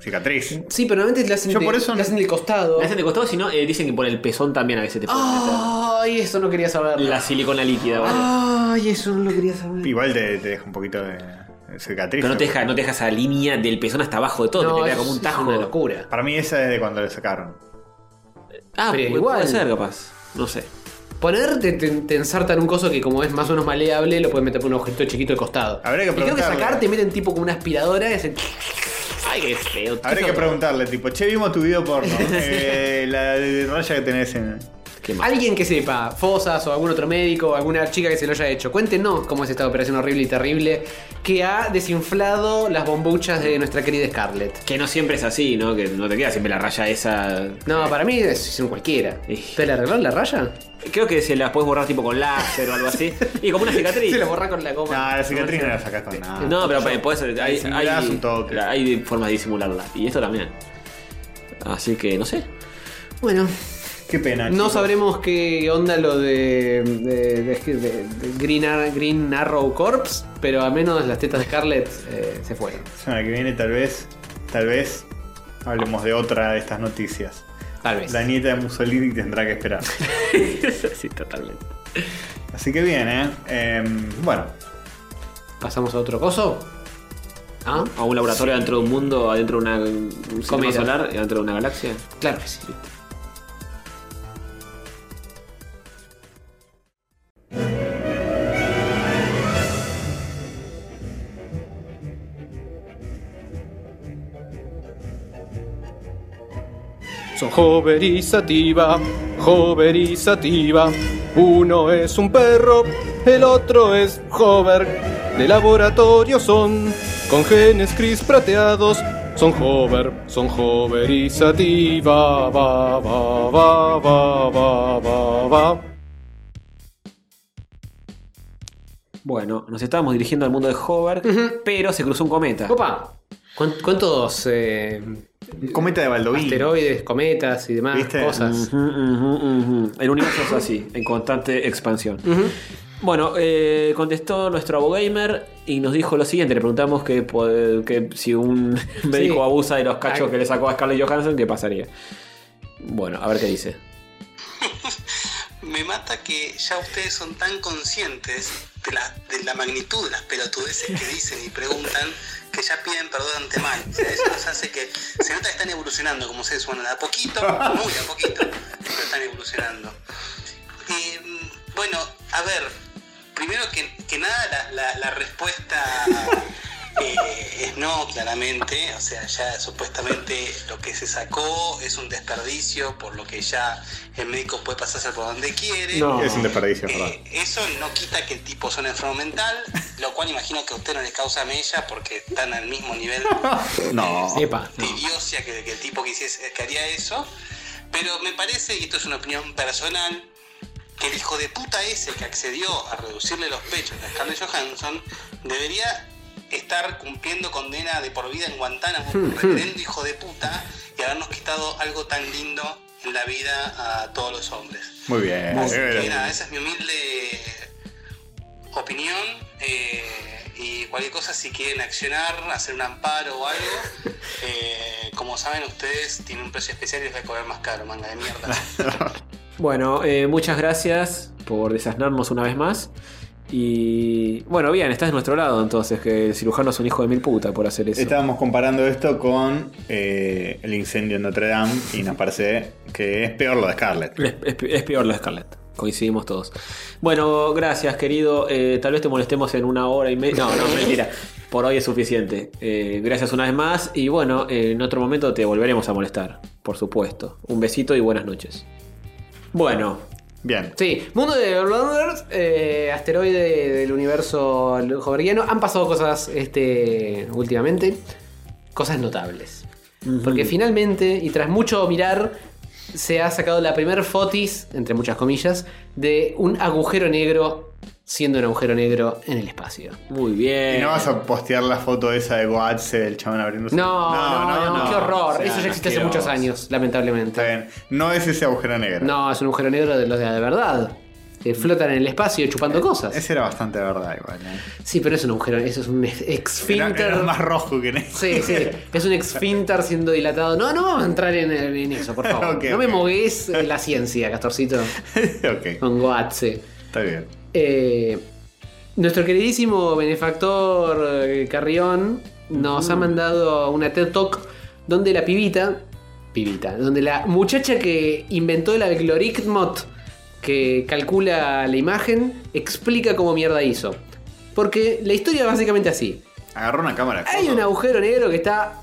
cicatriz. Sí, pero normalmente la hacen, Yo de- por eso la no- hacen del costado. Oh. La hacen de costado, si no, eh, dicen que por el pezón también a veces te pueden Ah. meter Ay, eso no quería saberlo. la silicona líquida. boludo. Ay, eso no lo quería saber. Igual te, te deja un poquito de de cicatriz. Pero no te deja, no te deja esa línea del pezón hasta abajo de todo, No, te queda es- como un tajo. Es una locura. Para mí esa es de cuando le sacaron. Ah, Pero pero igual. igual. Puede ser capaz. No sé. Ponerte, te, te ensartan un coso que como es más o menos maleable, lo puedes meter por un objeto chiquito de costado. Habría que y creo que preguntarle. sacarte meten tipo como una aspiradora y hacen- Ay, qué feo. Habría que preguntarle, tipo, che, vimos tu video porno. Eh, la de raya que tenés en. Alguien que sepa, Fosas o algún otro médico o alguna chica que se lo haya hecho, cuéntenos cómo es esta operación horrible y terrible que ha desinflado las bombuchas de nuestra querida Scarlett. Que no siempre es así, ¿no? Que no te queda siempre la raya esa. No, para mí es un cualquiera. Ij. ¿Te la arreglaron la raya? Creo que se la puedes borrar tipo con láser o algo así. Y como una cicatriz. Se la borra con la No, goma. la cicatriz no la sacás con nada. No, pero puedes. Hay, hay, Disimulás un toque. la- hay formas de disimularla. Y esto también. Así que no sé. Bueno, Qué pena. no chicos. sabremos qué onda lo de, de- de- de- de Green, Ar- Green Arrow Corps, pero al menos las tetas de Scarlett eh, se fueron. La semana que viene, tal vez. Tal vez. Hablemos de otra de estas noticias. Tal Pues. vez. La nieta de Mussolini tendrá que esperar. sí, totalmente. Así que bien, ¿eh? Eh, bueno, ¿Pasamos a otro coso? ¿Ah? A un laboratorio dentro de un mundo, adentro de una. Un sistema Comida. solar, dentro de una galaxia. Claro que sí. Son joverizativa, joverizativa. Uno es un perro, el otro es hover. De laboratorio son, con genes cris prateados. Son hover, son joverizativa. Va, va, va, va, va, va, va. Bueno, nos estábamos dirigiendo al mundo de Hover, pero se cruzó un cometa. Opa, ¿cuán- ¿cuántos eh, cometa de Baldoví. asteroides, cometas y demás ¿Viste? cosas? Ujú, ujú, ujú. El universo es así, en constante expansión. Ujú. Bueno, eh, contestó nuestro abogamer y nos dijo lo siguiente. Le preguntamos que, po- que si un médico abusa de los cachos Ay. que le sacó a Scarlett Johansson, ¿qué pasaría? Bueno, a ver qué dice. Me mata que ya ustedes son tan conscientes de la, de la magnitud de las pelotudeces que dicen y preguntan que ya piden perdón ante mal. O sea, eso nos hace que se nota que están evolucionando como seres humanos, de a poquito, muy a poquito, pero están evolucionando. Eh, bueno, a ver, primero que, que nada, la, la- la respuesta eh, es no, claramente. O sea, ya supuestamente lo que se sacó es un desperdicio, por lo que ya el médico puede pasarse por donde quiere. Es un desperdicio, es Eh, ¿verdad? eso no quita que el tipo sea un enfermo mental, lo cual imagino que a usted no le causa mella porque están al mismo nivel No. Epa, de idiocia que, que el tipo que, hiciese- que haría eso. Pero me parece, y esto es una opinión personal, que el hijo de puta ese que accedió a reducirle los pechos a Scarlett Johansson debería estar cumpliendo condena de por vida en Guantánamo, por reverendo hijo de puta, y habernos quitado algo tan lindo en la vida a todos los hombres. Muy bien. Así que Eh, nada, esa es mi humilde opinión. eh, y cualquier cosa, si quieren accionar, hacer un amparo o algo, eh, como saben, ustedes tienen un precio especial y les voy a cobrar más caro, manga de mierda. Bueno, eh, muchas gracias por desasnarnos una vez más. Y bueno, bien, estás de nuestro lado entonces, que el cirujano es un hijo de mil puta por hacer eso. Estábamos comparando esto con eh, el incendio en Notre Dame y nos parece que es peor lo de Scarlett. Es, es- es peor lo de Scarlett. Coincidimos todos. Bueno, gracias, querido. Eh, tal vez te molestemos en una hora y media. No, no, mentira. Por hoy es suficiente. Eh, gracias una vez más. Y bueno, eh, en otro momento te volveremos a molestar, por supuesto. Un besito y buenas noches. Bueno, Bien. Sí, mundo de Blunders, eh, asteroide del universo joverguiano. Han pasado cosas este, últimamente, cosas notables. Porque finalmente, y tras mucho mirar, se ha sacado la primer fotis, entre muchas comillas, de un agujero negro siendo un agujero negro en el espacio. muy Y bien. no vas a postear la foto esa de Watts del chabón abriendo No, no, no, qué horror. O sea, Eso ya existe hace asqueroso. muchos años, Está lamentablemente. bien. No es ese agujero negro. No, es un agujero negro de los de la de verdad. Que flotan en el espacio chupando cosas. Ese era bastante verdad igual. ¿eh? Sí, pero es un agujero, eso es un ex- Era, exfilter. era más rojo que negro. Sí, sí, es un exfilter siendo dilatado. No, no vamos a entrar en, en eso, por favor. Ok, no me ok. mogues la ciencia, Castorcito, ok, con Goatse. está bien. Eh, nuestro queridísimo benefactor eh, Carrión nos ha mandado una TED Talk donde la pibita, pibita, donde la muchacha que inventó el algoritmo que calcula la imagen explica cómo mierda hizo. Porque la historia es básicamente así. Agarró una cámara. Hay un agujero negro que está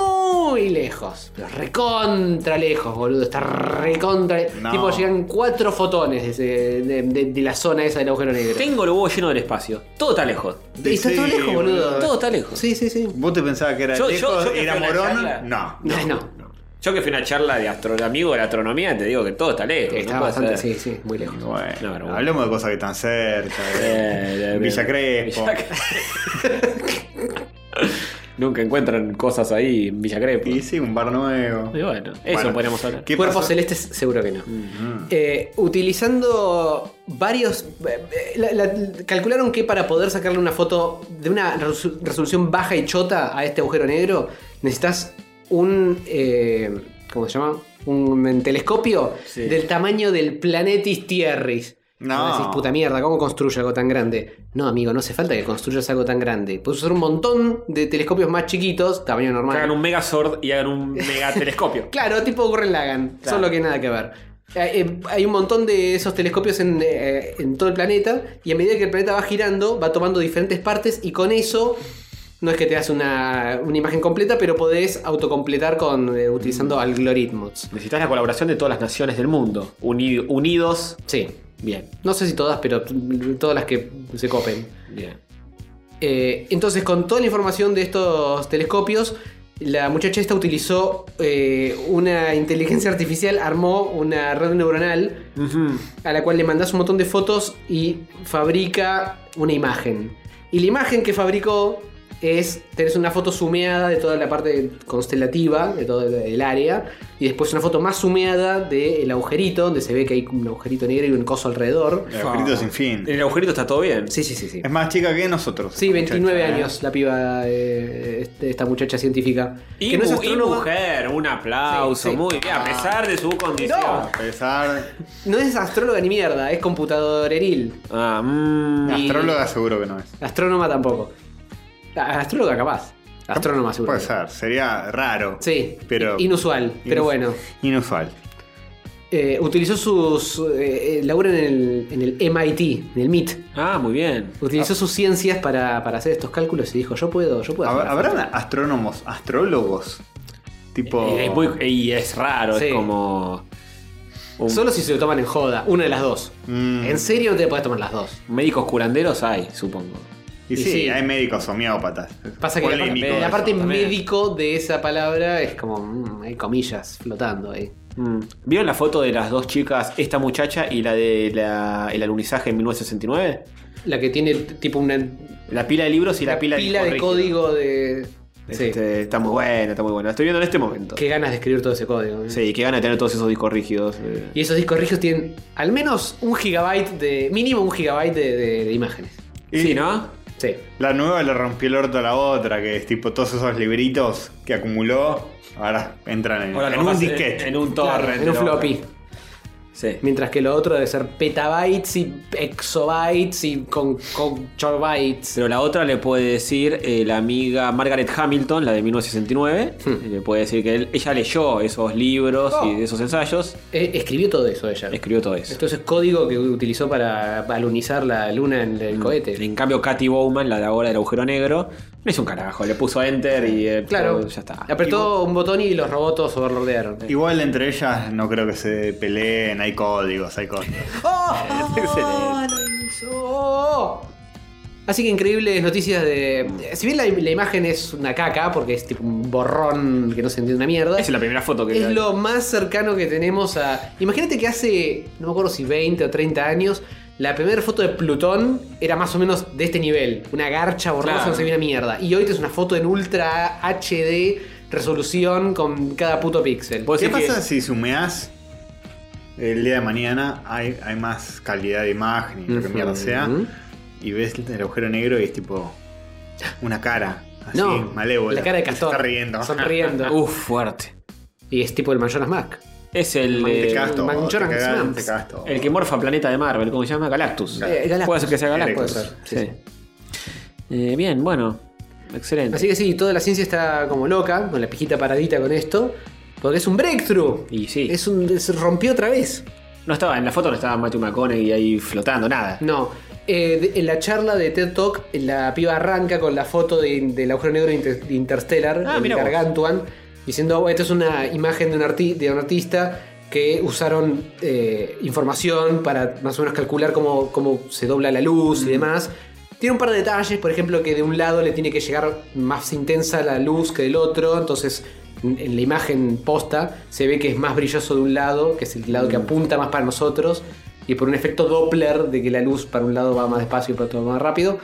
muy lejos. Pero recontra lejos, boludo. Está recontra lejos. No. Tipo, llegan cuatro fotones de, ese- de- de- de la zona esa del agujero negro. Tengo el huevo lleno del espacio. Todo está lejos. Y está todo lejos, boludo. Todo está lejos. Sí, sí, sí. ¿Vos te pensabas que era Yo- yo- lejos yo que y era fui a la charla. morón? No. No, no. Yo que fui a una charla de astro de amigo de la astronomía, te digo que todo está lejos. Está no puede bastante, ser. sí, sí, muy lejos. Bueno, No, pero bueno. hablemos de cosas que están cerca. Eh, de- de- Villa de- Crespo. Villa Crespo. Nunca encuentran cosas ahí en Villa Crespo. Y Y, sí, un bar nuevo. bueno, eso Bueno. podríamos hablar. ¿Qué Cuerpos pasó? celestes seguro que no. Eh, utilizando varios... eh, eh, la- la- calcularon que para poder sacarle una foto de una resu- resolución baja y chota a este agujero negro, necesitas un... eh, ¿Cómo se llama? Un, telescopio Sí. del tamaño del planetis Tierris. No. Vos decís, puta mierda, ¿cómo construyo algo tan grande? No, amigo, no hace falta que construyas algo tan grande. Puedes usar un montón de telescopios más chiquitos, tamaño normal. Hagan un megazord y hagan un megatelescopio. Claro, tipo Gurren Lagan, Claro. solo que nada que ver. Eh, eh, Hay un montón de esos telescopios en, eh, en todo el planeta y a medida que el planeta va girando va tomando diferentes partes y con eso no es que te hace una, una imagen completa, pero podés autocompletar con, eh, utilizando algoritmos. Necesitas la colaboración de todas las naciones del mundo. Uni- unidos. Sí, Bien, no sé si todas, pero todas las que se copen. bien. Eh, entonces, con toda la información de estos telescopios, la muchacha esta utilizó eh, una inteligencia artificial, armó una red neuronal a la cual le mandás un montón de fotos y fabrica una imagen. Y la imagen que fabricó es, tenés una foto sumeada de toda la parte constelativa, de todo el- el área, y después una foto más sumeada del agujerito, donde se ve que hay un agujerito negro y un coso alrededor. El agujerito sin fin. En el agujerito está todo bien. Sí, sí, sí, sí. Es más chica que nosotros. Eh, Sí, 29 muchacha, ¿eh? años la piba, eh, este- esta muchacha científica. Y, que no es mu- y astrónoma, mujer, un aplauso. Sí, sí. Muy bien, a pesar de su condición. No. A pesar. no es astróloga ni mierda, es computadoreril. Ah, mm, y- Astróloga seguro que no es. Astrónoma tampoco. A- Astróloga capaz. Astrónoma seguro. Puede ser, sería raro. Sí, Pero. inusual, pero inus- bueno. Inusual. Eh, utilizó sus... eh, eh, labura en el, en el MIT, en el MIT. Ah, muy bien. Utilizó sus ciencias para, para hacer estos cálculos y dijo, yo puedo, yo puedo. hacer ¿Hab- la foto". ¿Habrán astrónomos, astrólogos? Tipo. Y Eh, es, muy- y es raro, Sí. es como. Un, Solo si se lo toman en joda, una de las dos. Mm. En serio no te puedes tomar las dos. Médicos curanderos hay, supongo. Y, y sí, sí. hay médicos homeópatas. Pasa que la Polémico parte, la eso. parte también. médico de esa palabra es como, mm, hay comillas flotando ahí. Mm. ¿Vieron la foto de las dos chicas, esta muchacha y la de la, el alunizaje en 1969? La que tiene tipo una La pila de libros y la, pila, de, discos rígidos. código de... Sí. Este, Está muy buena, está muy buena. La estoy viendo en este momento. Qué ganas de escribir todo ese código. ¿eh? Sí, que van a tener todos esos discos rígidos. eh. Y esos discos rígidos tienen al menos un gigabyte de. mínimo un gigabyte de, de- de imágenes. Sí, ¿no? Sí. La nueva le rompió el orto a la otra, que es tipo todos esos libritos que acumuló, ahora entran en, Ahora en lo un vas- disquete. En, en un Claro, torrent. en un lo- floppy. Sí. Mientras que lo otro debe ser petabytes y exobytes y con, con chorbytes. Pero la otra le puede decir eh, la amiga Margaret Hamilton, la de 1969. Le puede decir que él- ella leyó esos libros y esos ensayos. Eh, escribió todo eso ella. Escribió todo eso. Entonces código que utilizó para balunizar la luna en el cohete. En cambio, Katy Bowman, la de ahora del agujero negro, no hizo un carajo. Le puso enter y eh, Claro, todo, ya está. apretó un botón y los robots overlordearon. Igual entre ellas no creo que se peleen, hay códigos, hay códigos. Así que increíbles noticias de. Si bien la, la imagen es una caca, porque es tipo un borrón que no se entiende una mierda. Esa es la primera foto que Es lo más cercano que tenemos a. Imagínate que hace, no me acuerdo si 20 o 30 años, la primera foto de Plutón era más o menos de este nivel. Una garcha borrosa, Claro. no se ve una mierda. Y hoy te es una foto en ultra HD resolución con cada puto píxel. Puedo ¿Qué decir pasa si sumeás el día de mañana? Hay, hay más calidad de imagen y lo que mierda sea. Ujú. Y ves el agujero negro y es tipo una cara. Así, No, malévola. la cara de que se Castor. Está riendo. Sonriendo. que. Uf, fuerte. Y es tipo el Mayoras Mac. Es el. Te Te eh, cagaste todo, Manchurri te cagaste, Swamps. te cagaste todo. El que morfa planeta de Marvel, ¿cómo se llama? Galactus. Eh, Galactus. Puede ser que sea Galactus. Puede ser, sí, Eh, bien, bueno. Excelente. Así que sí, toda la ciencia está como loca, con la pijita paradita con esto. Porque es un breakthrough. Y sí. Es un, se rompió otra vez. No estaba, en la foto no estaba Matthew McConaughey ahí flotando, nada. No. eh, de- en la charla de TED Talk, la piba arranca con la foto de- del agujero negro de Inter- de Interstellar, Ah, el mira vos. Gargantuan, diciendo, "Oh, esta es una imagen de un, arti- de un artista que usaron eh, información para más o menos calcular cómo, cómo se dobla la luz y demás. Tiene un par de detalles, por ejemplo, que de un lado le tiene que llegar más intensa la luz que del otro, entonces en en la imagen posta se ve que es más brilloso de un lado, que es el lado que Mm. apunta más para nosotros, y por un efecto Doppler de que la luz para un lado va más despacio y para otro más rápido,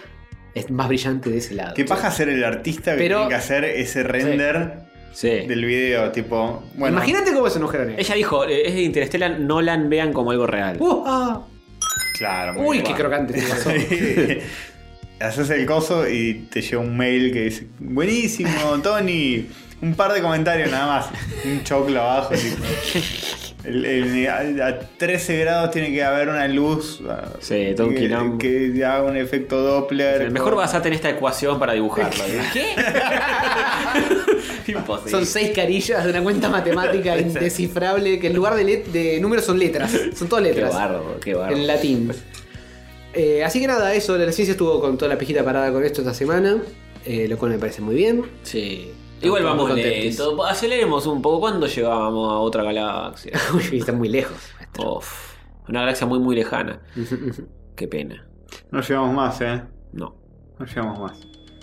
es más brillante de ese lado. ¿Qué paja ser el artista que Pero- tiene que hacer ese render Sí. del video? Tipo, bueno. Imagínate cómo es un agujero negro. Ella dijo, eh, es de Interstellar, Nolan vean como algo real. Uh, ah. Claro, muy Uy, bien. qué crocante te pasó. Haces el coso y te llega un mail que dice: Buenísimo, Tony. Un par de comentarios nada más. Un choclo abajo. tipo. El- el- a, a 13 grados tiene que haber una luz ah, Sí, todo un quilombo. que, que haga un efecto Doppler. El mejor vas a tener esta ecuación para dibujarla. ¿Qué? Imposible. Son seis carillas de una cuenta matemática indescifrable que en lugar de, let- de números son letras. Son todas Qué letras. barro, qué barro. En latín. Eh, así que nada, eso, la ciencia estuvo con toda la pijita parada con esto esta semana, eh, lo cual me parece muy bien. Sí. Igual Estamos vamos contentos. lento. Aceleremos un poco. ¿Cuándo llegábamos a otra galaxia? Uy, están muy lejos. Uf. Una galaxia muy, muy lejana. Qué pena. No llevamos más, ¿eh? No. No llevamos más.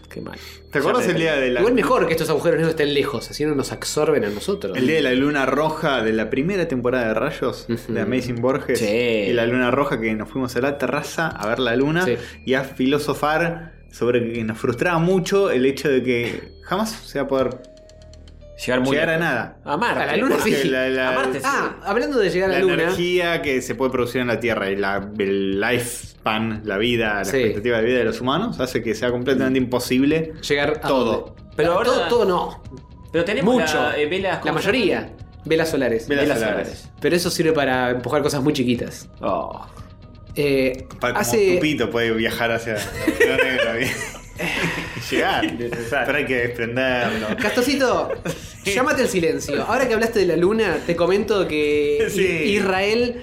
Qué mal. ¿Te acuerdas el día de la, Igual mejor que estos agujeros negros estén lejos, así no nos absorben a nosotros. el día de la luna roja de la primera temporada de Rayos de Amazing Borges? Sí. Y la luna roja que nos fuimos a la terraza a ver la luna Sí. y a filosofar sobre que nos frustraba mucho el hecho de que jamás se va a poder Llegar muy llegar a lejos. nada. A Marte. A la luna Porque sí. la, la- A Marte sí. Ah, hablando de llegar a la la luna. energía que se puede producir en la Tierra y la, el lifespan, la vida, la Sí. expectativa de vida de los humanos hace que sea completamente Mm. imposible Llegar a Todo. dónde? Pero Ahora- todo, todo no. Pero tenemos Mucho. la, eh, velas, La ¿cómo se llaman? mayoría. Velas solares. Velas Velas solares. solares. Pero eso sirve para empujar cosas muy chiquitas. Oh. Eh, Pa- Como hace, Tupito puede viajar hacia la negra bien. Y llegar. Pero hay que desprenderlo. Castorcito, llámate el silencio. Ahora que hablaste de la luna, te comento que Sí. I- Israel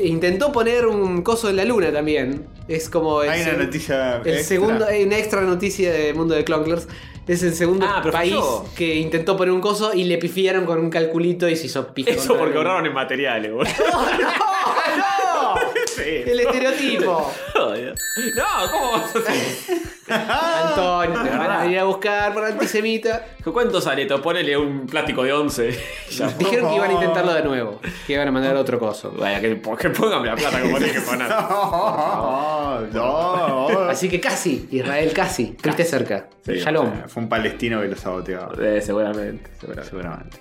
intentó poner un coso en la luna también. Es como el, Hay una se- noticia. el extra. segundo, hay una extra noticia de Mundo de Clonklers. Es el segundo Ah, pero país falló. que intentó poner un coso y le pifiaron con un calculito y se hizo pijo. Eso porque horror. ahorraron en materiales, boludo. ¡No! El estereotipo. No, ¿cómo vas a hacer? Ah. Antonio, te van a verdad. venir a buscar por antisemita. ¿Cuánto sale? esto? Ponele un plástico de 11. Dijeron que iban a intentarlo de nuevo. Que iban a mandar otro coso. Vaya, que, que póngame la plata como tiene que poner. No, no, no. Así que casi, Israel casi, estuviste cerca. Sí, Shalom. eh, Fue un palestino que lo saboteó. Eh, seguramente, seguramente. Seguramente.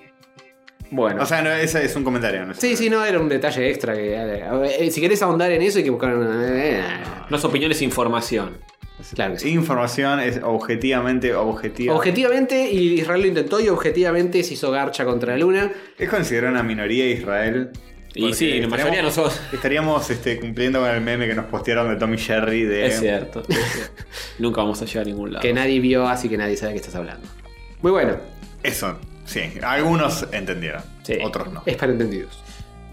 Bueno, O sea, no, ese es un comentario. No es- Sí, sí, no, era un detalle extra que. eh, eh, si querés ahondar en eso hay que buscar una. eh, no es opinión, es información. claro que sí. Información es objetivamente objetiva. Objetivamente, y Israel lo intentó y objetivamente se hizo garcha contra la luna. es considerada una minoría Israel. Y sí, la mayoría estaríamos- nosotros. Estaríamos este, cumpliendo con el meme que nos postearon de Tommy Jerry de. Es cierto. es cierto. Em, Nunca vamos a llegar a ningún lado. Que nadie vio, así que nadie sabe de qué estás hablando. Muy bueno, Eso, sí. Algunos entendieron, Sí. otros no. es para entendidos.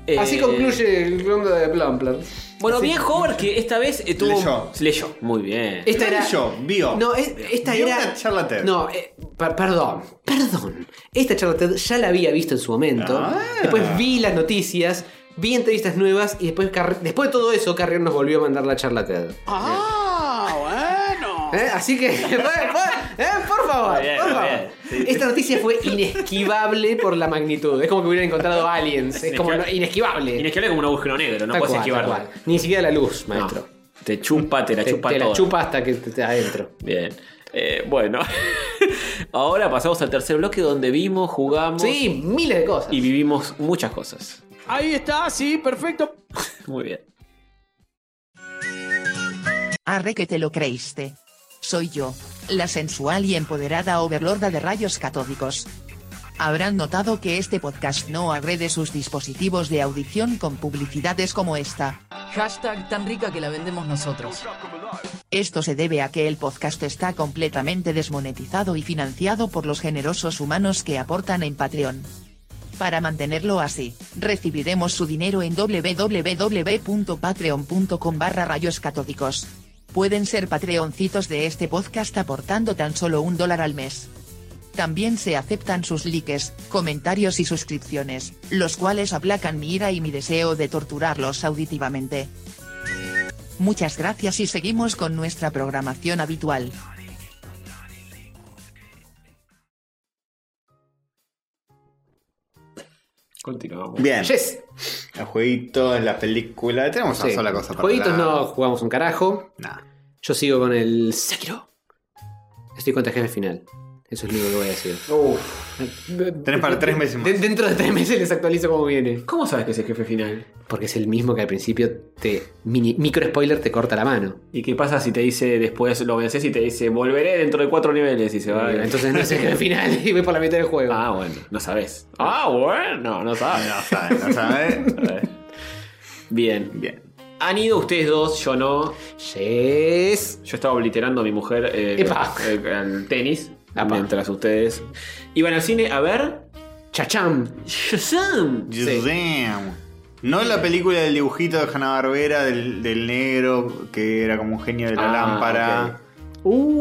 Eh, Así concluye el ronda de Plumpler. Bueno, bien, Hover, que esta vez eh, tuvo. Leyó. Leyó. Muy bien. Esta era. Yo, vio. No, es- esta Vio era. una charla TED. No, eh, per- perdón, perdón. Esta charla TED ya la había visto en su momento. Ah. Después vi las noticias, vi entrevistas nuevas y después, Carr- después de todo eso, Carrión nos volvió a mandar la charla TED. Ah, bueno. ¿Eh? Así que, fue- fue- ¿eh? por favor, Muy bien, por muy favor. bien. Sí. Esta noticia fue inesquivable por la magnitud. Es como que hubieran encontrado aliens. Es como no- Inesquivable. inesquivable. Tienes que hablar como un agujero negro, no Tal puedes cual, esquivarlo. tal cual. Ni siquiera la luz, No. maestro. Te chupa, te la Te, chupa te la toda. chupa hasta que te, te adentro. Bien. Eh, bueno. Ahora pasamos al tercer bloque donde vimos, jugamos Sí, miles de cosas. y vivimos muchas cosas. Ahí está, sí, perfecto. Muy bien. Arre que te lo creíste. Soy yo, la sensual y empoderada overlorda de rayos catódicos. Habrán notado que este podcast no agrede sus dispositivos de audición con publicidades como esta. Hashtag tan rica que la vendemos nosotros. Esto se debe a que el podcast está completamente desmonetizado y financiado por los generosos humanos que aportan en Patreon. Para mantenerlo así, recibiremos su dinero en www.patreon.com barra rayos catódicos. Pueden ser patreoncitos de este podcast aportando tan solo un dólar al mes. También se aceptan sus likes, comentarios y suscripciones, los cuales aplacan mi ira y mi deseo de torturarlos auditivamente. Muchas gracias y seguimos con nuestra programación habitual. Continuamos. Bien. Yes. Los jueguitos, la película. Tenemos una Sí. sola cosa para Jueguitos hablar. no jugamos un carajo. Nah. Yo sigo con el Sekiro. Estoy contra jefe final. Eso es lo único que voy a decir. Tenés para tres meses más. De- dentro de tres meses les actualizo cómo viene. ¿Cómo sabes que es el jefe final? Porque es el mismo que al principio te. Mini, micro spoiler te corta la mano. ¿Y qué pasa si te dice después lo vences y te dice volveré dentro de cuatro niveles y se va? Entonces no es el jefe final y voy por la mitad del juego. Ah, bueno, no sabes. Ah, bueno, no sabes. No saben, no saben. Bien. Bien. Han ido ustedes dos, yo no. Yes. Yo estaba obliterando a mi mujer eh, Epa. eh, al tenis. Apa. Mientras ustedes iban al cine a ver Chacham. Shazam. Shazam. No la película del dibujito de Hanna Barbera, del, del negro, que era como un genio de la Ah, lámpara.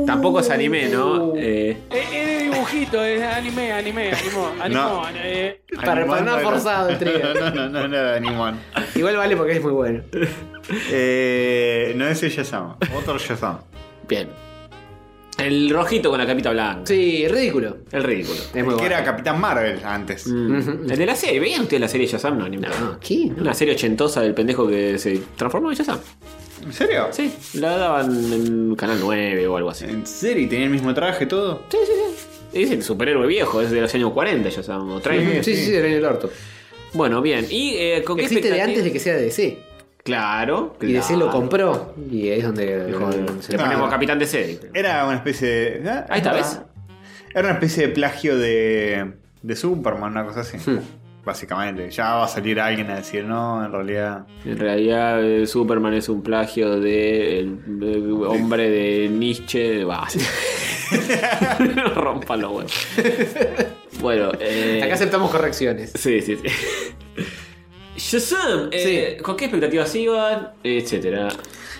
Tampoco es anime, ¿no? Eh, Es de dibujito, es anime, anime, animó, animó. eh. Para- para no Animal era- forzado el trío. no, no, no, no era de Animal. Igual vale porque es muy bueno. Eh, no es el Shazam, otro Shazam. bien. El rojito con la capita blanca. Sí, ridículo. El ridículo. Es muy que bueno. era Capitán Marvel antes. Mm. El de la serie. ¿Veían ustedes la serie de Shazam? No, ni No, no. Ah, ¿qué? No. Una serie ochentosa del pendejo que se transformó en Shazam. ¿En serio? Sí, la daban en Canal 9 o algo así. ¿En serio? ¿Y tenía el mismo traje todo? Sí, sí, sí. Es el superhéroe viejo, es de los años 40, ya sabemos, 30. Sí, sí, sí, era en el orto. Bueno, bien. ¿Y eh, con qué Existe de expectativa- antes de que sea de DC. Claro, Y DC lo claro. compró. Y ahí es donde donde se Le le pone- ponemos Ah. Capitán DC. Era una especie de. ah, Ahí está, era- ¿ves? Era una especie de plagio de, de Superman, una cosa así. Básicamente, ya va a salir alguien a decir, no, en realidad. En realidad, eh, Superman es un plagio de el, de- hombre de Nietzsche. Bah. no rompan los huevos. Bueno, eh, Acá aceptamos correcciones. Sí, sí, sí. Shazam, eh, ¿con qué expectativas iban? Etcétera.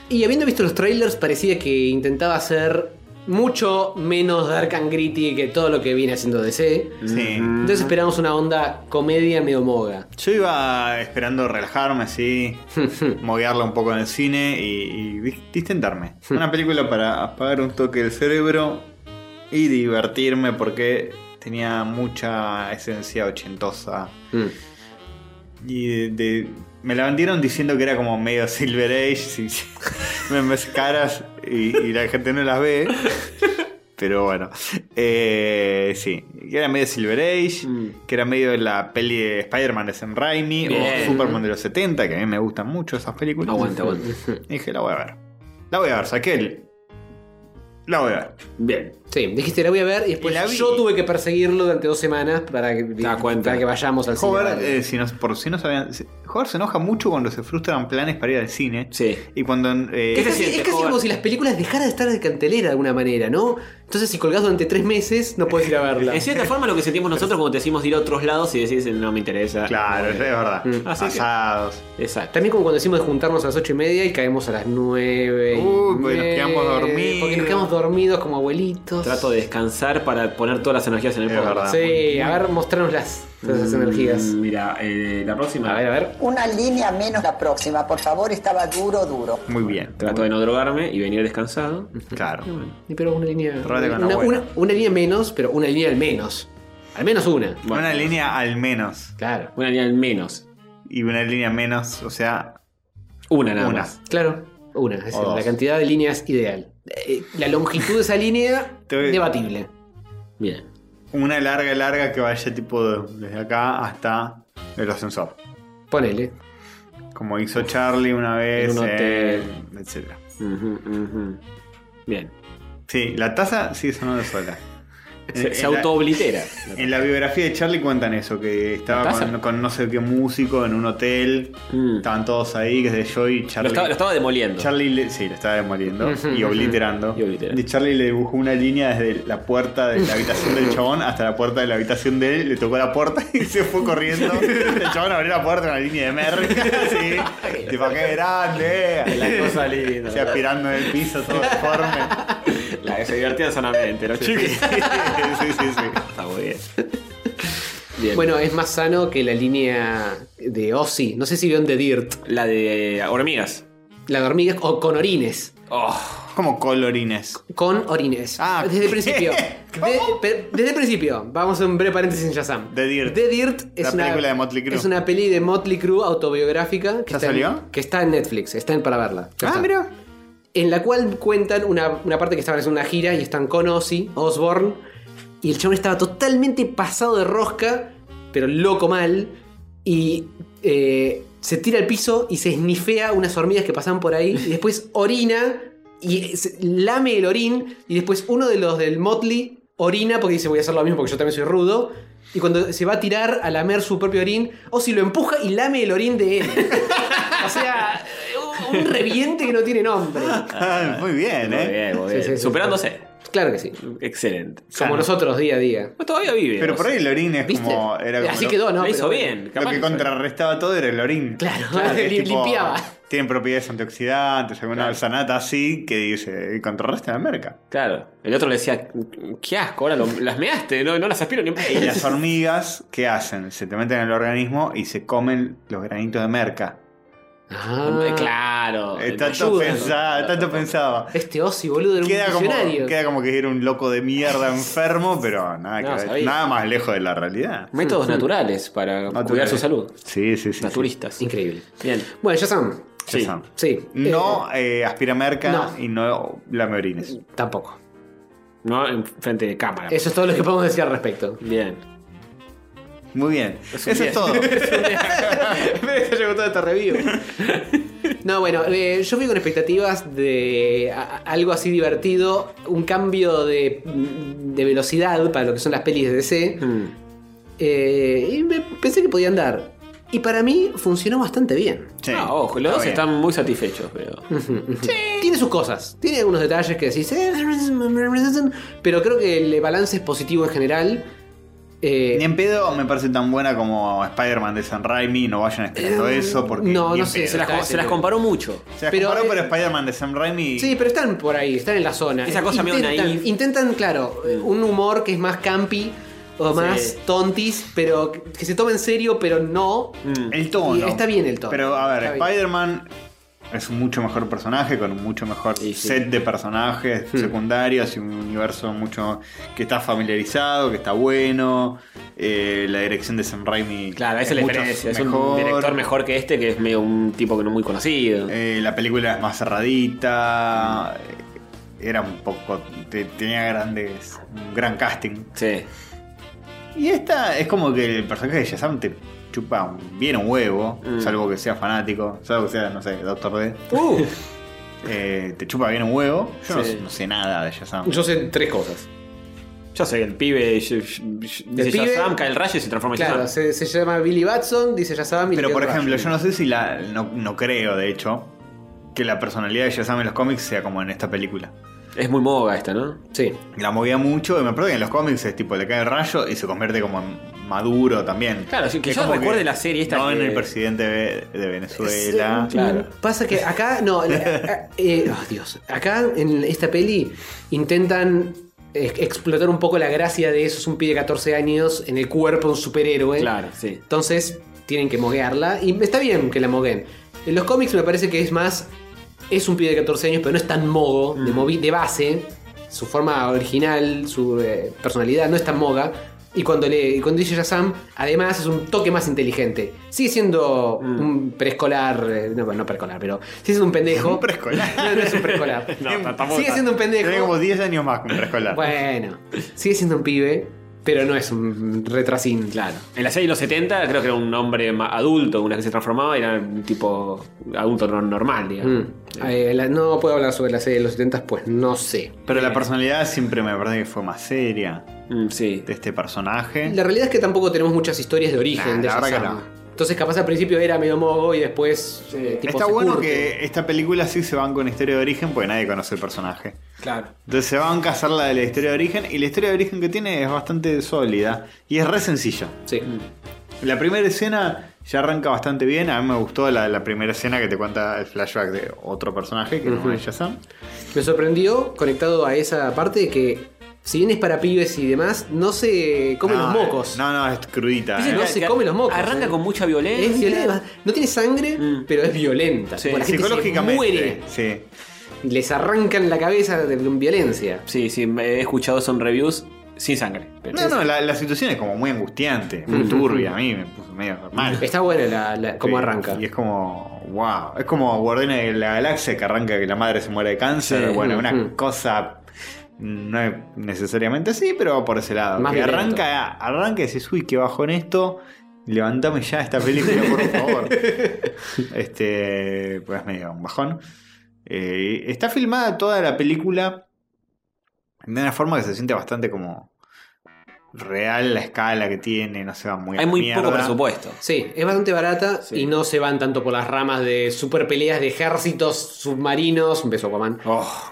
Y habiendo visto los trailers, parecía que intentaba hacer mucho menos dark and gritty que todo lo que viene haciendo DC. Sí. Entonces esperamos una onda comedia medio moga. Yo iba esperando relajarme así, moguearla un poco en el cine y, y dis- distentarme. Una película para apagar un toque del cerebro y divertirme porque tenía mucha esencia ochentosa. Y de- de- me la vendieron diciendo que era como medio Silver Age, y- me ves caras y, y la gente no las ve. Pero bueno, Eh, sí, que era medio Silver Age, que era medio la peli de Spider-Man de Sam Raimi Bien. o Superman de los 70, que a mí me gustan mucho esas películas. Aguanta, aguanta. Dije, la voy a ver. La voy a ver, saqué el. La voy a ver. Bien. Sí, dijiste, la voy a ver y después Y la vi. yo tuve que perseguirlo durante dos semanas para que, para que vayamos al Hover, cine. eh, si nos- por si no sabían, si- Hover se enoja mucho cuando se frustran planes para ir al cine. Sí. Este Y cuando. eh, Es casi, es casi como si las películas dejaran de estar de cantelera de alguna manera, ¿no? Entonces, si colgás durante tres meses, no puedes ir a verla. En cierta forma, lo que sentimos nosotros cuando te decimos de ir a otros lados y decís no me interesa. Claro, es verdad. Así que- Pasados. Exacto. También como cuando decimos de juntarnos a las ocho y media y caemos a las nueve. y Uy, porque nos media, quedamos dormidos. Porque nos quedamos dormidos como abuelitos. Trato de descansar para poner todas las energías en el podcast. Sí, a ver, mostrárnoslas, todas Mm. esas energías. Mira, eh, la próxima. A ver, a ver. Una línea menos la próxima, por favor, estaba duro, duro. Muy bien. Trato de no drogarme y venir descansado. Claro. Y Pero una línea. Rate con la una, buena. una- una línea menos, pero una línea al menos. Al menos una. Una línea al menos. Claro. Una línea al menos. Y una línea menos, o sea. Una nada Una. más. Claro, una. Es decir, dos. la cantidad de líneas ideal. Eh, La longitud de esa línea, debatible. Bien. Una larga, larga que vaya tipo de- desde acá hasta el ascensor. Ponele. Como hizo Charlie una vez. En un hotel. en- etcétera. Bien. Sí, la taza sigue sonando sola. Se- En- se en Eh, la- autooblitera. En la biografía de Charlie cuentan eso, que ¿La estaba taza? con, con no sé qué músico en un hotel, estaban todos ahí, que sé yo, y Charlie... Mm. Lo estaba- lo estaba demoliendo. Charlie, le- sí, lo estaba demoliendo Ujú, y ujú. obliterando. Y Charlie le dibujó una línea desde la puerta de la habitación del chabón hasta la puerta de la habitación de él, le tocó la puerta y se fue corriendo. El chabón abrió la puerta con la línea de merca, sí. Tipo, qué grande. La cosa linda. Se aspirando en el piso, todo deforme. La que se divertían sanamente, los chicos. sí, sí, sí. Está muy bien. Bien. Bueno, es más sano que la línea de Ozzy. No sé si vieron The Dirt. La de eh, hormigas. La de hormigas o con orines. Como colorines. Con orines. desde el ¿qué? principio. De- pe- desde el principio. Vamos a un breve paréntesis en Shazam. The Dirt. The Dirt es La una película de Motley Crue. Es una peli de Motley Crue autobiográfica. Que ¿Ya está en- salió? que está en Netflix. Está en- para verla. Ya Ah, está. mira. En la cual cuentan una, una parte que estaban haciendo una gira y están con Ozzy, Osbourne. Y el chabón estaba totalmente pasado de rosca, pero loco mal. Y eh, se tira al piso y se esnifea unas hormigas que pasan por ahí. Y después orina y se- lame el orín. Y después uno de los del Motley orina porque dice: Voy a hacer lo mismo porque yo también soy rudo. Y cuando se va a tirar a lamer su propio orín, Ozzy lo empuja y lame el orín de él. o sea, un reviente que no tiene nombre. Ah, muy bien, Muy ¿eh? bien, muy bien. Sí, sí, sí. Superándose. Claro que sí. Excelente. Como nosotros día a día. Pues todavía vive. Pero por ahí el orín es ¿Viste? como. Era como Así quedó, ¿no? Lo hizo Pero bueno. bien. Lo capaz que fue. contrarrestaba todo era el orín. Claro, li- limpiaba. Tienen propiedades antioxidantes, alguna alzanata así que dice, "Eh, contrarresta la merca. Claro. El otro le decía, qué asco, ahora lo- las measte, no, no las aspiro ni en pedo". Y las hormigas, ¿qué hacen? Se te meten en el organismo y se comen los granitos de merca. Ah, Claro. Eh, tanto ayuda. pensaba, tanto pensaba. Este Ozzy, boludo, era un Queda como, funcionario. queda como que era un loco de mierda enfermo, pero nada, que No, ver. sabía. nada más lejos de la realidad. Métodos naturales para cuidar Naturales. su salud. Sí, sí, sí. Naturistas. Increíble. Bien. Bueno, Shazam. sí. Ya saben. Sí. No eh, aspira merca no. y no lame orines. Eh, Tampoco. No en frente de cámara. Eso es todo lo que podemos decir al respecto. Bien. Muy bien. un Eso bien. es todo. Espero que haya gustado esta review. No, bueno, eh, yo fui con expectativas de a- a- algo así divertido, un cambio de, de velocidad para lo que son las pelis de DC. Mm. Eh, y me- pensé que podía andar. Y para mí funcionó bastante bien. Sí. Ah, ojo, Está los dos bien. Mm. están muy satisfechos, pero. Tiene sus cosas, tiene algunos detalles que decís, "Eh, pero creo que el balance es positivo en general. Eh, Ni en pedo me parece tan buena como Spider-Man de San Raimi. No vayan esperando Eh, eso porque. em, no, ni no en sé, pedo. se Se las, co- se eh, las comparó mucho. Se las pero- comparó, pero Spider-Man de Sam Raimi. Sí, pero están por ahí, están en la zona. Esa cosa medio intentan, naif. intentan, claro, un humor que es más campi o más Sí. tontis, pero que- que se toma en serio, pero no. El tono. Y está bien el tono. Pero a ver, Está bien. Spider-Man es un mucho mejor personaje, con un mucho mejor sí. Hmm. set de personajes secundarios y un universo mucho que está familiarizado, que está bueno. Eh, la dirección de Sam Raimi. Claro, esa es la mucho diferencia. Es un mejor. director mejor que este, que es medio un tipo que no es muy conocido. Eh, la película es más cerradita. eh, Era un poco. te- tenía grandes. Un gran casting. Sí. Y esta es como que el personaje de Shazam te chupa Mm. un- bien un huevo. Salvo que sea fanático. Salvo que sea, no sé, Doctor D. Uh, eh, te chupa bien un huevo. Yo no- Sí. no, sé nada de Shazam. Yo sé tres cosas. Yo sé, el pibe sh- sh- sh- dice pibe- Shazam, cae el rayo y se transforma en Claro, Shazam. se, se llama Billy Batson, dice Shazam. y le Pero queda por un ejemplo, rayo. yo no sé si la. No, no creo, de hecho, que la personalidad de Shazam en los cómics sea como en esta película. Es muy moga esta, ¿no? Sí. La movía mucho, y me acuerdo que en los cómics es tipo, le cae el rayo y se convierte como en maduro también. Claro, sí, que Es yo como recuerde que la serie esta No que- eh, en el presidente de, de Venezuela. Sí, eh, Pasa que acá, no, la- a- eh, oh, Dios, acá en esta peli intentan eh, explotar un poco la gracia de eso, es un pibe de 14 años en el cuerpo de un superhéroe. Claro, sí. Entonces tienen que moguearla y está bien que la moguen. En los cómics me parece que es más, es un pibe de 14 años, pero no es tan mogo, de, movi- de base, su forma original, su eh, personalidad no es tan moga. Y cuando, le, y cuando dice Shazam, además es un toque más inteligente. Sigue siendo Mm. un preescolar, eh, no, bueno, no preescolar, pero sigue siendo un pendejo. Un preescolar. No, no es un preescolar. sigue siendo un pendejo. Tiene como 10 años más que un preescolar. Bueno, sigue siendo un pibe, pero no es un retrasín. Claro. En la serie de los 70 creo que era un hombre ma- adulto, una que se transformaba era un tipo adulto no- normal, digamos. Mm. no puedo hablar sobre Eh, la serie de los 70, pues no sé. Pero eh. la personalidad siempre me parece que fue más seria Mm, sí. de este personaje. La realidad es que tampoco tenemos muchas historias de origen Nah, de la verdad que Shazam. no. Entonces capaz al principio era medio mogo y después eh, tipo, Está se bueno curte. que esta película sí se banca una historia de origen porque nadie conoce el personaje. Claro. Entonces se banca hacer la de la historia de origen y la historia de origen que tiene es bastante sólida y es re sencilla. Sí. La primera escena ya arranca bastante bien. A mí me gustó la, la primera escena que te cuenta el flashback de otro personaje que Ujú. no es Shazam. Me sorprendió, conectado a esa parte, que si bien es para pibes y demás, no se come No, los mocos. Ah, No, no, es crudita. Dice, eh. no se come los mocos. Arranca eh. con mucha violencia. Es violenta. No tiene sangre, Mm. pero es violenta. Sí. Tipo, la gente se Psicológicamente, muere. Sí. Les arrancan la cabeza de violencia. Sí, sí, me he escuchado son reviews sin sangre. pero- No, no, la, la situación es como muy angustiante, muy Ujú. turbia. A mí me puso medio mal. Está buena la, la- cómo Sí, arranca. Y es como, wow. Es como Guardianes de la Galaxia que arranca que la madre se muere de cáncer. Sí. Bueno, una Ujú. cosa no es necesariamente así, pero por ese lado. Más que violento. arranca, arranca y dices, uy, qué bajo en esto. Levantame ya esta película, por favor. este, pues medio un bajón. Eh, está filmada toda la película de una forma que se siente bastante como real la escala que tiene, no se va muy a Hay la muy poco mierda. presupuesto. Sí, es bastante barata y no se van tanto por las ramas de super peleas de ejércitos submarinos, un beso Aquaman,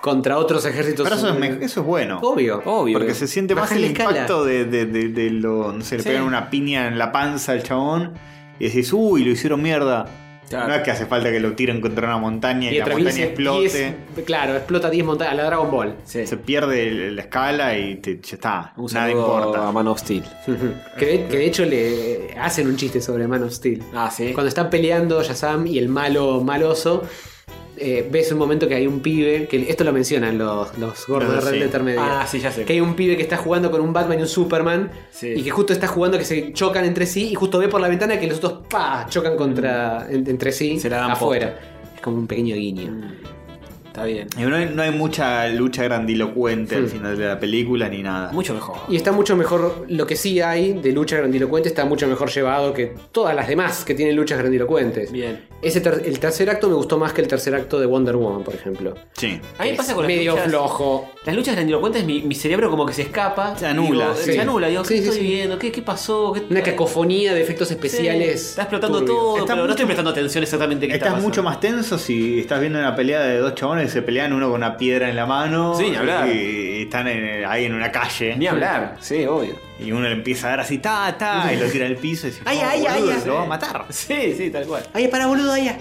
contra otros ejércitos Oh. Pero eso es, submarinos. me- eso es bueno. Obvio. Obvio. Porque se siente más Baja el la escala. impacto de, de- de- de lo. No sé, le Sí. pegan una piña en la panza al chabón y decís, uy, lo hicieron mierda. Claro. No es que hace falta que lo tiren contra una montaña y, la atraviesa montaña explote. 10 claro, explota 10 montañas, a la Dragon Ball. Se pierde el- la escala y te- ya está. Un nada saludo importa. A Man of Steel. Que de, que de hecho le hacen un chiste sobre Man of Steel. Ah, sí. Cuando están peleando Shazam y el malo maloso, eh, ves un momento que hay un pibe, que esto lo mencionan los, los gordos Ah, de Red sí. Letter Media. Ah, sí, ya sé. Que hay un pibe que está jugando con un Batman y un Superman y que justo está jugando que se chocan entre sí y justo ve por la ventana que los otros pa chocan contra en- entre sí Mm. dan afuera. Es como un pequeño guiño. Está bien. Y No hay, no hay mucha lucha grandilocuente al final de la película ni nada. Mucho mejor. Y está mucho mejor, lo que sí hay de lucha grandilocuente está mucho mejor llevado que todas las demás que tienen luchas grandilocuentes. Bien. Ese ter- el tercer acto me gustó más que el tercer acto de Wonder Woman, por ejemplo. Sí. A mí me pasa Es con las medio luchas- flojo. Las luchas grandilocuentes, mi, mi cerebro como que se escapa. Se anula, Digo, sí. Se anula, digo, Sí, ¿qué sí, estoy sí. viendo? ¿Qué, qué pasó? ¿Qué- eh, Una cacofonía de efectos Sí, especiales. está explotando turbios. todo, Está pero no mucho- estoy prestando atención exactamente qué Estás está mucho pasando. más tenso si estás viendo una pelea de dos chabones que se pelean uno con una piedra en la mano. Sí, ni hablar. Y están en- ahí en una calle. Ni hablar, sí, obvio. Y uno le empieza a dar así, ta, ta, y lo tira al piso y dice, Ay, "No, ay, ay, boludo, ay". lo va a matar. Sí, sí, tal cual. Ay, para boludo, ay. ay.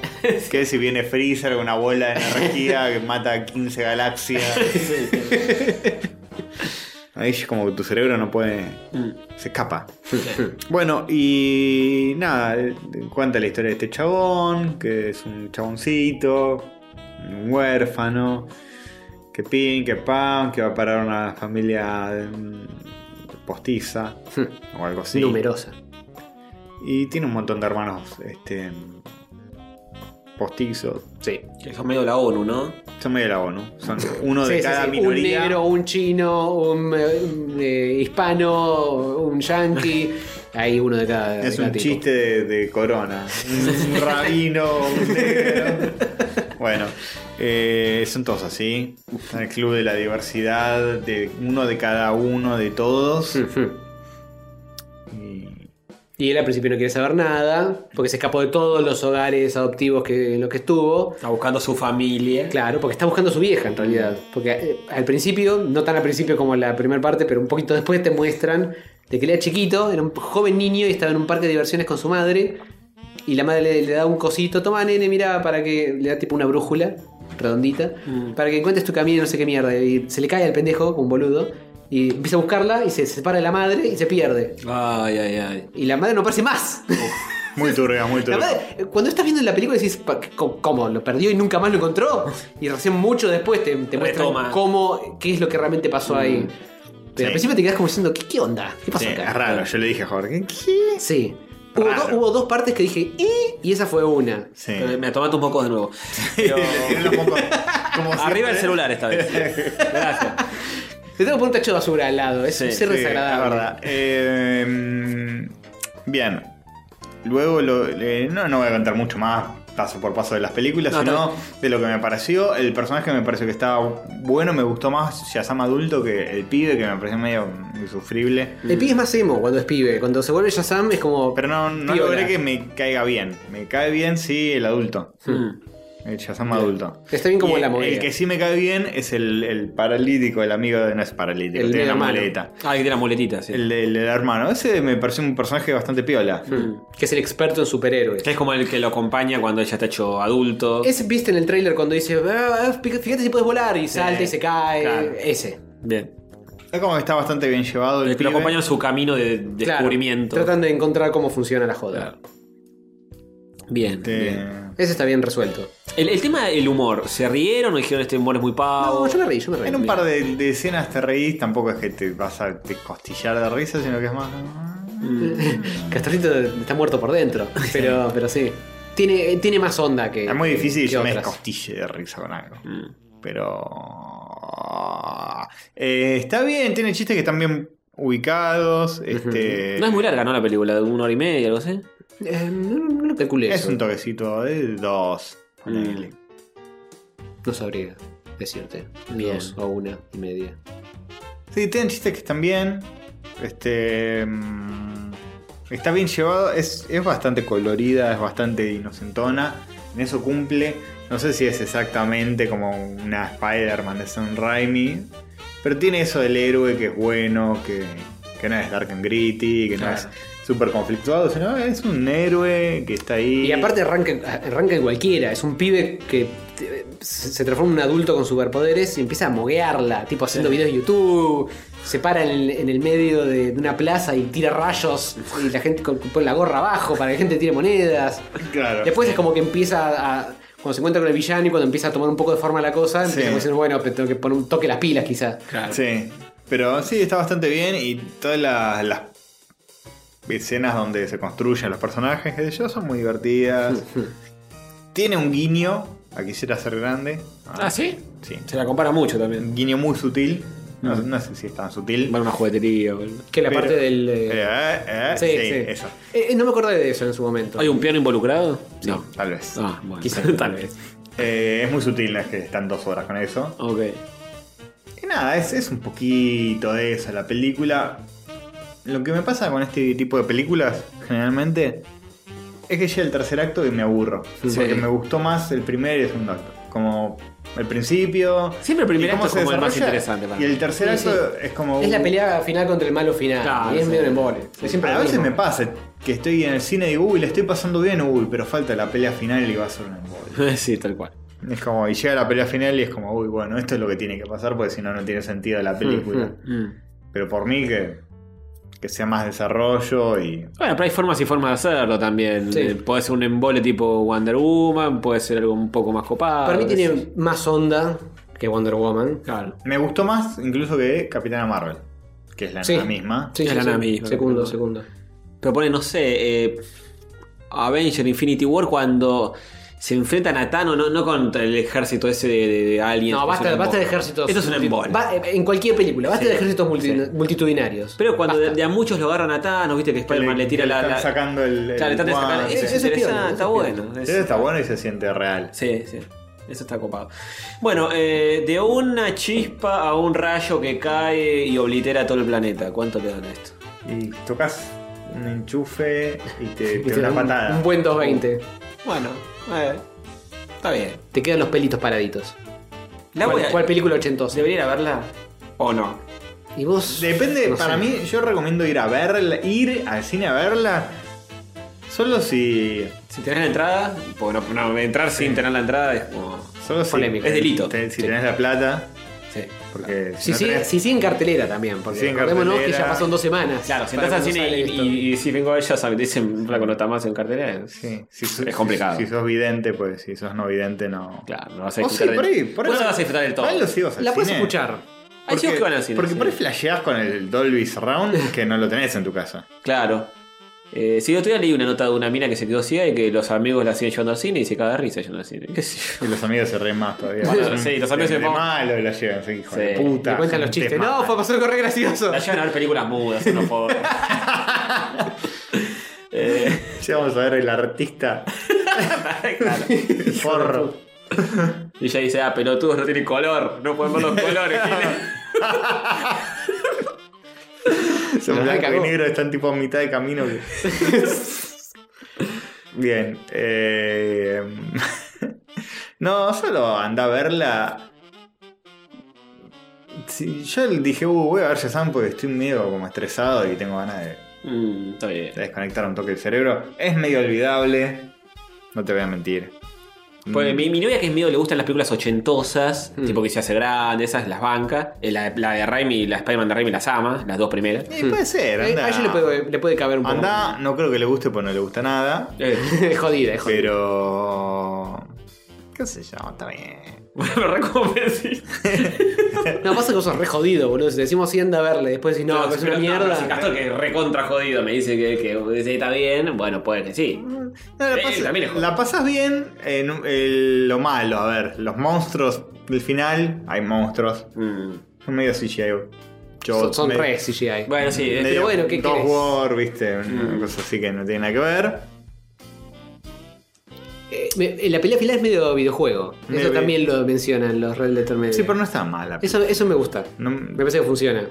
Que si viene Freezer con una bola de energía que mata a 15 galaxias. Ahí es como que tu cerebro no puede. Mm. Se escapa. Bueno, y nada, eh, cuenta la historia de este chabón, que es un chaboncito, un huérfano, que pin, que pam, que va a parar a una familia mm, postiza Hmm. o algo así. Numerosa. Y tiene un montón de hermanos este, postizos. Sí. Que son medio la ONU, ¿no? Son medio la ONU. Son uno de Sí, sí, cada sí. minoría. Un negro, un chino, un, eh, un, eh, hispano, un yankee. Hay uno de cada. de es cada un tipo. chiste de, de corona. Un rabino, un negro. Bueno, eh, son todos así. Están el club de la diversidad, de uno de cada uno, de todos. Y él al principio no quiere saber nada, porque se escapó de todos los hogares adoptivos que, en los que estuvo. Está buscando su familia. Claro, porque está buscando su vieja en realidad. Porque eh, al principio, no tan al principio como la primera parte, pero un poquito después te muestran de que él era chiquito, era un joven niño y estaba en un parque de diversiones con su madre. Y la madre le, le da un cosito, toma nene, mira, para que le da tipo una brújula redondita, para que encuentres tu camino y no sé qué mierda. Y se le cae al pendejo, un boludo. Y empieza a buscarla y se separa de la madre y se pierde. Ay, ay, ay. Y la madre no aparece más. Muy turbia, muy La turbia. madre, eh, cuando estás viendo la película decís, "Pa- ¿cómo? cómo? ¿Lo perdió y nunca más lo encontró? Y recién mucho después te, te muestran Retoma. cómo, qué es lo que realmente pasó ahí. Pero Mm. Sí. al principio te quedas como diciendo, ¿qué, qué onda? ¿Qué pasó Sí, acá? es raro, yo le dije a Jorge. Sí. Hubo, Raro. dos- hubo dos partes que dije, ¿y? Y esa fue una. Eh, Me tomaste un poco de nuevo. Arriba el celular esta vez. Gracias. Te tengo que poner un tacho de basura al lado, es Sí, un ser sí, desagradable. es verdad. Eh, bien. Luego, lo- eh, no, no voy a contar mucho más paso por paso de las películas, No, sino de lo que me pareció. El personaje me pareció que estaba bueno, me gustó más Shazam adulto que el pibe, que me pareció medio insufrible. El pibe es más emo cuando es pibe. Cuando se vuelve Shazam es como. Mm. Pero no, no piola. logré que me caiga bien. Me cae bien, sí, el adulto. El Shazam adulto. Está bien como Y la el, movida. el que sí me cae bien es el, el paralítico, el amigo de no es paralítico, El tiene medio una hermano. maleta. Ah, y de la muletita, sí. El, del hermano. Ese me pareció un personaje bastante piola. Mm. Que es el experto en superhéroes. Que es como el que lo acompaña cuando ella está hecho adulto. Ese viste en el trailer cuando dice, "Ah, fíjate si puedes volar y salta y se cae. claro. Ese. Bien. Es como que está bastante bien llevado el, El que Eh, lo pibe. acompaña en su camino de Claro, descubrimiento. tratan de encontrar cómo funciona la joda. Bien. Este, Ese está bien resuelto. El, el tema del humor. ¿Se rieron o dijeron este humor es muy pavo? No, yo me reí, yo me reí. Ah, En un par de, de escenas te reís, tampoco es que te vas a te costillar de risa, sino que es más. Eh, Mm. Castorcito está muerto por dentro. Pero, pero sí. Tiene, tiene más onda que. Es muy difícil que que yo me otras. descostille de risa con algo. Pero. eh, está bien, tiene chistes que están bien ubicados. Este. No es muy larga, ¿no? La película, de una hora y media, algo así. Eh, no, no lo calculé. Es eso. un toquecito de dos. ponele. No sabría decirte. Dos o una y media. Sí, tienen chistes que están bien. Este. mm, Está bien llevado. Es, es bastante colorida, es bastante inocentona. En eso cumple. No sé si es exactamente como una Spider-Man de Sam Raimi. Pero tiene eso del héroe que es bueno, que, que no es dark and gritty, que no Claro. es súper conflictuado, sino es un héroe que está ahí. Y aparte arranca, arranca en cualquiera. Es un pibe que te- se se transforma en un adulto con superpoderes y empieza a moguearla, tipo haciendo videos de YouTube. Se para en el, en el medio de, de una plaza y tira rayos y la gente con- pone la gorra abajo para que la gente tire monedas. Claro. Después es como que empieza a. Cuando se encuentra con el villano y cuando empieza a tomar un poco de forma la cosa, Sí. empieza a decir, bueno, pero tengo que poner un toque las pilas quizás. Sí, pero sí, está bastante bien y todas las, las escenas donde se construyen los personajes que yo son muy divertidas. Tiene un guiño a quisiera ser grande. Ah, ¿sí? Sí. Se la compara mucho también. Un guiño muy sutil. No, no sé si es tan sutil. Para una juguetería. boludo. Que la Pero- parte del. eh, Eh, eh, sí, sí, sí. eso. eh, eh, no me acordé de eso en su momento. ¿Hay un piano involucrado? No. Tal vez. Ah, bueno. Quizás. Tal vez. Eh, es muy sutil, no es que están dos horas con eso. Ok. Y nada, es, es un poquito de eso la película. Lo que me pasa con este tipo de películas, generalmente, es que llega el tercer acto y me aburro. Sí. Porque me gustó más el primer y el segundo acto. Como el principio. Siempre el primer y cómo acto se es como el más desarrolla, interesante para Y mí. el tercer Sí, acto es como. Es la un- pelea final contra el malo final. Claro, y es sí. medio un embole. Es siempre A lo veces mismo. me pasa que estoy en el cine y digo, uy, la estoy pasando bien, uy, pero falta la pelea final y va a ser un embole. sí, tal cual. Es como, y llega la pelea final y es como, uy, bueno, esto es lo que tiene que pasar porque si no, no tiene sentido la película. Mm. Pero por mí que, que sea más desarrollo y. Bueno, pero hay formas y formas de hacerlo también. Sí. Eh, Puede ser un embole tipo Wonder Woman, puede ser algo un poco más copado. Para mí qué sé tiene más onda que Wonder Woman. yo. Claro. Me gustó más incluso que Capitana Marvel, que es la Sí. nada misma. Sí, Es sí, la sí. nada misma. Segundo, segundo. Pero pone, no sé, eh, Avenger Infinity War cuando se enfrentan a Thanos, no, no contra el ejército ese de, de- de aliens. No, que es basta, un basta de embole. ejércitos. Esto es un multi- embole. va- eh, en cualquier película, basta Sí, de ejércitos multi- sí. multitudinarios. Pero cuando de, de a muchos lo agarran a Thanos, viste que Spider-Man le, tira la. están la- sacando el. Claro, le el tratan de sacar- guante. Eso es Eso es interesante, piola, eso está es bueno. Eso está bueno y se siente real. Sí, sí. Eso está copado. Bueno, eh, de una chispa a un rayo que cae y oblitera todo el planeta. ¿Cuánto te dan esto? Y tocas un enchufe y te, te da una un, patada. un buen 220. Bueno, eh, está bien. Te quedan los pelitos paraditos. La ¿Cuál, voy a- cuál película ochentosa? ¿Debería ir a verla? ¿O no? Y vos. Depende, no para sé. mí, yo recomiendo ir a verla, ir al cine a verla. Solo si. Si tenés la entrada, porque no, no, entrar sin tener la entrada es como. Solo si- Polémico. Es delito. te- si Sí. tenés la plata. Sí. Porque si Si, no sigue, tenés- si sigue en cartelera también, porque sigue en recordémonos que cartelera. ya pasaron dos semanas. Claro, si para entras al cuando cine sale y, esto. y- y si vengo a ella, sabe, dicen la conota más en cartelera. Sí, si sos- es complicado. Si, sos vidente, pues si sos no vidente, no. Claro, no vas a O sí, disfrutar. del- por ahí, por no ahí- la vas a disfrutar del todo. por ahí los ibas al La puedes cine. escuchar. Hay chicos que van al cine, Porque sí. por ahí flasheás con el Dolby Surround que no lo tenés en tu casa. Claro. Eh, si yo todavía leí una nota de una mina que se quedó ciega y que los amigos la siguen llevando al cine y se caga de risa yendo al cine. ¿Qué sé yo? Y los amigos se reen más todavía. Bueno, sí, los amigos se de, de pon- malo la llevan, sí, hijo Sí. de puta. Le cuentan los gente chistes. mala. No, fue a pasar algo re gracioso. La llevan a ver películas mudas, no puedo. eh, Ya vamos a ver el artista. claro. Porro. Y ella dice, ah, pelotudos no tienen color, no pueden ver los colores. Son La blanco y cagó. negro, están tipo a mitad de camino. que- Bien. eh, no, solo anda a verla. Sí, yo dije, uh, voy a ver Shazam porque estoy medio como estresado y tengo ganas de Mm, está bien. de desconectar un toque el cerebro. Es medio olvidable. No te voy a mentir. Pues Mm. mi, mi novia que es miedo le gustan las películas ochentosas, tipo que se hace grande, esas las banca. Eh, La, la de Raimi, la Spider-Man de Raimi las ama, las dos primeras. Y puede ser, Eh, anda. A ella le puede, le puede caber un poco. Anda, no creo que le guste porque no le gusta nada. Eh, Es jodida, es jodida. Pero. ¿Qué sé yo? Está bien. bueno, me reconvencí. No, pasa que vos sos re jodido, boludo. Si te decimos sí, anda a verle. Después decís, no, que es una pero pero si mierda. Castor que es recontra jodido me dice que, que dice, está bien, bueno, puede que sí. No, la, Eh, pasas, también es joder. la pasas bien en un- el- lo malo. A ver, los monstruos del final. Hay monstruos. Mm. Son medio CGI. Yo- Son, son me- re CGI. Bueno, sí, es- medio eh, pero bueno, ¿qué Dog querés? Mm. War, viste. Una cosa así que no tiene nada que ver. Eh, me- la pelea final es medio videojuego. Medio eso vi- también lo mencionan los Red Letter Media. Sí, pero no está mala. eso, eso me gusta. No- Me parece que funciona.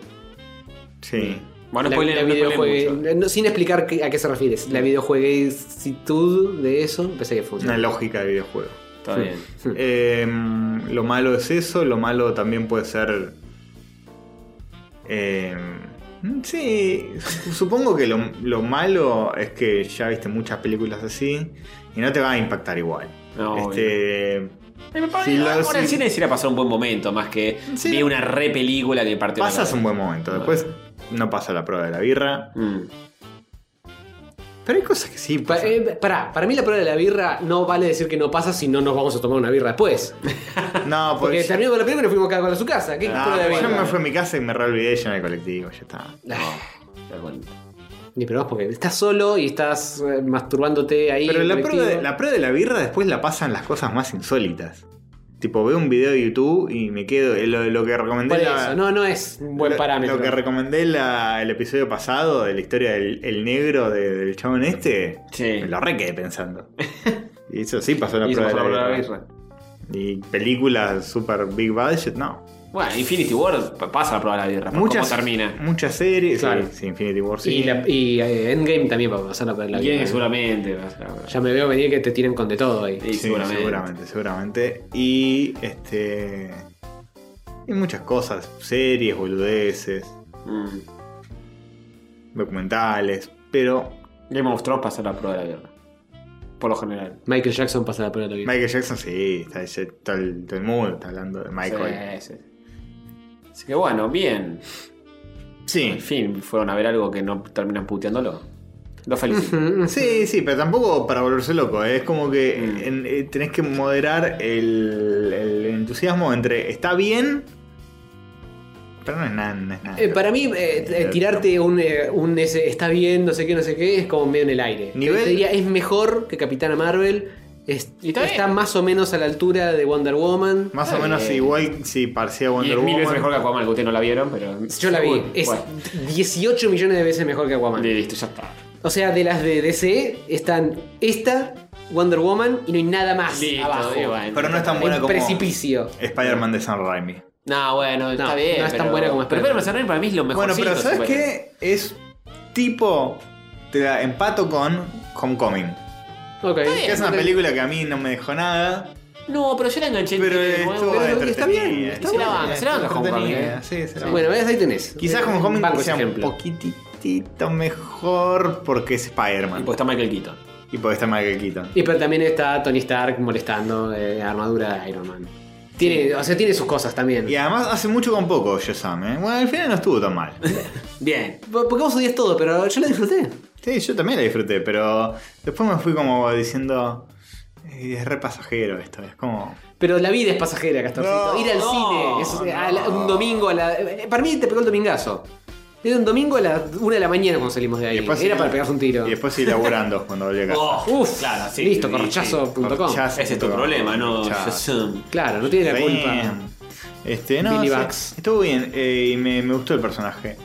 sí. Bueno, La- spoiler, la no spoiler videojuegue- mucho. no, sin explicar qué- a qué se refiere. La videojueguesitud de eso, me parece que Una funciona. lógica de videojuego. Está bien. Eh, lo malo es eso, lo malo también puede ser. eh, sí, su- supongo que lo, lo malo es que ya viste muchas películas así y no te va a impactar igual. No, este, Si si lo- ahora el si- cine decir a pasar un buen momento, más que Sí. vi una re película que partió. pasas un buen momento, después no pasa la prueba de la birra. Mm. Pero hay cosas que sí. Pa- pasan. eh, pará, para mí la prueba de la birra no vale decir que no pasa si no nos vamos a tomar una birra después. No, Porque pues. terminó con la película y nos fuimos cada cual a su casa. ¿Qué Ah, prueba de la yo birra? me fui a mi casa y me re olvidé ya en el colectivo, ya está. Ah, Está bueno. Ni pero vos porque estás solo y estás eh, masturbándote ahí. Pero en la el prueba, de, colectivo. la prueba de la birra después la pasan las cosas más insólitas. Tipo, veo un video de YouTube y me quedo. eh, Lo, lo que recomendé. Por la- eso, no, no es un buen lo- parámetro. Lo que recomendé la- el episodio pasado de la historia del el negro de- del chabón este. Sí. Me lo re quedé pensando. y eso sí pasó la Y prueba pasó de la, la prueba de la birra. Y películas super big budget, no. Bueno, Infinity War pa- pasa la prueba de la birra. por ¿Cómo termina? Muchas series. Claro. Sí, sí, Infinity War sí. Y, la- y, eh, Endgame también para pasar a la Y birra. es seguramente. va a ser la prueba. Ya me veo venir que te tiren con de todo ahí. Sí, Sí, seguramente. seguramente, seguramente. Y este. Y muchas cosas, series, boludeces, Mm. documentales, pero Game of Thrones pasa la prueba de la birra. Por lo general. Michael Jackson pasa la prueba de la birra. Michael Jackson sí, está, ya todo, el, todo el mundo está hablando de Michael. Sí, sí. Así que bueno, bien. Sí, En fin, fueron a ver algo que no terminan puteándolo. Los felicito. Mm, sí, sí, pero tampoco para volverse loco, ¿eh? es como que Mm. en- eh, tenés que moderar el, el entusiasmo entre está bien, pero no es nada. no es nada. Eh, para mí, eh, eh, tirarte un, eh, un ese está bien, no sé qué, no sé qué, es como medio en el aire. Nivel- Te diría, es mejor que Capitana Marvel. es- Y está está bien. más o menos a la altura de Wonder Woman. Más Está o menos bien. igual si parecía Y Wonder es mil Woman. veces mejor que Aquaman, que ustedes no la vieron, pero. Yo la vi. Bueno, Es bueno. 18 millones de veces mejor que Aquaman. Listo, ya está. O sea, de las de DC están esta Wonder Woman y no hay nada más Listo, abajo. y bueno. Pero no es tan buena Un como precipicio. Spider-Man de Sam Raimi. No, bueno, está bien. no es tan buena como Pero Spider-Man. Spider-Man Sam Raimi para mí es lo mejor. Bueno, pero ¿sabes qué? Es tipo. Te la empato con Homecoming. Ok. Que es una película que a mí no me dejó nada. No, pero yo la enganché. Pero de nuevo. estuvo pero está bien, entretenida, está estuvo bien, bien, se la banca estuvo Homecoming, entretenida, eh. sí, se la Bueno, banca. ves, ahí tenés. Quizás Eh, Homecoming banco ese sea un ejemplo. poquitito mejor porque es Spider-Man. Y porque está Michael Keaton. Y porque está Michael Keaton. Y pero también está Tony Stark molestando eh, armadura de Iron Man. Tiene, O sea, tiene sus cosas también. Y además hace mucho con poco Shazam, ¿eh? Bueno, al final no estuvo tan mal. Bien. Porque vos odias todo, pero yo la disfruté. Sí, yo también la disfruté, pero después me fui como diciendo. "Eh, Es re pasajero esto, es como. Pero la vida es pasajera, Castorcito. No, Ir al no, cine, es- eh, a la- un domingo a la. eh, Para mí te pegó el domingazo. Era un domingo a las 1 de la mañana cuando salimos de ahí. después Era sí- para pegarse un tiro. Y después seguí laburando cuando volví a casa. Oh, Uf, claro, sí. listo, sí, corchazo.com. Corchazo. Ese es tu problema, no. Corchazo. Shazam. Claro, no tiene la Bien. culpa. Este, no, Billy sí, Bugs. estuvo bien eh, y me, me gustó el personaje.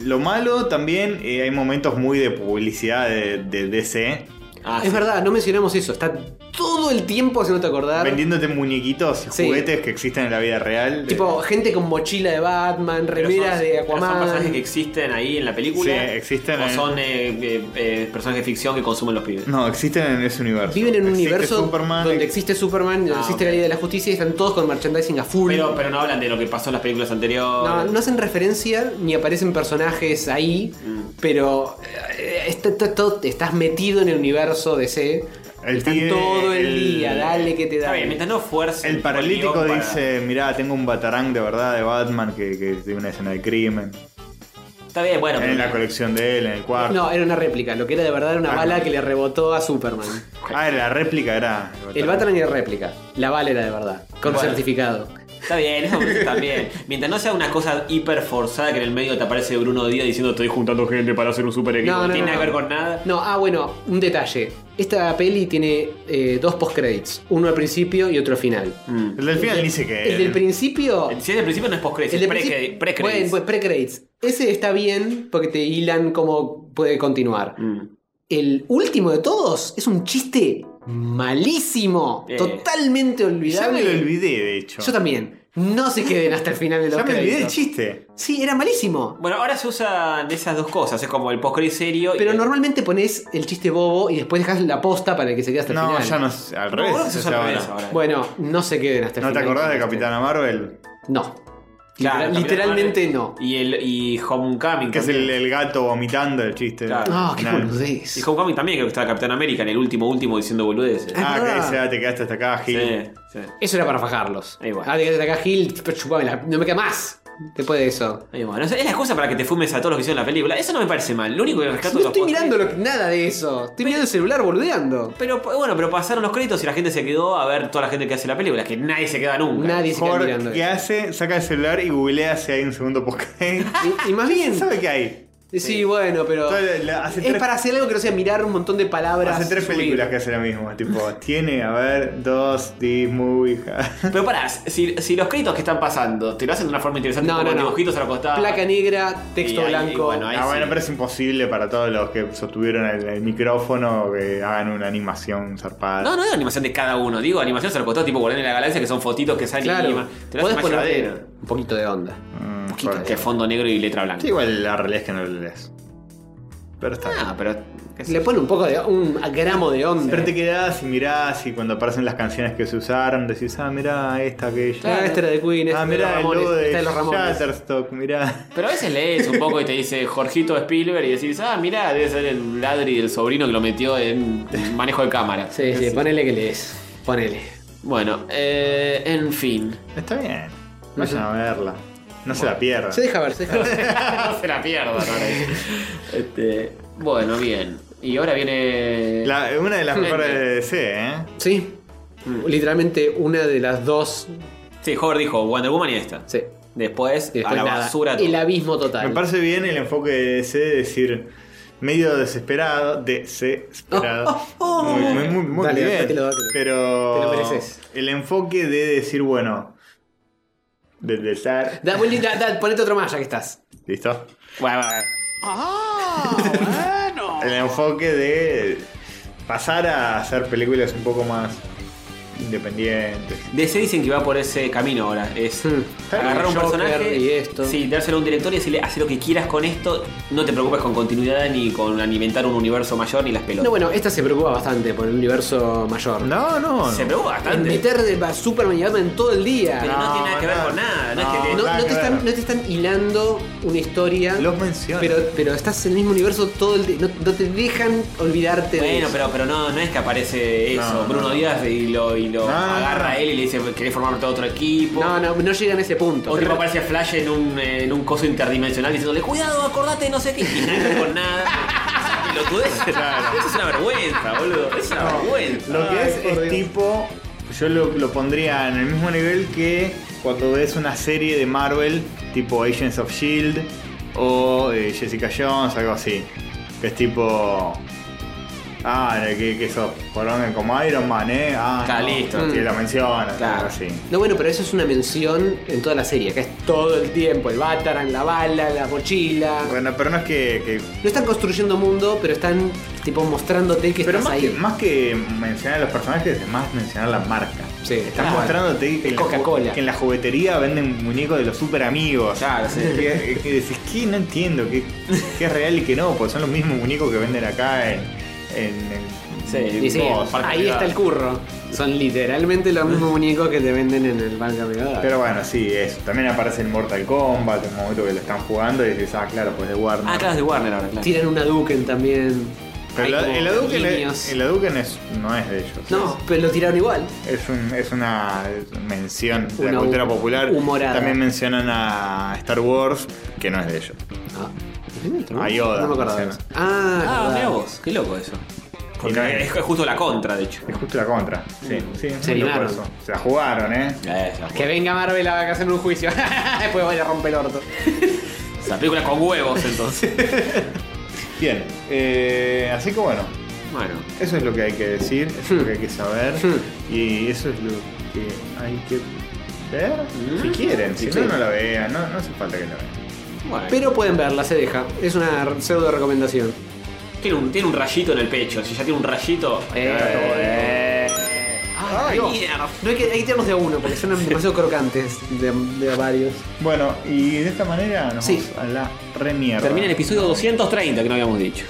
Lo malo también, eh, hay momentos muy de publicidad de, de DC. Ah, Es verdad, no mencionamos eso. Está todo el tiempo haciéndote acordar. Vendiéndote muñequitos y Sí. juguetes que existen en la vida real. Tipo, gente con mochila de Batman, Pero remeras son- de pero Son personajes Aquaman. que existen ahí en la película. Sí, existen O en- son eh, eh, eh, personajes de ficción que consumen los pibes. No, existen en ese universo. Viven en un Existe universo Superman, donde existe Superman, donde Ah, existe ok. la Liga de la Justicia y están todos con merchandising a full. Pero, pero no hablan de lo que pasó en las películas anteriores. Mm. No, no hacen referencia ni aparecen personajes ahí, Mm. pero eh, está- está- todo- estás metido en el universo DC. El están pibe, todo el, el- día, dale que te da. Está bien, mientras no fuerza. El paralítico dice, mirá, tengo un batarang de verdad de Batman que, que tiene una escena de crimen. Está bien, bueno. en pero- la colección de él, en el cuarto. No, era una réplica, lo que era de verdad era una Ah, bala no. que le rebotó a Superman. Ah, la réplica era. El Batarang era réplica, la bala era de verdad, con Bueno. certificado. Está bien, eso está bien. Mientras no sea una cosa hiper forzada que en el medio te aparece Bruno Díaz diciendo estoy juntando gente para hacer un super equipo. No, no, tiene no, nada no. que ver con nada. No, ah, bueno, un detalle. Esta peli tiene eh, dos post-credits, uno al principio y otro al final. El del final dice que. El del principio Si es del principio no es post-credits, El es de pre-credits. principio- Bueno, pues, pre-credits. Ese está bien porque te hilan cómo puede continuar. Mm. El último de todos es un chiste malísimo. Eh. Totalmente ya me olvidable. lo olvidé, de hecho. Yo también. No se queden hasta el final de los Ya me olvidé del créditos. chiste. Sí, era malísimo. Bueno, ahora se usan esas dos cosas. Es como el post-credit serio. y- Pero normalmente pones el chiste bobo y después dejas la posta para que se quede hasta el No, final. ya no. es- Al No, revés. ahora se usa ya al ahora. revés ahora. Bueno, no se queden hasta el ¿No te final. acordás de con este. Capitana Marvel? No. Claro, Literal- Capitán literalmente Marvel. no. Y, el, y Homecoming. Que es también. el, el gato vomitando el chiste. Claro. No, Ah, qué Nah. boludez. Y Homecoming también creo que estaba Capitán América en el último último diciendo boludeces. Ah, que verdad. dice, ah, te quedaste hasta acá, Sí, Gil. sí. Eso era para fajarlos. Ahí va. Ah, de acá Gil, chupamela. No me queda más después de eso. Ahí, bueno, es la excusa para que te fumes a todos los que hicieron la película. Eso no me parece mal. Lo único que rescato No de los estoy post- mirando lo que- nada de eso. Estoy mirando el celular boludeando. Pero eh, bueno, pero pasaron los créditos y la gente se quedó a ver toda la gente que hace la película. Que nadie se queda nunca. Nadie se queda mirando. Jorge, ¿qué hace? Saca el celular y googlea si hay un segundo podcast. Y, y más bien. ¿Sabe qué hay? Sí, bueno, pero. Todo el- la- hace Es tres- para hacer algo que no sea mirar un montón de palabras. Hace tres subir. películas que hace lo mismo. Tipo, tiene, a ver, dos, the movie. Pero pará, si, si los créditos que están pasando te lo hacen de una forma interesante, No, como no, no. dibujitos a la costada. Placa negra, texto Y ahí- blanco. y bueno, ahí Ah, sí. bueno, pero es imposible para todos los que sostuvieron el, el micrófono que hagan una animación zarpada. No, no es animación de cada uno, digo, animación se costado tipo Guardianes de la Galaxia, que son fotitos que salen y claro. animan. Te lo Podés hacen más poner llevadero. un poquito de onda. Mm, Poquito, joder. Que fondo negro y letra blanca. Sí, igual la realidad es que no lo lees. Pero está bien. Ah, pero. qué sé Le yo. pone un poco de. un gramo de onda. Pero te quedás y mirás y cuando aparecen las canciones que se usaron decís, ah, mirá esta, aquella. Ah, esta era de Queen, esta Ah, de los mirá el Ramones, logo de, esta de los Ramones. Shutterstock, mirá. Pero a veces lees un poco y te dice Jorgito Spielberg y decís, ah, mirá, debe ser el ladri del sobrino que lo metió en manejo de cámara. Sí, sí, ponele que lees. Ponele. Bueno, eh, en fin. Está bien. Vayan a verla. No se la pierdan. Se deja ver, se deja ver. no se la pierdo, no, no. Este, Bueno, bien. Y ahora viene. La- una de las mejores de DC, ¿eh? Sí. Mm. Literalmente una de las dos. Sí, Jorge dijo Wonder Woman y esta. Sí. Después, Y a después la nada. basura. todo. El abismo Me total. parece bien el enfoque de DC de decir medio desesperado, desesperado. Muy, muy, muy- muy Dale, bien. dátelo, dátelo. Pero Te lo mereces. el enfoque de decir, bueno, desde estar. Da, Willy, da- da- ponete otro más ya que estás. ¿Listo? Bueno, bueno, bueno. Ah, bueno. El enfoque de pasar a hacer películas un poco más independientes. DC dicen que va por ese camino ahora. Es agarrar un Hmm. Joker personaje y esto. Sí, dárselo a un director y decirle, haz lo que quieras con esto. No te preocupes con continuidad ni con alimentar un universo mayor ni las pelotas. No, bueno, esta se preocupa bastante por el universo mayor. No, no. Se preocupa bastante. En meter de- a Superman y Batman todo el día. Pero no, tiene nada que ver con nada. No, es que te- No, no te están, no te están hilando una historia. Los mencionan. Pero, pero estás en el mismo universo todo el día. No, no te dejan olvidarte de Bueno, eso. pero, pero no, no es que aparece eso. No, Bruno no. Díaz y lo, y lo No, no, agarra no. a él y le dice, ¿querés formar todo otro equipo? No, no, no llegan a ese punto. Otro tipo aparece Flash en un, eh, en un coso interdimensional diciéndole, cuidado, acordate, no sé qué. Y nada que ver con nada. Esa pelotudez. Eso es una vergüenza, boludo. Es una vergüenza. Lo que es es tipo. Yo lo, lo pondría en el mismo nivel que cuando ves una serie de Marvel, tipo Agents of Shield E o eh, Jessica Jones, algo así. Que es tipo. Ah, que, que sos poronga como Iron Man, eh. Ah, Está no. listo. Sí, lo menciona, algo así. No, bueno, pero eso es una mención en toda la serie, que es todo el tiempo, el Bataran, la bala, la mochila. Bueno, pero no es que. que- No están construyendo mundo, pero están tipo mostrándote que pero estás más ahí. que, más que mencionar a los personajes, es más mencionar la marca. Sí, Están claro. mostrándote que El en la ju- Coca-Cola. que en la juguetería venden muñecos de los super amigos. Claro, sí. Que, que decís, ¿qué? No entiendo, ¿qué, qué es real y qué no? Porque son los mismos muñecos que venden acá en. en- en- en Y sí, vos, parque ahí privado. está el curro. Son literalmente los mismos muñecos que te venden en el Banca Privada. Pero bueno, sí, eso. También aparece el Mortal Kombat, en un momento que lo están jugando y decís, ah, claro, pues de Warner. Ah, claro, es de Warner ahora, claro. Tiran una Duken también. Pero la- Hay como el Aduken guiños. es- el Aduken es- no es de ellos. No, pero lo tiraron igual. Es, un- es una mención de la Una cultura hu- popular. humorada. También mencionan a Star Wars, que no es de ellos. Ah. A Yoda. Ah. No me acordaba mencionan. Ah, es Ah, verdad. mira vos, qué loco eso. Y no es, Es es justo la contra, de hecho. es justo la contra. Sí, sí, Mm. Se muy loco animaron. eso. Se la jugaron, ¿eh? Que venga Marvel a hacer un juicio. Después vaya a romper el orto. Es una película con huevos, entonces. Bien. eh, así que bueno, bueno. eso es lo que hay que decir, eso es lo que hay que saber. Hmm. y eso es lo que hay que ver. Si quieren, si Hmm. Sí. no, no la vean. No, no hace falta que la vean. Pero pueden verla, se deja. Es una pseudo recomendación. Tiene un, tiene un rayito en el pecho. Si ya tiene un rayito. Eh. Ay, Dios. mierda. No hay que, hay que tirarnos de a uno, porque son demasiado crocantes de, de a varios. Bueno, y de esta manera nos vamos a la remierda. Termina el episodio 230, que no habíamos dicho.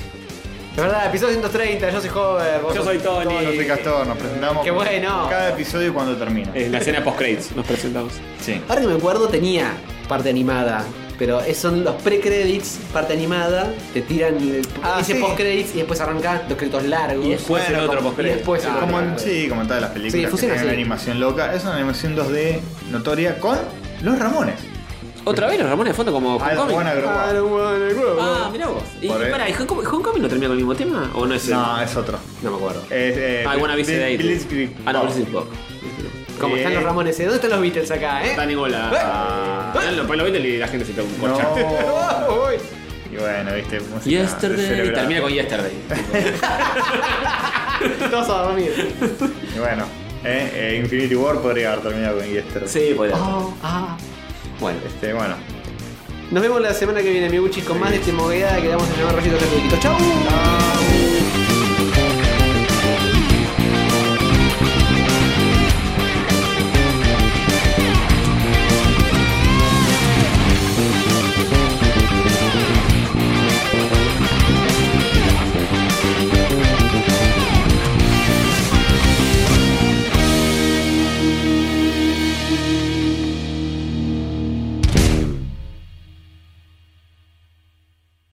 De verdad, episodio 130, yo soy Hover. vos Yo sos soy Tony. Yo soy Castor, nos presentamos Qué bueno. Eh. cada episodio cuando termina. En la escena post-credits nos presentamos. Sí. Ahora que me acuerdo, tenía parte animada. Pero es- son los pre-credits, parte animada, te tiran el, Ah, ese sí. post-credits y después arranca los créditos largos. Y después el otro como- post-credits. Y después el Ah, otro como en, post-credits. sí, como en todas las películas Sí, que funciona tienen una así. animación loca. Es una animación 2D notoria con los Ramones. Otra vez los Ramones de fondo como I don't Homecoming. wanna grow up. Ah, mirá vos. Y Por ahí. pará, ¿y Homecoming Homecoming no termina con el mismo Ah, tema? ¿O no es No, es otro. No me acuerdo. Es, eh, I wanna be Blitz- sedated. Blitzkrieg Ah, no, Pop. Blitzkrieg Pop. Como están Eh, los Ramones, ¿eh? ¿dónde están los Beatles acá, eh? Está Nicola. pues ¿Eh? Lo lo viste y la gente se pega un corcha. No. Oh, Uy. Y bueno, viste, música Yesterday. Y descerebrada. termina con Yesterday. Todos a dormir. Y bueno, eh, eh, Infinity War podría haber terminado con Yesterday. Sí, podría. Oh, ah. Bueno. Este, bueno. Nos vemos la semana que viene, mi Gucci, con más de este mogueada que damos en el nuevo rayito católico. ¡Chau! ¡Chau!